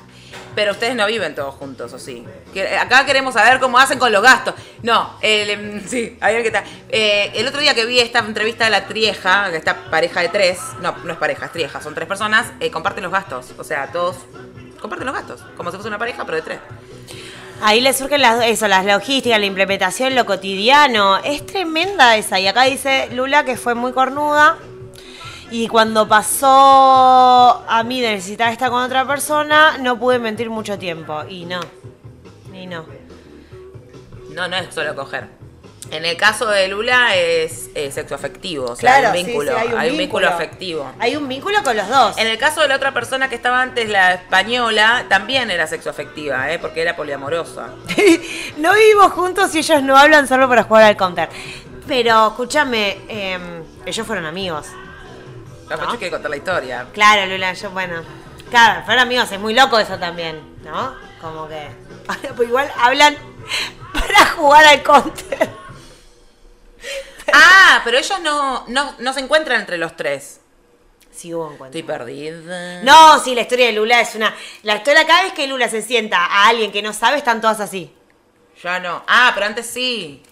A: Pero ustedes no viven todos juntos, ¿o sí? Que- eh, Acá queremos saber cómo hacen con los gastos. No, el, em, sí, a ver qué tal. Eh, el otro día que vi esta entrevista de la Trieja, que esta pareja de tres, no, no es pareja, es Trieja, son tres personas, eh, comparten los gastos. O sea, todos comparten los gastos, como si fuese una pareja, pero de tres.
B: Ahí le surgen las, eso, las logísticas, la implementación, lo cotidiano. Es tremenda esa. Y acá dice Lula que fue muy cornuda. Y cuando pasó a mí de necesitar estar con otra persona, no pude mentir mucho tiempo. Y no. Y no.
A: No, no es solo coger. En el caso de Lula es, sexo afectivo, o sea, hay un vínculo, hay un, vínculo afectivo.
B: Hay un vínculo con los dos.
A: En el caso de la otra persona que estaba antes, la española, también era sexo afectiva, ¿eh? porque era poliamorosa.
B: no vivimos juntos y ellos no hablan solo para jugar al counter. Pero escúchame, em, ellos fueron amigos.
A: La
B: No.
A: Pachu quiere contar la historia.
B: Claro, Lula, yo, bueno. Claro, fueron amigos, es muy loco eso también, ¿no? Como que. Ahora, pues igual hablan para jugar al counter.
A: Ah, pero ellos no, no, no se encuentran entre los tres.
B: Sí hubo encuentro.
A: Estoy perdida.
B: No, sí, la historia de Lula es una. La historia cada vez que Lula se sienta a alguien que no sabe, están todas así.
A: Ya no. Ah, pero antes sí.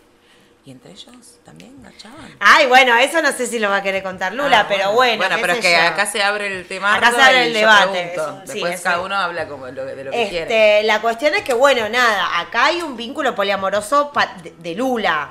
A: ¿Y entre ellos también gachaban?
B: Ay, bueno, eso no sé si lo va a querer contar Lula,
A: Ah,
B: pero bueno.
A: Bueno,
B: qué
A: pero es
B: sé
A: que
B: yo.
A: acá se abre el tema.
B: Acá se abre el debate, es un- sí,
A: Después
B: es
A: cada
B: un-
A: uno habla como de lo, de lo que quiere.
B: Este, la cuestión es que, bueno, nada, acá hay un vínculo poliamoroso pa- de, de Lula.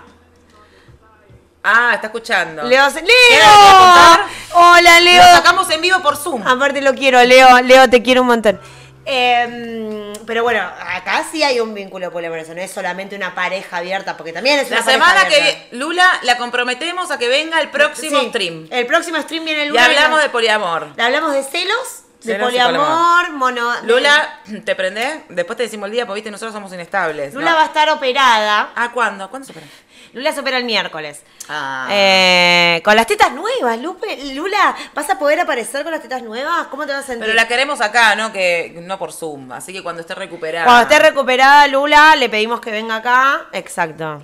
A: Ah, está escuchando.
B: Leo, se-
A: contar?
B: Leo, hola
A: Lo
B: Leo.
A: sacamos en vivo por Zoom.
B: Aparte lo quiero, Leo, Leo, te quiero un montón. Eh, pero bueno, acá sí hay un vínculo poliamoroso, no es solamente una pareja abierta, porque también es una
A: La
B: pareja
A: semana que
B: abierta.
A: vi- Lula la comprometemos a que venga el próximo
B: Sí,
A: stream.
B: El próximo stream viene el
A: Y
B: lunes.
A: hablamos de poliamor.
B: hablamos de celos, de
A: Celos y
B: poliamor,
A: poliamor.
B: mono.
A: Lula, ¿te prendés? Después te decimos el día, porque viste, nosotros somos inestables.
B: Lula
A: ¿no?
B: va a estar operada.
A: ¿Ah, cuándo? ¿Cuándo se prende?
B: Lula se opera el miércoles.
A: Ah.
B: Eh, con las tetas nuevas, Lupe, Lula, ¿vas a poder aparecer con las tetas nuevas? ¿Cómo te vas a sentir?
A: Pero la queremos acá, ¿no? Que no por Zoom. Así que cuando esté recuperada.
B: Cuando esté recuperada Lula, le pedimos que venga acá. Exacto.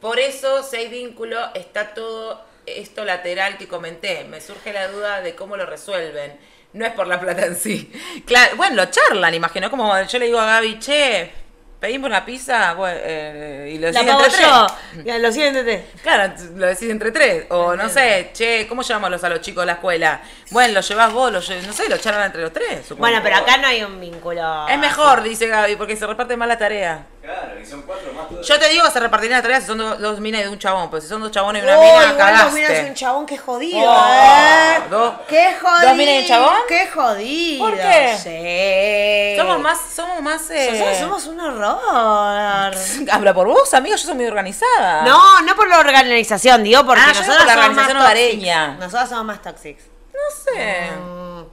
A: Por eso, si hay vínculo, está todo esto lateral que comenté. Me surge la duda de cómo lo resuelven. No es por la plata en sí. Claro, bueno, lo charlan, imagino. Como yo le digo a Gaby, che, pedimos una pizza bueno, eh, y lo
B: La
A: decís
B: pago
A: entre
B: yo.
A: tres.
B: Ya, Lo siéntete.
A: Claro, lo decís entre tres. O no sé, che, ¿cómo llamamos a los chicos de la escuela? Bueno, lo llevás vos, lo lle- no sé, lo charlan entre los tres. supongo.
B: Bueno, pero acá no hay un vínculo.
A: Es mejor, dice Gaby, porque se reparte más la tarea.
C: Claro, y son cuatro más todavía.
A: Yo te digo que se repartirían la tarea si son do- dos, minas y de un chabón, pero si son dos chabones y
B: Oh,
A: una mina,
B: igual
A: cagaste.
B: dos minas y un chabón, qué jodido.
A: Oh,
B: ¿eh?
A: dos-
B: Qué jodido.
A: ¿Dos minas y un chabón?
B: Qué jodido.
A: ¿Por qué?
B: Sí.
A: Somos más, somos más. eh,
B: Nosotros somos un horror.
A: Habla por vos, amiga, yo soy muy organizada.
B: No, no por la organización, digo, porque
A: Ah, yo digo
B: nosotros
A: por la
B: somos más
A: organización hogareña.
B: tóxicas. Mm, Nosotros somos más tóxicos.
A: No sé.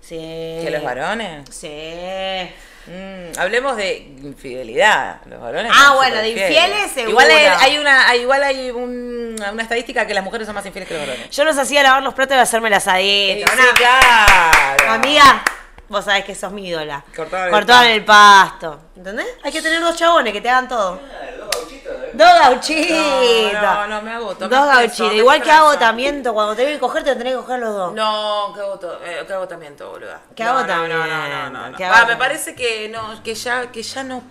B: Sí.
A: ¿Que
B: eh.
A: los varones?
B: Sí.
A: Mm, hablemos de infidelidad. Los varones.
B: Ah,
A: son
B: bueno, de
A: superfieles.
B: infieles, seguro.
A: Igual hay, hay una, hay- igual hay un- una estadística que las mujeres son más infieles que los varones.
B: Yo los hacía lavar los platos y hacerme el asadito.
A: Sí,
B: Una-
A: claro.
B: Amiga, vos sabés que sos mi ídola.
A: Cortaban el
B: el pasto. ¿Entendés? Hay que tener dos chabones que te hagan todo.
C: Ah, dos gauchitos, ¿eh?
B: Dos gauchitos.
A: No, no, no, me agoto, me
B: Dos
A: estreso,
B: gauchitos.
A: me
B: Igual que
A: estreso.
B: agotamiento. Cuando te voy a coger, te tenés que coger los dos.
A: No, qué, agoto- eh, qué agotamiento, boluda.
B: Qué
A: No, no,
B: agotamiento,
A: No, no, no, no, no.
B: qué
A: Ah,
B: agotamiento.
A: me parece que no, que ya, que ya no.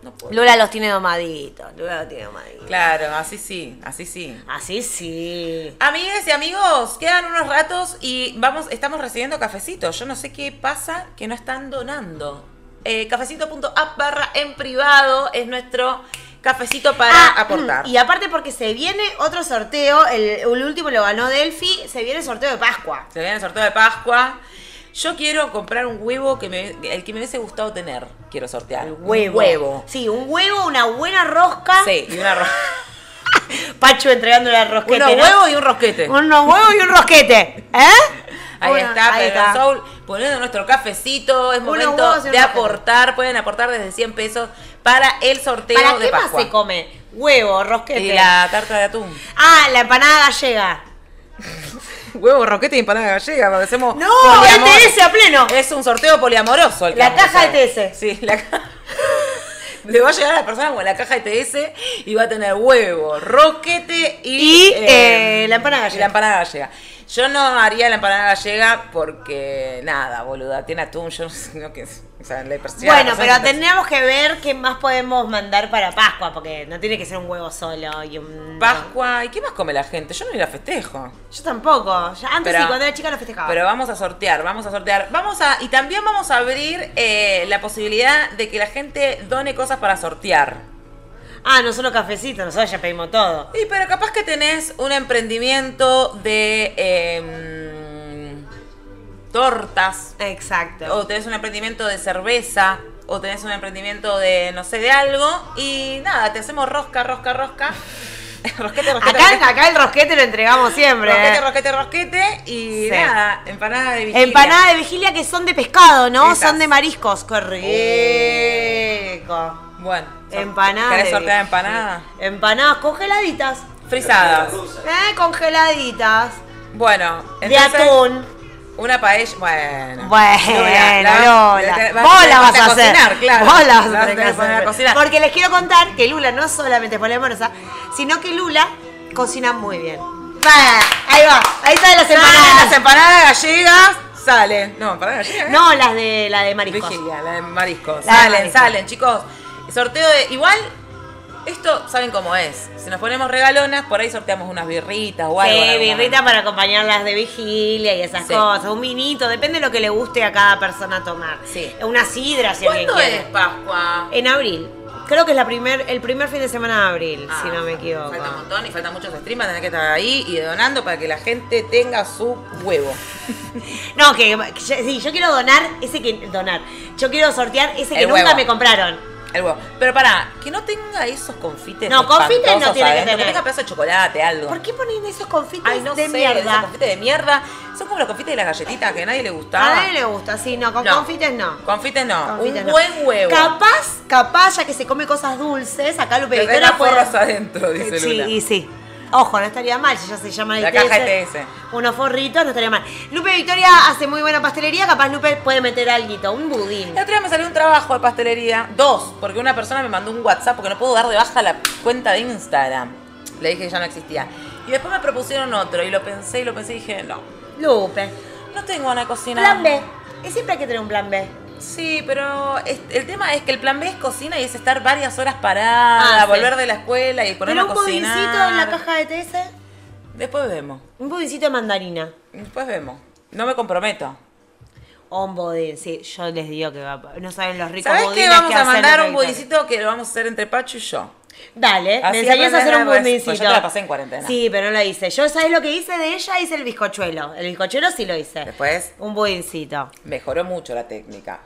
A: No puedo.
B: Lula los tiene domaditos. Lula los tiene domaditos.
A: Claro, así sí, así sí.
B: Así sí.
A: Amigues y amigos, quedan unos ratos y vamos, estamos recibiendo cafecitos. Yo no sé qué pasa que no están donando. Eh, cafecito.app barra en privado es nuestro cafecito para
B: Ah,
A: aportar.
B: Y aparte porque se viene otro sorteo, el, el último lo ganó Delphi, se viene el sorteo de Pascua.
A: Se viene el sorteo de Pascua. Yo quiero comprar un huevo que me, el que me hubiese gustado tener. Quiero sortear.
B: El
A: Un huevo.
B: Sí, un huevo, una buena rosca.
A: Sí, y una ro-
B: Pacho entregando la rosquete.
A: unos
B: ¿no?
A: huevos y un rosquete.
B: Unos huevos y un rosquete. ¿Eh?
A: Ahí
B: Bueno,
A: está,
B: ahí
A: Pedro
B: está.
A: Soul, poniendo nuestro cafecito. Es
B: Unos
A: momento
B: huevos y
A: de
B: un café.
A: aportar. Pueden aportar desde 100 pesos para el sorteo
B: ¿Para
A: de
B: qué más
A: Pascua.
B: se come? Huevo,
A: y
B: rosquete.
A: la tarta de atún.
B: Ah, la empanada gallega.
A: Huevo, roquete y empanada gallega. Parecemos
B: No,
A: poliamor-
B: ETS a pleno.
A: Es un sorteo poliamoroso. el que
B: La
A: vamos a
B: caja E
A: hacer.
B: ETS.
A: Sí, la caja. Le va a llegar a la persona con la caja ETS y va a tener huevo, roquete y,
B: Y, eh, la
A: y
B: empanada gallega.
A: la empanada gallega. Yo no haría la empanada gallega porque nada, boluda, tiene atún, yo no sé no, que, o sea, le persigue a la
B: bueno,
A: persona
B: pero
A: que-
B: tendríamos que ver qué más podemos mandar para Pascua, porque no tiene que ser un huevo solo y un...
A: Pascua, ¿y qué más come la gente? Yo no ni la festejo.
B: Yo tampoco. Ya antes
A: Pero-
B: sí, cuando era chica lo festejaba.
A: Pero vamos a sortear, vamos a sortear. Vamos a. Y también vamos a abrir eh, la posibilidad de que la gente done cosas para sortear.
B: Ah, no solo cafecito, nosotros ya pedimos todo.
A: Y pero capaz que tenés un emprendimiento de em, tortas.
B: Exacto.
A: O tenés un emprendimiento de cerveza. O tenés un emprendimiento de no sé de algo. Y nada, te hacemos rosca, rosca, rosca. rosquete, rosquete. rosquete.
B: Acá, acá el rosquete lo entregamos siempre.
A: Rosquete,
B: eh.
A: rosquete, rosquete. Y
B: Sí.
A: nada, empanada de vigilia.
B: Empanada de vigilia que son de pescado, ¿no?
A: Esas.
B: Son de mariscos. ¡Qué rico!
A: Bueno. sor-
B: Empanadas.
A: ¿Querés
B: de
A: sortear
B: vigilia.
A: empanada?
B: Oh. Empanadas congeladitas.
A: Frisadas.
B: Eh, congeladitas.
A: Bueno.
B: de
A: entonces,
B: atún.
A: Una paella. Bueno.
B: Bueno,
A: Lola, la-
B: Lola.
A: la- la-
B: Vos la
A: la-
B: vas a hacer.
A: cocinar, claro.
B: Vos la vas a
A: La
B: tener que
A: tenés que poner a
B: hacer.
A: cocinar.
B: Porque les quiero contar que Lula no solamente es poliamorosa, sino que Lula cocina muy bien. Va, Ahí va, ahí están
A: Ah.
B: las
A: Salen las
B: empanadas.
A: empanadas gallegas. Salen. No, empanadas gallegas.
B: No, las de la de mariscos.
A: Vigilia, la de mariscos.
B: La de
A: salen,
B: mariscos.
A: salen, chicos. Sorteo de. Igual. Esto saben cómo es. Si nos ponemos regalonas, por ahí sorteamos unas birritas o algo. en
B: Sí,
A: algún
B: birrita para acompañar las de vigilia y esas
A: Sí.
B: cosas. Un vinito, depende de lo que le guste a cada persona tomar.
A: Sí.
B: Una sidra, si alguien
A: momento. ¿Cuándo es
B: quiere.
A: Pascua?
B: En abril. Creo que es la primer, el primer fin de semana de abril,
A: Ah,
B: si no me equivoco.
A: Falta un montón y faltan muchos streamers, tenés que estar ahí y donando para que la gente tenga su huevo.
B: No, que, que- sí, yo quiero donar ese que. Donar. Yo quiero sortear ese que
A: El
B: nunca
A: huevo.
B: me compraron.
A: El huevo. Pero pará, que no tenga esos confites.
B: No, confites no
A: espantosos
B: tiene que
A: adentro,
B: tener.
A: tenga pedazo de chocolate, algo.
B: ¿Por qué ponen esos confites
A: Ay, no
B: de
A: sé, esos
B: mierda?
A: confites de mierda. Son como los confites de las galletitas que a nadie le gustaba.
B: A nadie le gusta, sí, no, con
A: No.
B: confites no.
A: Confites no.
B: Confites
A: un
B: no.
A: buen huevo.
B: Capaz, capaz, ya que se come cosas dulces, acá Lupe
A: que
B: Victoria
A: tenga
B: puede.
A: forros adentro, dice
B: Sí,
A: Lula.
B: y sí. Ojo, no estaría mal, si ya se llama
A: La caja este ETS.
B: Unos forritos, no estaría mal. Lupe Victoria hace muy buena pastelería, capaz Lupe puede meter alguito, un budín.
A: El otro día me salió un trabajo de pastelería. Dos, porque una persona me mandó un WhatsApp porque no puedo dar de baja la cuenta de Instagram. Le dije que ya no existía. Y después me propusieron otro y lo pensé y lo pensé y dije, no,
B: Lupe.
A: no tengo una cocina.
B: Plan B. Es siempre hay que tener un plan B.
A: Sí, pero es- el tema es que el plan B es cocina y es estar varias horas parada,
B: Ah, sí.
A: volver de la escuela y ponerme
B: Pero
A: a
B: un budincito
A: cocinar.
B: en la caja de TS.
A: Después vemos,
B: Un budincito de mandarina.
A: después vemos. No me comprometo.
B: O un budín, sí. Yo les digo que va. No saben los ricos
A: ¿Sabes
B: budines
A: qué? Vamos
B: que
A: a
B: hacen
A: mandar
B: los
A: un
B: ricos.
A: budincito que lo vamos a hacer entre Pacho y yo.
B: Dale,
A: Así
B: me enseñás a
A: aprendes
B: hacer un
A: algo de-
B: budincito.
A: pues yo te la pasé en cuarentena.
B: Sí, pero no lo hice. Yo, ¿sabes lo que hice de ella? Hice el bizcochuelo. El bizcochuelo sí lo hice.
A: Después
B: Un budincito.
A: mejoró mucho la técnica.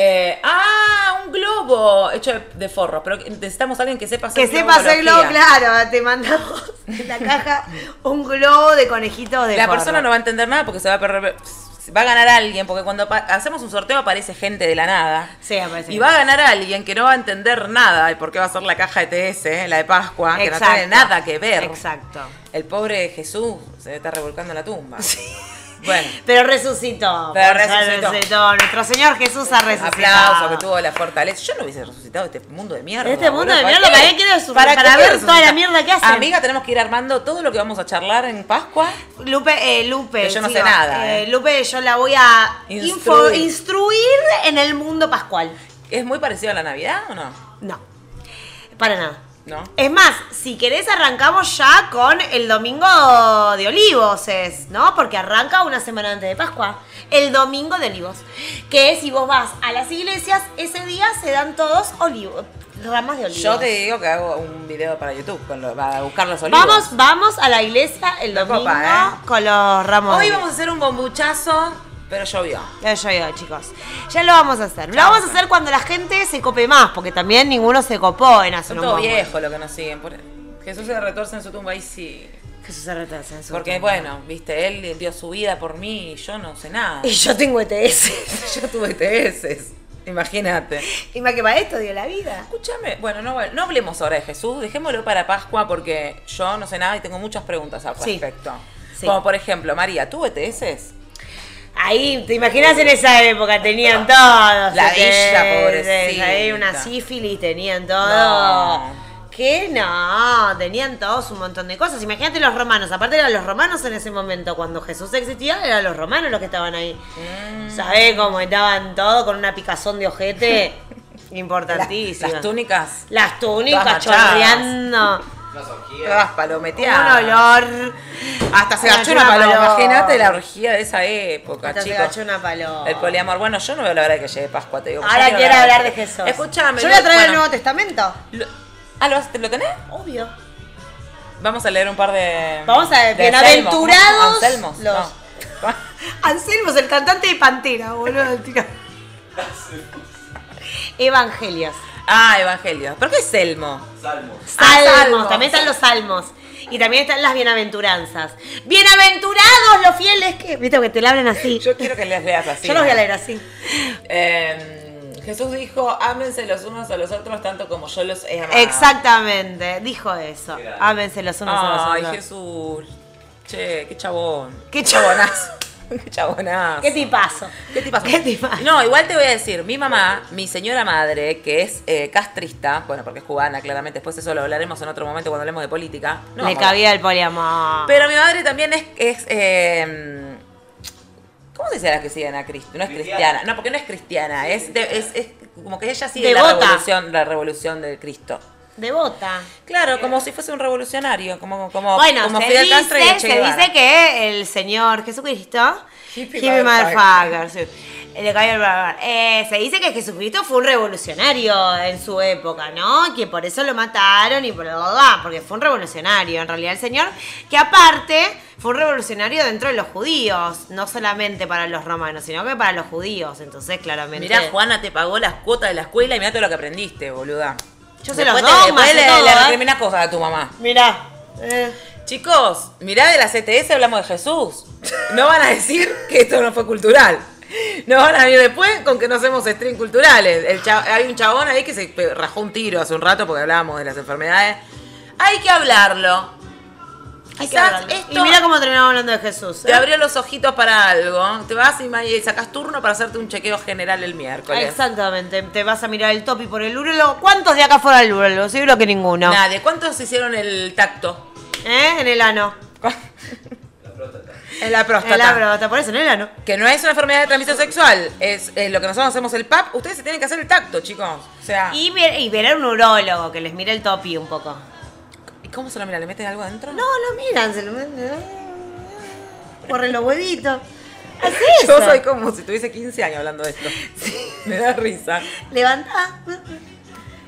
A: Eh, ah, un globo hecho de, de forros, pero necesitamos a alguien que sepa hacer
B: Que sepa hacer globo,
A: globología.
B: claro. Te mandamos en la caja un globo de conejitos de
A: La
B: forro.
A: persona no va a entender nada porque se va a perder. Va a ganar alguien, porque cuando pa- hacemos un sorteo aparece gente de la nada.
B: Sí, aparece
A: Y va a ganar alguien que no va a entender nada, y por qué va a ser la caja ETS, eh, la de Pascua, que no tiene
B: Exacto.
A: nada que ver.
B: Exacto.
A: El pobre Jesús se está revolcando en la tumba. Bueno,
B: Pero resucitó.
A: Pero
B: Pues ya
A: resucitó.
B: Nuestro Señor Jesús ha resucitado.
A: aplauso que tuvo la fortaleza. Yo no hubiese resucitado este mundo de mierda.
B: Este mundo
A: boludo.
B: de
A: ¿Para
B: mierda,
A: qué?
B: ¿para qué quiero resucitar? Para
A: qué
B: ver
A: quiero
B: toda la
A: resucitar?
B: mierda que hacen.
A: Amiga, tenemos que ir armando todo lo que vamos a charlar en Pascua.
B: Lupe, eh, Lupe.
A: Que yo no
B: sigo.
A: sé nada, eh.
B: Lupe, yo la voy a
A: Instruir.
B: info- instruir en el mundo pascual.
A: ¿Es muy parecido a la Navidad o no?
B: No, para nada.
A: No.
B: Es más, si querés arrancamos ya con el domingo de Olivos, es, ¿no? Porque arranca una semana antes de Pascua. El domingo de Olivos. Que es, si vos vas a las iglesias, ese día se dan todos olivos, ramas de olivos.
A: Yo te digo que hago un video para YouTube con lo- para buscar los olivos.
B: Vamos, vamos a la iglesia el
A: La
B: domingo
A: copa, ¿eh?
B: con los ramos.
A: Hoy
B: de
A: vamos a hacer un bombuchazo, pero llovió.
B: Ya yo digo, chicos. Ya lo vamos a hacer. Lo vamos a hacer cuando la gente se cope más, porque también ninguno se copó en hacer
A: Son
B: un
A: todo
B: bombo.
A: viejos los que nos siguen. por- Jesús se retorce en su tumba y sí.
B: Jesús se retrasa en su
A: Porque,
B: tiempo.
A: bueno, viste, él dio su vida por mí y yo E no sé nada.
B: Y yo tengo ETS.
A: yo tuve TS, imagínate.
B: y más que para esto dio la vida.
A: Escúchame, bueno, no, no hablemos ahora de Jesús, dejémoslo para Pascua porque yo no sé nada y tengo muchas preguntas al
B: Sí.
A: respecto.
B: Sí.
A: Como por ejemplo, María, ¿tuvo ETS?
B: Ahí, ¿te imaginas en esa época? Tenían todos.
A: La
B: ETS,
A: villa, pobrecita.
B: Ahí una sífilis, tenían todo.
A: No.
B: Que no, tenían todos un montón de cosas. Imagínate los romanos. Aparte eran los romanos en ese momento. Cuando Jesús existía, eran los romanos los que estaban ahí.
A: Mm.
B: ¿Sabés cómo estaban todos con una picazón de ojete? Importantísima.
A: Las túnicas.
B: Las túnicas
A: Todas manchadas.
B: chorreando.
C: Las orgías.
A: Todas palometeadas.
B: Un olor.
A: Hasta se agachó una paloma. Imagínate la orgía de esa época,
B: Hasta se
A: chicos.
B: agachó una paloma.
A: El poliamor. Bueno, yo no veo la hora de que llegue Pascua, te digo. porque
B: Ahora
A: yo
B: quiero
A: la hora
B: hablar de Jesús.
A: Escúchame.
B: Yo voy a traer el
A: bueno,
B: Nuevo Testamento.
A: lo- Ah, ¿lo, vas- ¿lo tenés?
B: Obvio.
A: Vamos a leer un par de.
B: Vamos a ver,
A: de Anselmo.
B: bienaventurados
A: Anselmos.
B: los-
A: no.
B: Anselmo es el cantante de Pantera, boludo. tira. Evangelios.
A: Ah, Evangelio. ¿Pero qué es Selmo?
C: Salmos.
B: Ah, Salmos.
A: salmos.
B: También están los salmos. Y también están las bienaventuranzas. Bienaventurados los fieles que. Viste que te la hablan así.
A: Yo quiero que les leas así.
B: Yo los voy a leer así.
A: Eh, Jesús dijo: Ámense los unos a los otros tanto como yo los he amado.
B: Exactamente. Dijo eso. Ámense los unos a los
A: Ay,
B: otros.
A: Jesús. Che, qué chabón.
B: Qué
A: chabonazo. qué chabonazo.
B: ¿Qué tipazo?
A: ¿Qué tipazo?
B: ¿Qué tipazo?
A: No, igual te voy a decir, mi mamá, mi señora madre, que es eh, castrista, bueno, porque es cubana, claramente, después eso lo hablaremos en otro momento cuando hablemos de política. No,
B: Le
A: amor.
B: cabía el poliamor.
A: Pero mi madre también es. es, eh, ¿Cómo se dice la que siguen a Cristo? No es cristiana.
C: Cristiana.
A: No, porque no es cristiana. es, de- es- es como que ella sigue la
B: Devota.
A: revolución, la revolución de Cristo.
B: Devota.
A: Claro, como si fuese un revolucionario, como, como,
B: Bueno,
A: como
B: se,
A: Fidel
B: dice,
A: Castro y Che
B: se
A: Guevara.
B: dice que el señor Jesucristo.
A: Hippie
B: Hippie
A: motherfucker.
B: motherfucker, sí. Le cayó el barbar. Eh, se dice que Jesucristo fue un revolucionario en su época, ¿no? Que por eso lo mataron y por ah, porque fue un revolucionario, en realidad, el señor. Que aparte fue un revolucionario dentro de los judíos, no solamente para los romanos, sino que para los judíos. Entonces, claramente.
A: Mirá, Juana te pagó las cuotas de la escuela y mirá todo lo que aprendiste, boluda.
B: Yo se
A: Después
B: los
A: te-
B: doy,
A: después
B: más de
A: le,
B: todo,
A: le
B: ¿eh?
A: recriminás cosas a tu mamá.
B: Mirá. eh.
A: Chicos, mirá de la CTS hablamos de Jesús. No van a decir que esto no fue cultural. No van a venir después con que no hacemos stream culturales. El cha- hay un chabón ahí que se pe- rajó un tiro hace un rato porque hablábamos de las enfermedades. Hay que hablarlo.
B: Hay que
A: Quizás
B: hablarlo.
A: esto-
B: Y mira cómo terminamos hablando de Jesús.
A: Te
B: ¿eh?
A: abrió los ojitos para algo. Te vas y ma- y sacas turno para hacerte un chequeo general el miércoles.
B: Exactamente, te vas a mirar el top y por el urólogo. ¿Cuántos de acá fueron al urólogo? Seguro que ninguno.
A: Nadie. ¿Cuántos hicieron el tacto?
B: ¿Eh? En el ano.
C: La próstata.
A: En la próstata.
B: En la brota, por eso en el ano.
A: Que no es una enfermedad de transmisión sexual, es eh, lo que nosotros hacemos el PAP, ustedes se tienen que hacer el tacto, chicos. O sea,
B: Y, ver- y ver a un urólogo que les mire el topi un poco.
A: ¿y ¿cómo se lo mira? ¿Le meten algo adentro?
B: No, lo miran, se lo Corren los huevitos. Así
A: Yo soy como si tuviese 15 años hablando de esto. Me da risa.
B: Levantá.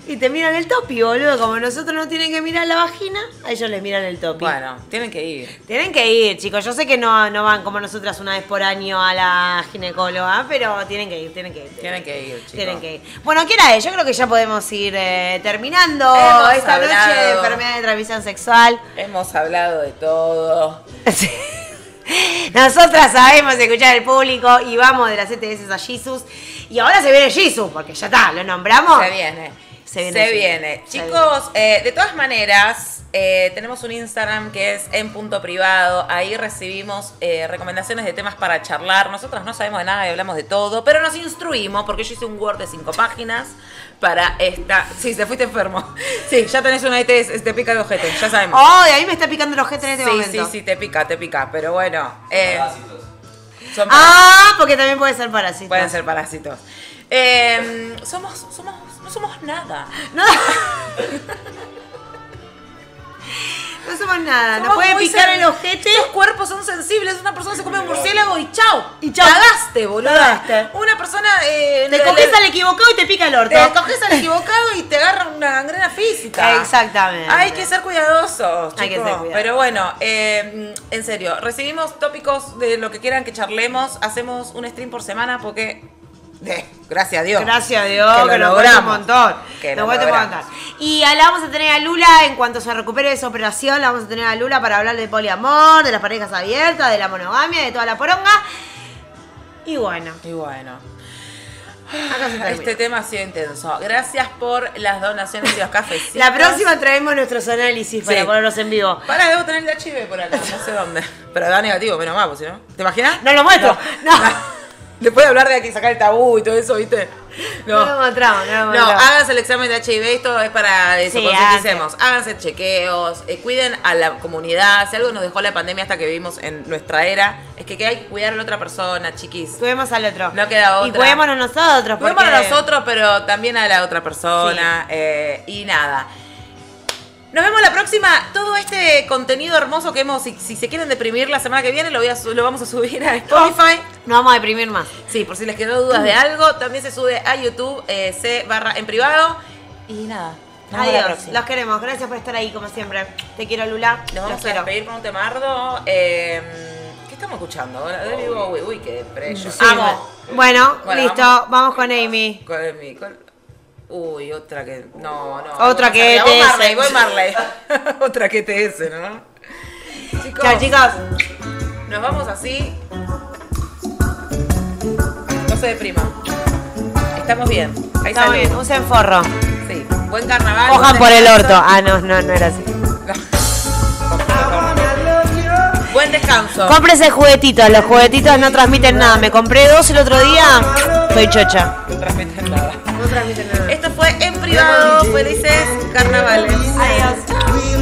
B: Y te miran el topi, boludo. Como nosotros no tienen que mirar la vagina, a ellos les miran el topi.
A: Bueno, tienen que ir.
B: Tienen que ir, chicos. Yo sé que no, no van como nosotras una vez por año a la ginecóloga, pero tienen que ir, tienen que ir.
A: Tienen que ir, chicos.
B: Tienen que ir. Bueno, ¿qué era? Yo creo que ya podemos ir eh, terminando
A: Hemos
B: esta noche de
A: hablado.
B: enfermedad de transmisión sexual.
A: Hemos hablado de todo.
B: Sí. Nosotras sabemos escuchar al público y vamos de las ETS a Jesus. Y ahora se viene Jesus, porque ya está, lo nombramos.
A: Se viene.
B: Se
A: Ah. Se viene.
B: viene, se viene. Se
A: Chicos, eh, de todas maneras, eh, tenemos un Instagram que es en punto privado. Ahí recibimos eh, recomendaciones de temas para charlar. Nosotros no sabemos de nada y hablamos de todo, pero nos instruimos porque yo hice un Word de cinco páginas para esta. Sí, te fuiste enfermo. Sí, ya tenés una ETS, te pica el ojete, ya sabemos.
B: Oh, de ahí me está picando los ojete en este
A: sí,
B: momento.
A: sí, sí, te pica, te pica, pero bueno. eh,
C: Parásitos.
A: son
B: Ah, porque también puede ser parásito.
A: Pueden ser parásitos. Eh, somos, somos, no somos nada.
B: No, no somos nada.
A: Somos
B: Nos puede
A: muy
B: picar
A: sen-
B: el ojete.
A: Estos cuerpos son sensibles. Una persona se come un murciélago y chau.
B: Y chau.
A: Cagaste, boludo.
B: Cagaste.
A: Una persona. eh,
B: Te
A: le-
B: coges
A: le-
B: al equivocado y te pica el orto.
A: te coges al equivocado y te agarra una gangrena física.
B: Exactamente.
A: Hay que ser cuidadosos,
B: Hay que
A: chicos.
B: ser cuidadosos.
A: Pero bueno, eh, en serio, recibimos tópicos de lo que quieran que charlemos. Hacemos un stream por semana porque. eh, gracias a Dios.
B: Gracias a Dios, que, nos cuesta un montón.
A: Que
B: nos
A: lo
B: cuesta un
A: logramos.
B: montón. Y a- la vamos a tener a Lula en cuanto se recupere de esa operación. La vamos a tener a Lula para hablar de poliamor, de las parejas abiertas, de la monogamia, de toda la poronga. Y bueno,
A: Y bueno.
B: acá se termina.
A: Este tema ha sido intenso. Gracias por las donaciones y los cafés.
B: La próxima traemos nuestros análisis para
A: Sí.
B: ponerlos en vivo.
A: Para, debo tener el HIV por acá, no sé dónde. Pero da negativo, menos mal, pues, si ¿no? ¿Te imaginas?
B: No lo muestro. No, no,
A: Después de hablar de aquí, sacar el tabú y todo eso, ¿viste? No.
B: lo mostramos. No, lo
A: No,
B: mostramos.
A: háganse el examen de HIV, esto es para eso,
B: Sí,
A: concienticemos. Háganse chequeos, eh, cuiden a la comunidad. Si algo nos dejó la pandemia hasta que vivimos en nuestra era, es que hay que cuidar a la otra persona, chiquis.
B: Cuidemos al otro.
A: No queda
B: Y
A: otra.
B: cuidémonos nosotros.
A: Cuidemos a
B: porque-
A: nosotros, pero también a la otra persona. eh, y nada. Nos vemos la próxima. Todo este contenido hermoso que hemos, si, si se quieren deprimir la semana que viene, lo, voy a su- lo vamos a subir
B: Oh.
A: a Spotify.
B: No vamos a deprimir más.
A: Sí, por si les quedó dudas de algo, también se sube a YouTube, eh, C barra en privado. Y nada. Nos vemos la
B: Adiós.
A: próxima.
B: Los queremos. Gracias por estar ahí, como siempre. Te quiero, Lula.
A: Nos
B: Los
A: vamos a
B: quiero.
A: despedir con un temardo. eh, ¿Qué estamos escuchando? ahora? David Bowie. Uy, qué depresión.
B: Sí,
A: Amo.
B: Bueno,
A: Bueno,
B: listo,
A: vamos.
B: vamos. con Amy.
A: ¿Cuál es mi? cuál? Uy, otra que. No, no.
B: Otra
A: vos Marley,
B: que
A: Vos
B: ETS.
A: Marley, voy Marley. otra que TS, ¿no? Chicos,
B: Chao, chicos.
A: nos vamos así. No se depriman. Estamos bien. Ahí
B: Está bien,
A: salimos.
B: usen forro.
A: Sí. Buen carnaval.
B: Cojan
A: buen
B: por el orto.
A: descanso.
B: Ah, no, no, no era así.
A: Buen descanso.
B: Cómprese juguetitos, los juguetitos no transmiten nada. Me compré dos el otro día, soy chocha.
A: No transmitan nada.
B: No transmiten nada.
A: Esto fue en privado. Felices carnavales.
B: Adiós.
D: We